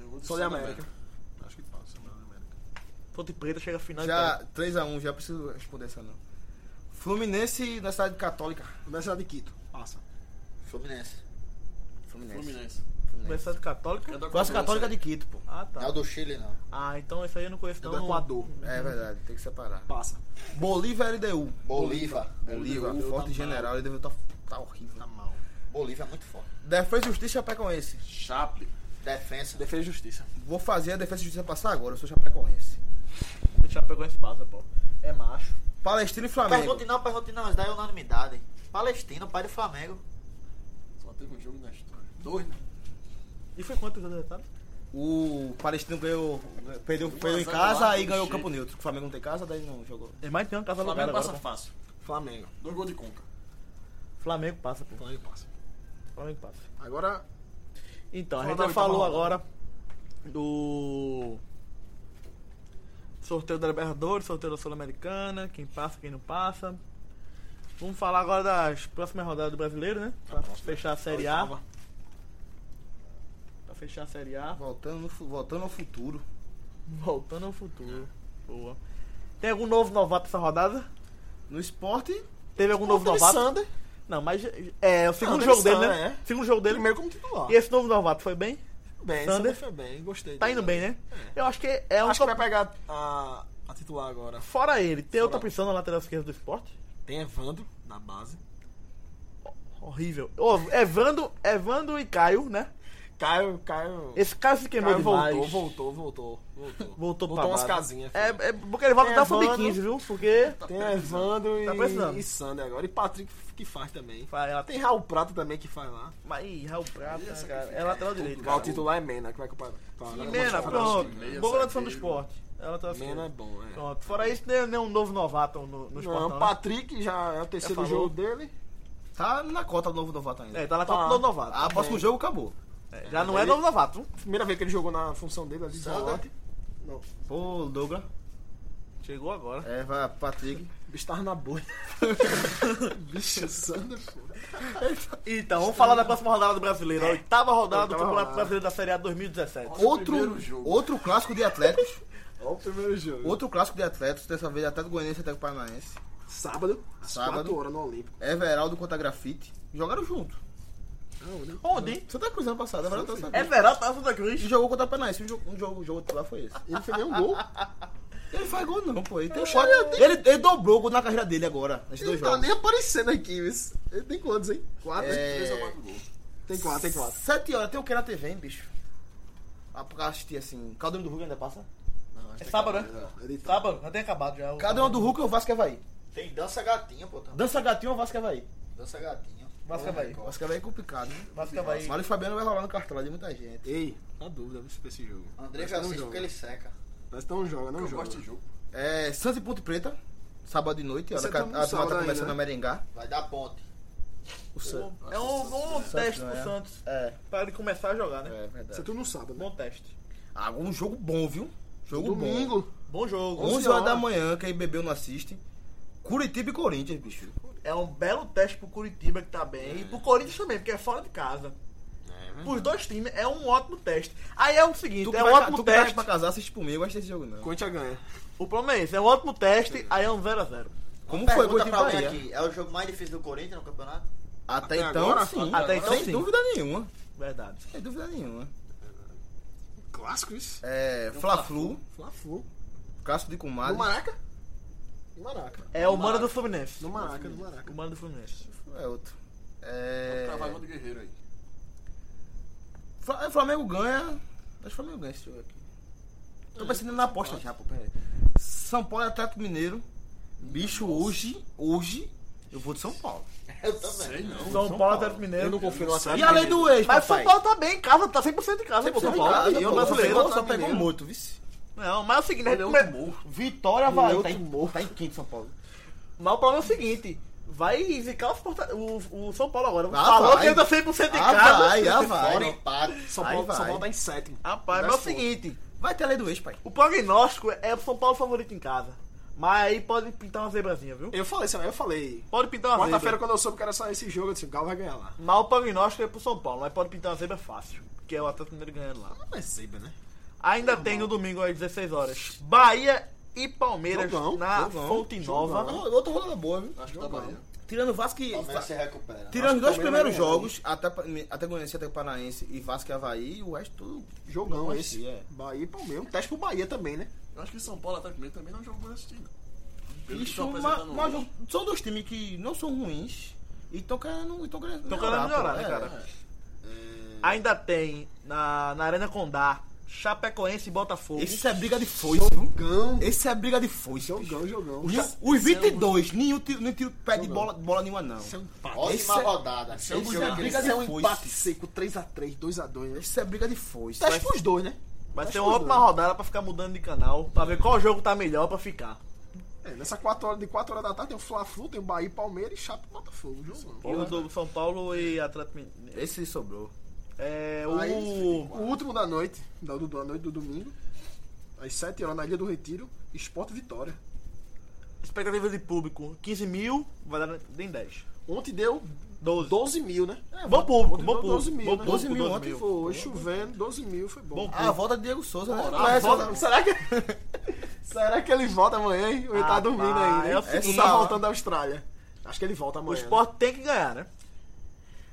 [SPEAKER 4] Eu vou de
[SPEAKER 6] Sou de
[SPEAKER 4] Sul
[SPEAKER 6] América.
[SPEAKER 4] Acho que passa, mano.
[SPEAKER 7] né?
[SPEAKER 4] América.
[SPEAKER 2] Ponte Preta chega à final e
[SPEAKER 3] Já
[SPEAKER 2] perde.
[SPEAKER 3] 3x1, já preciso responder essa não. Fluminense da cidade católica.
[SPEAKER 6] Universidade de Quito. Passa.
[SPEAKER 5] Fluminense.
[SPEAKER 3] Fluminense.
[SPEAKER 4] Fluminense.
[SPEAKER 2] Universidade Católica.
[SPEAKER 4] É da
[SPEAKER 3] Quase
[SPEAKER 4] Conferência.
[SPEAKER 3] católica de Quito, pô.
[SPEAKER 2] Ah,
[SPEAKER 5] Não é
[SPEAKER 2] tá.
[SPEAKER 5] o do Chile, não.
[SPEAKER 2] Ah, então esse aí eu não conheço,
[SPEAKER 6] É
[SPEAKER 2] não.
[SPEAKER 6] do Equador.
[SPEAKER 3] É verdade, tem que separar.
[SPEAKER 6] Passa.
[SPEAKER 3] Bolívia e LDU.
[SPEAKER 5] Bolívar.
[SPEAKER 3] Bolívia, o forte general, ele deve tá, tá horrível.
[SPEAKER 5] Bolívar é muito forte.
[SPEAKER 3] Defesa e Justiça Chapecoense.
[SPEAKER 4] Chape.
[SPEAKER 5] Defensa.
[SPEAKER 6] Defesa e Justiça.
[SPEAKER 3] Vou fazer a Defesa e Justiça passar agora, eu sou Chapecoense.
[SPEAKER 2] Já pegou esse passa, pô. É macho.
[SPEAKER 3] Palestina e
[SPEAKER 5] Pergunte
[SPEAKER 3] Flamengo.
[SPEAKER 5] não, pergunte não. Isso daí é unanimidade. Palestino, pai do Flamengo.
[SPEAKER 4] Só teve um jogo na história. Dois, né?
[SPEAKER 2] E foi quanto o resultado?
[SPEAKER 3] O Palestino ganhou, perdeu, perdeu em
[SPEAKER 4] Mas agora,
[SPEAKER 3] casa e
[SPEAKER 4] do
[SPEAKER 3] ganhou o
[SPEAKER 4] jeito.
[SPEAKER 3] campo neutro. O Flamengo não tem casa, daí não jogou.
[SPEAKER 2] É mais de uma casa
[SPEAKER 4] O Flamengo
[SPEAKER 2] lugar
[SPEAKER 4] passa
[SPEAKER 2] agora, pô.
[SPEAKER 4] fácil.
[SPEAKER 6] Flamengo.
[SPEAKER 4] Dois gols de Conca.
[SPEAKER 2] Flamengo passa, pô.
[SPEAKER 6] Flamengo passa.
[SPEAKER 2] Flamengo passa.
[SPEAKER 6] Agora,
[SPEAKER 2] Então, a
[SPEAKER 6] Fala
[SPEAKER 2] gente
[SPEAKER 6] da
[SPEAKER 2] já
[SPEAKER 6] última
[SPEAKER 2] falou
[SPEAKER 6] rodada.
[SPEAKER 2] agora do sorteio da Libertadores, sorteio da Sul-Americana, quem passa, quem não passa. Vamos falar agora das próximas rodadas do Brasileiro, né?
[SPEAKER 6] Tá
[SPEAKER 2] Pra fechar a Série A.
[SPEAKER 6] então
[SPEAKER 2] Pra fechar a Série A.
[SPEAKER 3] Voltando, no fu- voltando ao futuro.
[SPEAKER 2] Voltando ao futuro. Boa. Tem algum novo novato essa rodada?
[SPEAKER 3] No esporte,
[SPEAKER 2] Teve algum novo
[SPEAKER 6] Teve
[SPEAKER 2] novato?
[SPEAKER 6] Sander.
[SPEAKER 2] Não, mas é o segundo
[SPEAKER 6] teve
[SPEAKER 2] jogo dele,
[SPEAKER 6] Sander, é.
[SPEAKER 2] né? Segundo jogo dele.
[SPEAKER 6] Primeiro como titular.
[SPEAKER 2] E esse novo novato foi bem?
[SPEAKER 6] Bem,
[SPEAKER 2] Sander.
[SPEAKER 6] Sander foi bem. Gostei.
[SPEAKER 2] Tá
[SPEAKER 6] dele.
[SPEAKER 2] indo bem, né? Eu acho que é um
[SPEAKER 6] Acho que vai
[SPEAKER 2] top-
[SPEAKER 6] pegar a, a titular agora.
[SPEAKER 2] Fora ele, tem outra
[SPEAKER 6] Fora.
[SPEAKER 2] opção na lateral esquerda do esporte?
[SPEAKER 6] Tem Evandro na base.
[SPEAKER 2] Horrível. Ô, Evandro, Evandro e Caio, né?
[SPEAKER 6] Caio, Caio.
[SPEAKER 2] Esse Caio se queimou
[SPEAKER 6] Caio
[SPEAKER 2] demais.
[SPEAKER 6] voltou, voltou, voltou, voltou.
[SPEAKER 2] Voltou pra
[SPEAKER 6] Voltou umas
[SPEAKER 2] base.
[SPEAKER 6] casinhas. filho.
[SPEAKER 2] É, é porque ele volta
[SPEAKER 6] Tem
[SPEAKER 2] até o sub-15,
[SPEAKER 6] Evandro.
[SPEAKER 2] viu? Porque...
[SPEAKER 6] Tem Evandro
[SPEAKER 2] Tá precisando.
[SPEAKER 6] e, e Sander agora. E Patrick que faz também.
[SPEAKER 2] Vai, ela tem...
[SPEAKER 6] Tem Raul Prata também que faz lá.
[SPEAKER 2] Mas, ih, Raul Prata, cara. É lateral direito,
[SPEAKER 6] Mas
[SPEAKER 2] cara.
[SPEAKER 6] o
[SPEAKER 7] então.
[SPEAKER 6] titular é Mena, que vai comprar. Tá,
[SPEAKER 2] E
[SPEAKER 6] né?
[SPEAKER 2] Mena,
[SPEAKER 6] Mas-
[SPEAKER 2] pronto.
[SPEAKER 4] Meia,
[SPEAKER 2] Boa condição do
[SPEAKER 4] zagueiro.
[SPEAKER 2] esporte. Ela tá assim.
[SPEAKER 6] Mena é bom, é.
[SPEAKER 2] Pronto. Fora isso, nem, nem um novo novato no, no esporte,
[SPEAKER 6] Não, é um
[SPEAKER 2] não, né?
[SPEAKER 6] Patrick já é o terceiro
[SPEAKER 2] falou.
[SPEAKER 6] jogo dele.
[SPEAKER 3] tá na cota do novo novato ainda.
[SPEAKER 2] É, tá na Copa
[SPEAKER 6] Tá.
[SPEAKER 2] do novo novato.
[SPEAKER 3] ah, próximo jogo acabou.
[SPEAKER 6] Ah,
[SPEAKER 2] É, já não é novo novato.
[SPEAKER 6] Primeira vez que ele jogou na função dele ali de
[SPEAKER 5] Sander.
[SPEAKER 6] volante.
[SPEAKER 3] Pô, Douglas.
[SPEAKER 2] Chegou agora.
[SPEAKER 3] É, vai, Patrick.
[SPEAKER 6] O bicho tava na bolha. bicho, Sander, pô.
[SPEAKER 2] Então, vamos falar da próxima rodada do Brasileiro.
[SPEAKER 3] É.
[SPEAKER 2] A oitava rodada do
[SPEAKER 6] Oitava
[SPEAKER 2] Campeonato
[SPEAKER 6] rodada.
[SPEAKER 2] Brasileiro da Série A 2017.
[SPEAKER 4] Olha o
[SPEAKER 3] Outro,
[SPEAKER 4] primeiro jogo.
[SPEAKER 3] outro clássico de atletas.
[SPEAKER 6] Olha o primeiro jogo.
[SPEAKER 3] outro clássico de atletas. Dessa vez Atlético Goianiense e Atlético Paranaense.
[SPEAKER 6] Sábado, às
[SPEAKER 3] Sábado.
[SPEAKER 6] 4 horas no Olímpico.
[SPEAKER 3] Everaldo contra Grafite. Jogaram junto.
[SPEAKER 2] Onde, hein?
[SPEAKER 3] Você tá cruzando passado, Everaldo tá
[SPEAKER 2] É
[SPEAKER 3] sabendo.
[SPEAKER 2] verão, tá Santa Cruz.
[SPEAKER 3] E jogou contra o Paranaense. Um jogo, um jogo, um jogo lá foi esse.
[SPEAKER 6] Ele não fez nenhum gol.
[SPEAKER 3] Ele faz gol não, pô. Ele, tem quatro- ele, ele dobrou o gol na carreira dele agora, nesses
[SPEAKER 6] Ele
[SPEAKER 3] dois
[SPEAKER 6] tá
[SPEAKER 3] jogos.
[SPEAKER 6] nem aparecendo aqui, isso. Ele tem quantos, hein? Quatro?
[SPEAKER 3] É.
[SPEAKER 4] Três ou quatro gols.
[SPEAKER 6] Tem quatro, tem quatro.
[SPEAKER 3] Sete horas, tem o que na TV, hein, bicho? Ah, pra assistir assim. Caldeirão do Hulk ainda passa?
[SPEAKER 2] É sábado, né?
[SPEAKER 6] Ele tá.
[SPEAKER 2] Sábado, já tem acabado já. o-
[SPEAKER 3] Caldeirão do Hulk é o Vasco e Havaí.
[SPEAKER 5] Tem dança gatinha, pô. Tá?
[SPEAKER 3] Dança gatinho é o Vasco e Havaí.
[SPEAKER 5] Dança gatinha.
[SPEAKER 2] Vasco e Havaí.
[SPEAKER 3] Vasco e Havaí é complicado, né?
[SPEAKER 2] Vasco e Havaí.
[SPEAKER 3] Mário Fabiano vai rolar no cartola de muita gente.
[SPEAKER 6] Ei, tá na dúvida, viu, pra esse jogo.
[SPEAKER 5] André
[SPEAKER 6] Mas
[SPEAKER 5] já
[SPEAKER 6] não
[SPEAKER 5] assiste
[SPEAKER 6] joga.
[SPEAKER 5] porque ele seca.
[SPEAKER 6] Mas não joga, não
[SPEAKER 4] Eu
[SPEAKER 6] joga.
[SPEAKER 4] gosto de jogo.
[SPEAKER 3] É, Santos e Ponte Preta, sábado de noite, a hora
[SPEAKER 6] Você
[SPEAKER 3] que a,
[SPEAKER 6] tá
[SPEAKER 3] a
[SPEAKER 6] no
[SPEAKER 3] turma
[SPEAKER 6] sábado
[SPEAKER 3] tá
[SPEAKER 6] ainda,
[SPEAKER 3] começando
[SPEAKER 6] né?
[SPEAKER 3] a merengar.
[SPEAKER 5] Vai dar ponte.
[SPEAKER 3] O Santos.
[SPEAKER 2] É um bom teste pro
[SPEAKER 3] ganha.
[SPEAKER 2] Santos.
[SPEAKER 3] É,
[SPEAKER 2] Pra ele começar a jogar, né?
[SPEAKER 3] é
[SPEAKER 6] Você
[SPEAKER 3] verdade.
[SPEAKER 6] tudo no sábado, né?
[SPEAKER 2] Bom teste.
[SPEAKER 3] Ah, um jogo bom, viu? Jogo bom.
[SPEAKER 6] Domingo.
[SPEAKER 2] Bom jogo.
[SPEAKER 3] 11
[SPEAKER 6] horas.
[SPEAKER 3] horas da manhã, quem bebeu não assiste. Curitiba e Corinthians, bicho.
[SPEAKER 2] É um belo teste pro Curitiba que tá bem. E pro Corinthians também, porque é fora de casa. Pros dois times é um ótimo teste. Aí é o seguinte,
[SPEAKER 3] Tu que
[SPEAKER 2] é um
[SPEAKER 3] vai ca-
[SPEAKER 2] ótimo
[SPEAKER 3] tu que vai
[SPEAKER 2] teste.
[SPEAKER 3] pra casar, assiste comigo, eu gosto desse jogo não.
[SPEAKER 6] Corinthians ganha.
[SPEAKER 2] O problema é esse, é um ótimo teste, aí é um 0x0.
[SPEAKER 3] Como
[SPEAKER 5] Pergunta
[SPEAKER 3] foi Corinthians
[SPEAKER 5] pra
[SPEAKER 3] e
[SPEAKER 5] alguém
[SPEAKER 3] Bahia?
[SPEAKER 5] aqui. É o jogo mais difícil do Corinthians no campeonato?
[SPEAKER 3] Até,
[SPEAKER 6] Até
[SPEAKER 3] então,
[SPEAKER 6] agora?
[SPEAKER 3] sim.
[SPEAKER 2] Até então,
[SPEAKER 3] Sem
[SPEAKER 2] sim.
[SPEAKER 3] dúvida nenhuma.
[SPEAKER 2] Verdade.
[SPEAKER 3] Sem dúvida nenhuma.
[SPEAKER 6] Clássico isso.
[SPEAKER 3] É, Fla-Flu,
[SPEAKER 6] Fla-Flu.
[SPEAKER 3] Clássico de
[SPEAKER 6] No
[SPEAKER 3] Comadre.
[SPEAKER 6] Maraca? No Maraca.
[SPEAKER 2] É o mano do Fluminense.
[SPEAKER 6] No Maraca, no Maraca.
[SPEAKER 2] O mano do Fluminense.
[SPEAKER 3] É outro.
[SPEAKER 4] É...
[SPEAKER 3] É,
[SPEAKER 4] Trabalhando guerreiro aí.
[SPEAKER 3] Fla- O Flamengo ganha. Acho que o Flamengo ganha esse jogo aqui. Tô pensando na aposta já, pô. Pera aí. São Paulo e Atlético Mineiro. Bicho, hoje, hoje, eu vou de São Paulo.
[SPEAKER 9] Eu também.
[SPEAKER 6] Sei não.
[SPEAKER 2] São Paulo, tá Atlético Mineiro.
[SPEAKER 6] confio no
[SPEAKER 3] E a lei do ex,
[SPEAKER 2] Mas São
[SPEAKER 3] papai?
[SPEAKER 2] Paulo tá bem em casa, tá 100% de casa, pô. São Paulo.
[SPEAKER 3] E
[SPEAKER 2] eu
[SPEAKER 3] o brasileiro
[SPEAKER 2] brasileiro. tá
[SPEAKER 3] só pegou morto, vice.
[SPEAKER 2] Não, mas é o seguinte,
[SPEAKER 6] Ele é
[SPEAKER 2] come-
[SPEAKER 6] outro morro.
[SPEAKER 2] Vitória vai. Tá
[SPEAKER 3] outro
[SPEAKER 2] em, tá em quinto São Paulo. Mas o problema é o seguinte. Vai zicar os porta- o, o São Paulo agora.
[SPEAKER 3] Ah,
[SPEAKER 2] Falou
[SPEAKER 3] vai.
[SPEAKER 2] que ainda 100% de
[SPEAKER 3] Ah,
[SPEAKER 2] casa.
[SPEAKER 3] vai, ah,
[SPEAKER 9] Fora
[SPEAKER 3] vai.
[SPEAKER 9] empate.
[SPEAKER 7] São
[SPEAKER 3] Aí
[SPEAKER 7] Paulo, São
[SPEAKER 3] vai.
[SPEAKER 7] Paulo tá em sétimo.
[SPEAKER 2] Rapaz, mas é o seguinte.
[SPEAKER 3] Vai ter a lei do ex, pai.
[SPEAKER 2] O prognóstico é o São Paulo favorito em casa. Mas aí pode pintar uma zebrazinha, viu?
[SPEAKER 7] Eu falei, eu falei.
[SPEAKER 2] Pode pintar uma
[SPEAKER 7] Quarta-feira,
[SPEAKER 2] zebra.
[SPEAKER 7] quando eu soube que era sair esse jogo, eu disse, o Gal vai ganhar lá.
[SPEAKER 2] Mas o prognóstico é pro São Paulo. Mas pode pintar uma zebra fácil. Que é o Atlético Mineiro ganhando lá.
[SPEAKER 7] Não é zebra, né?
[SPEAKER 2] Ainda tem no domingo às 16 horas. Bahia e Palmeiras
[SPEAKER 7] Jogão,
[SPEAKER 2] na
[SPEAKER 7] jogão,
[SPEAKER 2] Fonte Nova.
[SPEAKER 3] Outra rodada boa, viu?
[SPEAKER 6] Acho que tá Bahia.
[SPEAKER 3] Tirando o Vasco e.
[SPEAKER 9] Palmeiras
[SPEAKER 7] é-
[SPEAKER 9] se recupera.
[SPEAKER 3] Tirando os dois
[SPEAKER 7] Palmeiras
[SPEAKER 3] primeiros
[SPEAKER 7] vai ganhar,
[SPEAKER 3] jogos, até, até Goiânia, até Paranaense e Vasco e Havaí, e o resto tudo.
[SPEAKER 7] Jogão
[SPEAKER 3] Bahia,
[SPEAKER 7] esse.
[SPEAKER 3] é.
[SPEAKER 7] Bahia e Palmeiras. Um teste pro Bahia também, né?
[SPEAKER 6] Eu acho que São Paulo Atlético Mineiro também não é um jogo bom assistir, não. Pelo
[SPEAKER 3] Bicho,
[SPEAKER 6] que estão
[SPEAKER 3] mas,
[SPEAKER 6] apresentando
[SPEAKER 3] mas
[SPEAKER 6] hoje.
[SPEAKER 3] são dois times que não são ruins e estão querendo. Estão querendo
[SPEAKER 2] Tô querendo melhorar, né,
[SPEAKER 3] pô. É.
[SPEAKER 2] cara? Ainda tem na, na Arena Condá, Chapecoense e Botafogo.
[SPEAKER 3] Esse é briga de foice.
[SPEAKER 7] Jogão.
[SPEAKER 3] Esse é briga de foice. bicho.
[SPEAKER 7] Jogão, jogão.
[SPEAKER 3] Os, os
[SPEAKER 7] um-
[SPEAKER 3] 22, nenhum tiro, nenhum tiro pé de bola, bola nenhuma, não.
[SPEAKER 7] Isso é um empate.
[SPEAKER 9] Ótima
[SPEAKER 3] Esse é-
[SPEAKER 9] rodada.
[SPEAKER 3] é um
[SPEAKER 9] Esse
[SPEAKER 3] jogo
[SPEAKER 9] jogo
[SPEAKER 3] que
[SPEAKER 9] aqui.
[SPEAKER 3] ele
[SPEAKER 7] Briga de
[SPEAKER 3] é um
[SPEAKER 7] foice.
[SPEAKER 3] empate
[SPEAKER 7] empate seco, 3x3, 2x2, né?
[SPEAKER 3] Isso é briga de foice.
[SPEAKER 7] Teste pros dois, né?
[SPEAKER 2] Vai
[SPEAKER 7] Acho
[SPEAKER 2] ser
[SPEAKER 7] que
[SPEAKER 2] uma
[SPEAKER 7] os
[SPEAKER 2] ótima
[SPEAKER 7] dois.
[SPEAKER 2] rodada pra ficar mudando de canal, pra ver qual jogo tá melhor pra ficar.
[SPEAKER 7] É, nessa 4 horas, de 4 horas da tarde tem o Fla-Flu, tem o Bahia, Palmeiras e Chape e Botafogo. Jogão.
[SPEAKER 2] E o do São Paulo e Atlético Mineiro.
[SPEAKER 3] Esse sobrou.
[SPEAKER 2] É,
[SPEAKER 7] Aí,
[SPEAKER 2] o...
[SPEAKER 7] O último da noite, da, do- da noite do domingo, às 7 horas na Ilha do Retiro, Esporte Vitória.
[SPEAKER 2] Expectativa de público, 15 mil, vai dar nem 10.
[SPEAKER 7] Ontem deu
[SPEAKER 2] 12.
[SPEAKER 7] 12 mil, né?
[SPEAKER 2] bom público,
[SPEAKER 7] Ontem
[SPEAKER 2] bom
[SPEAKER 7] deu
[SPEAKER 2] público.
[SPEAKER 7] 12 mil,
[SPEAKER 2] bom
[SPEAKER 7] né?
[SPEAKER 2] público, 12 mil,
[SPEAKER 7] ontem foi. Hoje chovendo, 12 mil foi bom.
[SPEAKER 2] Bom
[SPEAKER 3] Ah, a volta de Diego Souza, né?
[SPEAKER 7] Ah,
[SPEAKER 3] Mas-
[SPEAKER 7] volta- será que... será que ele volta amanhã, hein? Ou ele tá
[SPEAKER 2] Rapaz,
[SPEAKER 7] dormindo ainda, hein?
[SPEAKER 2] é o seguinte,
[SPEAKER 7] Ou tá
[SPEAKER 2] ó.
[SPEAKER 7] voltando da Austrália. Acho que ele volta
[SPEAKER 2] O
[SPEAKER 7] amanhã.
[SPEAKER 2] Sport tem que ganhar, né?
[SPEAKER 7] né?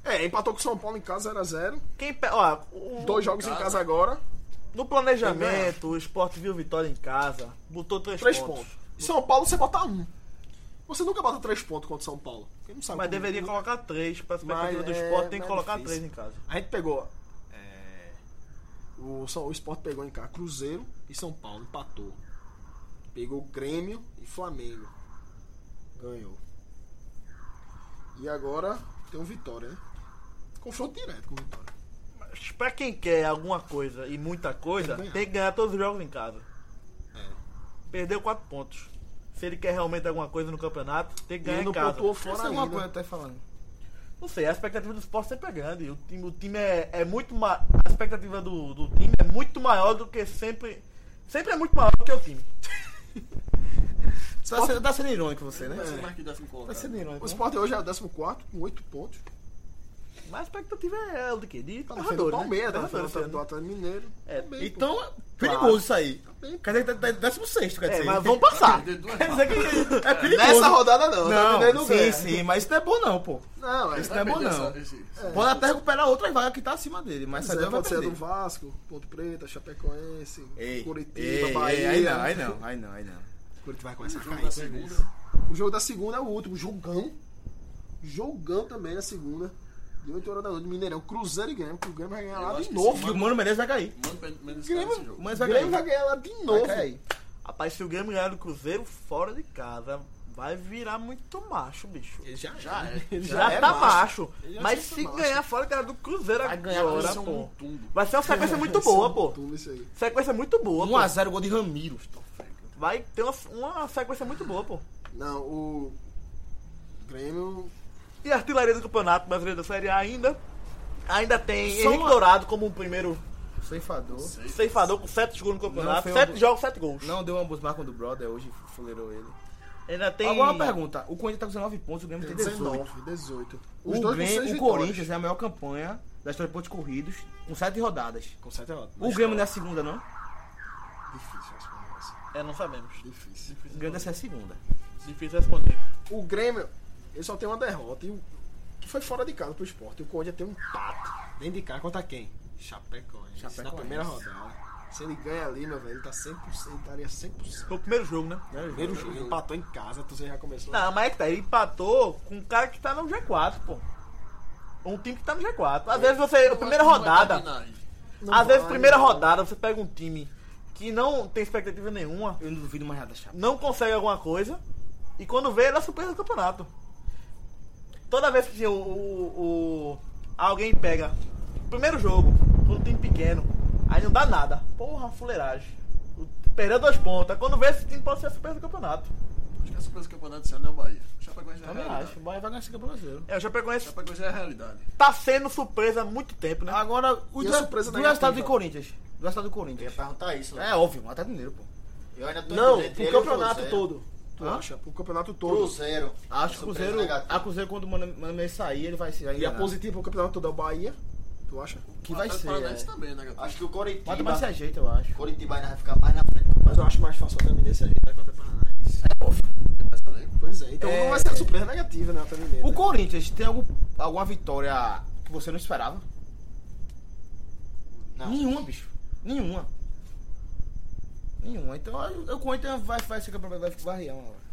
[SPEAKER 7] É, empatou com o São Paulo em casa 0x0.
[SPEAKER 2] Quem pe... Ó, o-
[SPEAKER 7] Dois jogos em casa agora,
[SPEAKER 2] no planejamento, o Sport viu vitória em casa, botou 3
[SPEAKER 7] 3
[SPEAKER 2] pontos.
[SPEAKER 7] pontos. E São Paulo você bota um. Você nunca bota 3 pontos contra o São Paulo. Porque não sabe
[SPEAKER 2] Mas
[SPEAKER 7] como- é
[SPEAKER 2] deveria colocar 3, pra expectativa
[SPEAKER 7] Tá Mas
[SPEAKER 2] do
[SPEAKER 7] é-
[SPEAKER 2] Sport tem que
[SPEAKER 7] mas é
[SPEAKER 2] colocar
[SPEAKER 7] difícil.
[SPEAKER 2] 3 em casa.
[SPEAKER 7] A gente pegou. é, o, São- o Sport pegou em cá Cruzeiro e São Paulo, empatou. Pegou Grêmio e Flamengo. Ganhou. E agora tem o Vitória, né? Confronto direto com o Vitória.
[SPEAKER 2] Mas Pra quem quer alguma coisa e muita coisa,
[SPEAKER 7] Tem que ganhar.
[SPEAKER 2] tem que ganhar todos os jogos em casa.
[SPEAKER 7] É.
[SPEAKER 2] Perdeu 4 pontos. Se ele quer realmente alguma coisa no campeonato, tem que
[SPEAKER 7] E
[SPEAKER 2] ganhar
[SPEAKER 7] não
[SPEAKER 2] em casa.
[SPEAKER 7] pontuou
[SPEAKER 3] Essa
[SPEAKER 7] fora
[SPEAKER 3] é uma
[SPEAKER 7] ainda.
[SPEAKER 3] coisa até falando.
[SPEAKER 2] Não sei, a expectativa do esporte sempre é grande. O time, o time é, é muito ma... A expectativa do, do time é muito maior do que sempre. Sempre é muito maior do que o time.
[SPEAKER 3] Tá sendo, tá sendo irônico você,
[SPEAKER 7] É.
[SPEAKER 3] né?
[SPEAKER 6] Vai ser mais que o décimo
[SPEAKER 3] Tá
[SPEAKER 6] colocado.
[SPEAKER 3] sendo irônico.
[SPEAKER 7] O
[SPEAKER 3] né?
[SPEAKER 7] Sport hoje é o 14 com 8 pontos.
[SPEAKER 2] Mas a expectativa é o de quê? De
[SPEAKER 7] Tá na frente do
[SPEAKER 2] torcedores, né?
[SPEAKER 7] Palmeiras, tá na
[SPEAKER 2] Torcedores,
[SPEAKER 7] frente do
[SPEAKER 2] né?
[SPEAKER 7] Atlético Mineiro.
[SPEAKER 2] É,
[SPEAKER 7] Tá bem,
[SPEAKER 3] Então,
[SPEAKER 2] Claro.
[SPEAKER 3] perigoso isso aí.
[SPEAKER 7] bem.
[SPEAKER 3] Quer dizer que tá- tá 16, quer
[SPEAKER 2] É,
[SPEAKER 3] dizer.
[SPEAKER 2] mas vamos passar.
[SPEAKER 6] Perder duas
[SPEAKER 2] Quer dizer que.
[SPEAKER 3] É perigoso.
[SPEAKER 7] Nessa rodada não, tá
[SPEAKER 3] Não,
[SPEAKER 7] vendendo
[SPEAKER 3] sim,
[SPEAKER 7] bem.
[SPEAKER 3] sim, mas isso não é bom não, pô.
[SPEAKER 7] Não, é.
[SPEAKER 3] Isso não é bom não. Pode até recuperar outras vagas que tá acima dele, mas essa
[SPEAKER 7] Zé
[SPEAKER 3] daí vai
[SPEAKER 7] é, pode ser a
[SPEAKER 3] perder.
[SPEAKER 7] do Vasco, Ponto Preta, Chapecoense,
[SPEAKER 3] Ei,
[SPEAKER 7] Curitiba,
[SPEAKER 3] ei,
[SPEAKER 7] Bahia.
[SPEAKER 3] ei, aí não, aí não, aí não, aí não.
[SPEAKER 7] Curitiba vai começar a
[SPEAKER 6] Jogo
[SPEAKER 7] cair.
[SPEAKER 6] da
[SPEAKER 7] esse
[SPEAKER 6] segunda.
[SPEAKER 7] mês. O jogo da segunda é o último, jogão. Jogão também na segunda. De 8 horas da noite, Mineirão, Cruzeiro e Grêmio, porque o Grêmio vai ganhar lá
[SPEAKER 6] Eu acho
[SPEAKER 7] de
[SPEAKER 6] que
[SPEAKER 7] novo.
[SPEAKER 3] E o Mano Menezes vai cair.
[SPEAKER 6] Mano, perde menos cara nesse
[SPEAKER 7] Grêmio,
[SPEAKER 6] jogo.
[SPEAKER 3] Mas
[SPEAKER 7] o
[SPEAKER 3] vai
[SPEAKER 7] Grêmio vai
[SPEAKER 3] cair.
[SPEAKER 7] ganhar lá de
[SPEAKER 3] Vai
[SPEAKER 7] novo.
[SPEAKER 3] cair.
[SPEAKER 2] Rapaz, se o Grêmio ganhar do Cruzeiro fora de casa, vai virar muito macho, bicho.
[SPEAKER 7] Ele já,
[SPEAKER 6] Já é.
[SPEAKER 2] Já,
[SPEAKER 7] é
[SPEAKER 2] tá
[SPEAKER 7] macho.
[SPEAKER 2] macho.
[SPEAKER 7] Ele já
[SPEAKER 2] Mas
[SPEAKER 7] sempre
[SPEAKER 2] se
[SPEAKER 7] macho.
[SPEAKER 2] ganhar fora de casa do Cruzeiro
[SPEAKER 3] Vai ganhar,
[SPEAKER 2] agora,
[SPEAKER 6] Vai ser um
[SPEAKER 2] pô.
[SPEAKER 6] tumbo.
[SPEAKER 2] Vai ser uma sequência muito boa, pô.
[SPEAKER 7] Tudo é isso aí.
[SPEAKER 2] Sequência muito boa, pô.
[SPEAKER 3] 1x0 gol de Ramiro.
[SPEAKER 2] Vai ter uma, uma sequência muito boa, pô.
[SPEAKER 7] Não, o Grêmio
[SPEAKER 2] E a artilharia do Campeonato Brasileiro da Série A ainda. Ainda tem
[SPEAKER 3] Só
[SPEAKER 2] Henrique
[SPEAKER 3] uma-
[SPEAKER 2] Dourado como o primeiro
[SPEAKER 3] Ceifador.
[SPEAKER 2] ceifador com sete gols no campeonato.
[SPEAKER 3] foi
[SPEAKER 2] Sete
[SPEAKER 3] o-
[SPEAKER 2] jogos, sete gols.
[SPEAKER 3] Não deu ambos marcas do brother hoje, fuleirou ele.
[SPEAKER 2] Ainda tem.
[SPEAKER 3] Agora uma pergunta, o Corinthians tá com 19 pontos, o Grêmio
[SPEAKER 7] tem
[SPEAKER 3] tem 18.
[SPEAKER 7] 19, 18. Os
[SPEAKER 3] O,
[SPEAKER 7] dois com
[SPEAKER 3] Grêmio-
[SPEAKER 7] seis
[SPEAKER 3] o
[SPEAKER 7] vitórias.
[SPEAKER 3] Corinthians é a maior campanha da história de pontos corridos, com 7 rodadas.
[SPEAKER 7] Com 7 é ótimo.
[SPEAKER 3] O Grêmio não é a segunda, não?
[SPEAKER 7] Difícil responder essa. assim.
[SPEAKER 2] É, não sabemos.
[SPEAKER 7] Difícil.
[SPEAKER 3] O Grêmio deve ser a segunda.
[SPEAKER 2] Difícil responder.
[SPEAKER 7] O Grêmio, ele só tem uma derrota. E o, que foi fora de casa pro esporte. E o Corinthians tem um empate. Dentro de casa contra quem? Chapecoense. Na
[SPEAKER 3] Chapecoense.
[SPEAKER 7] primeira rodada. Se ele ganha ali, meu velho, ele tá 100%, estaria 100%.
[SPEAKER 2] Foi o primeiro jogo, né?
[SPEAKER 7] Primeiro jogo, ele empatou em casa, tu já começou.
[SPEAKER 2] Não, mas é que tá, ele empatou com um cara que tá no G4, pô. Um time que tá no G4. Às vezes você. A primeira
[SPEAKER 6] Eu acho que não vai
[SPEAKER 2] rodada.
[SPEAKER 4] é
[SPEAKER 6] terminar aí.
[SPEAKER 2] Às vezes, primeira rodada, você pega um time que não tem expectativa nenhuma,
[SPEAKER 3] Eu não duvido mais nada da Chape.
[SPEAKER 2] não consegue alguma coisa, e quando vê, ele é surpresa do campeonato. Toda vez que o, o- o- alguém pega primeiro jogo, quando time pequeno, aí não dá nada. Porra, fuleiragem. O- Perdeu dois pontos. Aí Quando vê, esse time pode ser a surpresa do campeonato.
[SPEAKER 4] Acho que a surpresa do campeonato desse ano é o Bahia. O Chapecoense é a
[SPEAKER 3] Também
[SPEAKER 4] realidade.
[SPEAKER 3] acho. O Bahia vai ganhar esse campeonato brasileiro.
[SPEAKER 2] É, o Chapecoense
[SPEAKER 4] Chapecoense é a realidade.
[SPEAKER 2] tá sendo surpresa há muito tempo, né?
[SPEAKER 3] Agora, o
[SPEAKER 6] E a
[SPEAKER 3] do,
[SPEAKER 6] surpresa
[SPEAKER 3] do
[SPEAKER 6] negativa?
[SPEAKER 3] resultado do Corinthians. Do resultado do
[SPEAKER 5] Eu ia
[SPEAKER 3] Corinthians.
[SPEAKER 5] perguntar isso. né?
[SPEAKER 3] É óbvio, até dinheiro, pô.
[SPEAKER 5] Eu ainda tô
[SPEAKER 3] Não,
[SPEAKER 5] entre
[SPEAKER 3] pro
[SPEAKER 5] ele e é.
[SPEAKER 3] campeonato
[SPEAKER 5] Cruzeiro.
[SPEAKER 3] todo.
[SPEAKER 6] Tu acha? Pro campeonato todo.
[SPEAKER 5] Cruzeiro.
[SPEAKER 3] Acho que o
[SPEAKER 5] Surpresa
[SPEAKER 3] Cruzeiro,
[SPEAKER 5] negativa.
[SPEAKER 3] a Cruzeiro quando o Mano Mano Menezes sair, ele vai se vai
[SPEAKER 6] E a
[SPEAKER 3] enganar.
[SPEAKER 6] positiva pro campeonato todo é o Bahia. Tu acha?
[SPEAKER 3] Que vai
[SPEAKER 4] O Atlético
[SPEAKER 3] ser,
[SPEAKER 4] Paranaense
[SPEAKER 3] é.
[SPEAKER 4] também, né, gato?
[SPEAKER 5] Acho que o Coritiba.
[SPEAKER 3] Mas também se ajeita, eu acho.
[SPEAKER 5] Coritiba ainda vai ficar mais na frente do
[SPEAKER 6] Mas eu acho mais
[SPEAKER 7] é
[SPEAKER 6] fácil o Atlético
[SPEAKER 7] né,
[SPEAKER 6] ajeitar que o Atlético Paranaense. Pois é, então
[SPEAKER 3] É.
[SPEAKER 6] não vai ser a surpresa negativa, né, Atlético Mineiro?
[SPEAKER 3] O
[SPEAKER 6] né?
[SPEAKER 3] Corinthians tem algum, alguma vitória que você não esperava?
[SPEAKER 5] Não.
[SPEAKER 3] Nenhuma, bicho. Nenhuma. Nenhuma. Então eu- eu- o Corinthians vai, vai ser campeão vai né? ficar barrião agora.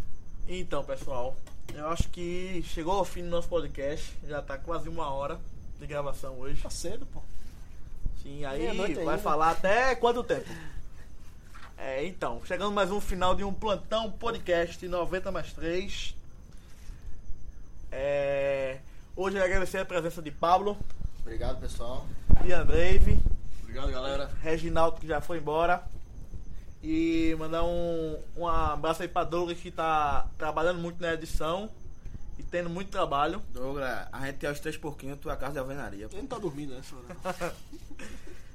[SPEAKER 2] Então, pessoal, eu acho que chegou ao fim do nosso podcast. Já tá quase uma hora de gravação hoje.
[SPEAKER 6] Tá cedo, pô.
[SPEAKER 2] Sim, aí
[SPEAKER 6] Meia-noite
[SPEAKER 2] vai
[SPEAKER 6] ainda.
[SPEAKER 2] falar até quanto tempo? É, então, chegando mais um final de um plantão podcast 90 mais 3. É, hoje eu agradecer a presença de Pablo,
[SPEAKER 5] Obrigado, pessoal.
[SPEAKER 2] de Andreive,
[SPEAKER 4] Obrigado, Tá galera.
[SPEAKER 2] Reginaldo que já foi embora. E mandar um, um abraço aí pra Douglas que tá trabalhando muito na edição e tendo muito trabalho.
[SPEAKER 3] Douglas, a gente tem os três porquinhos, tua casa de alvenaria.
[SPEAKER 6] Ele não tá dormindo, né? senhor?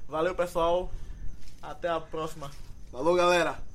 [SPEAKER 2] Valeu, pessoal. Até a próxima.
[SPEAKER 6] Falou, galera.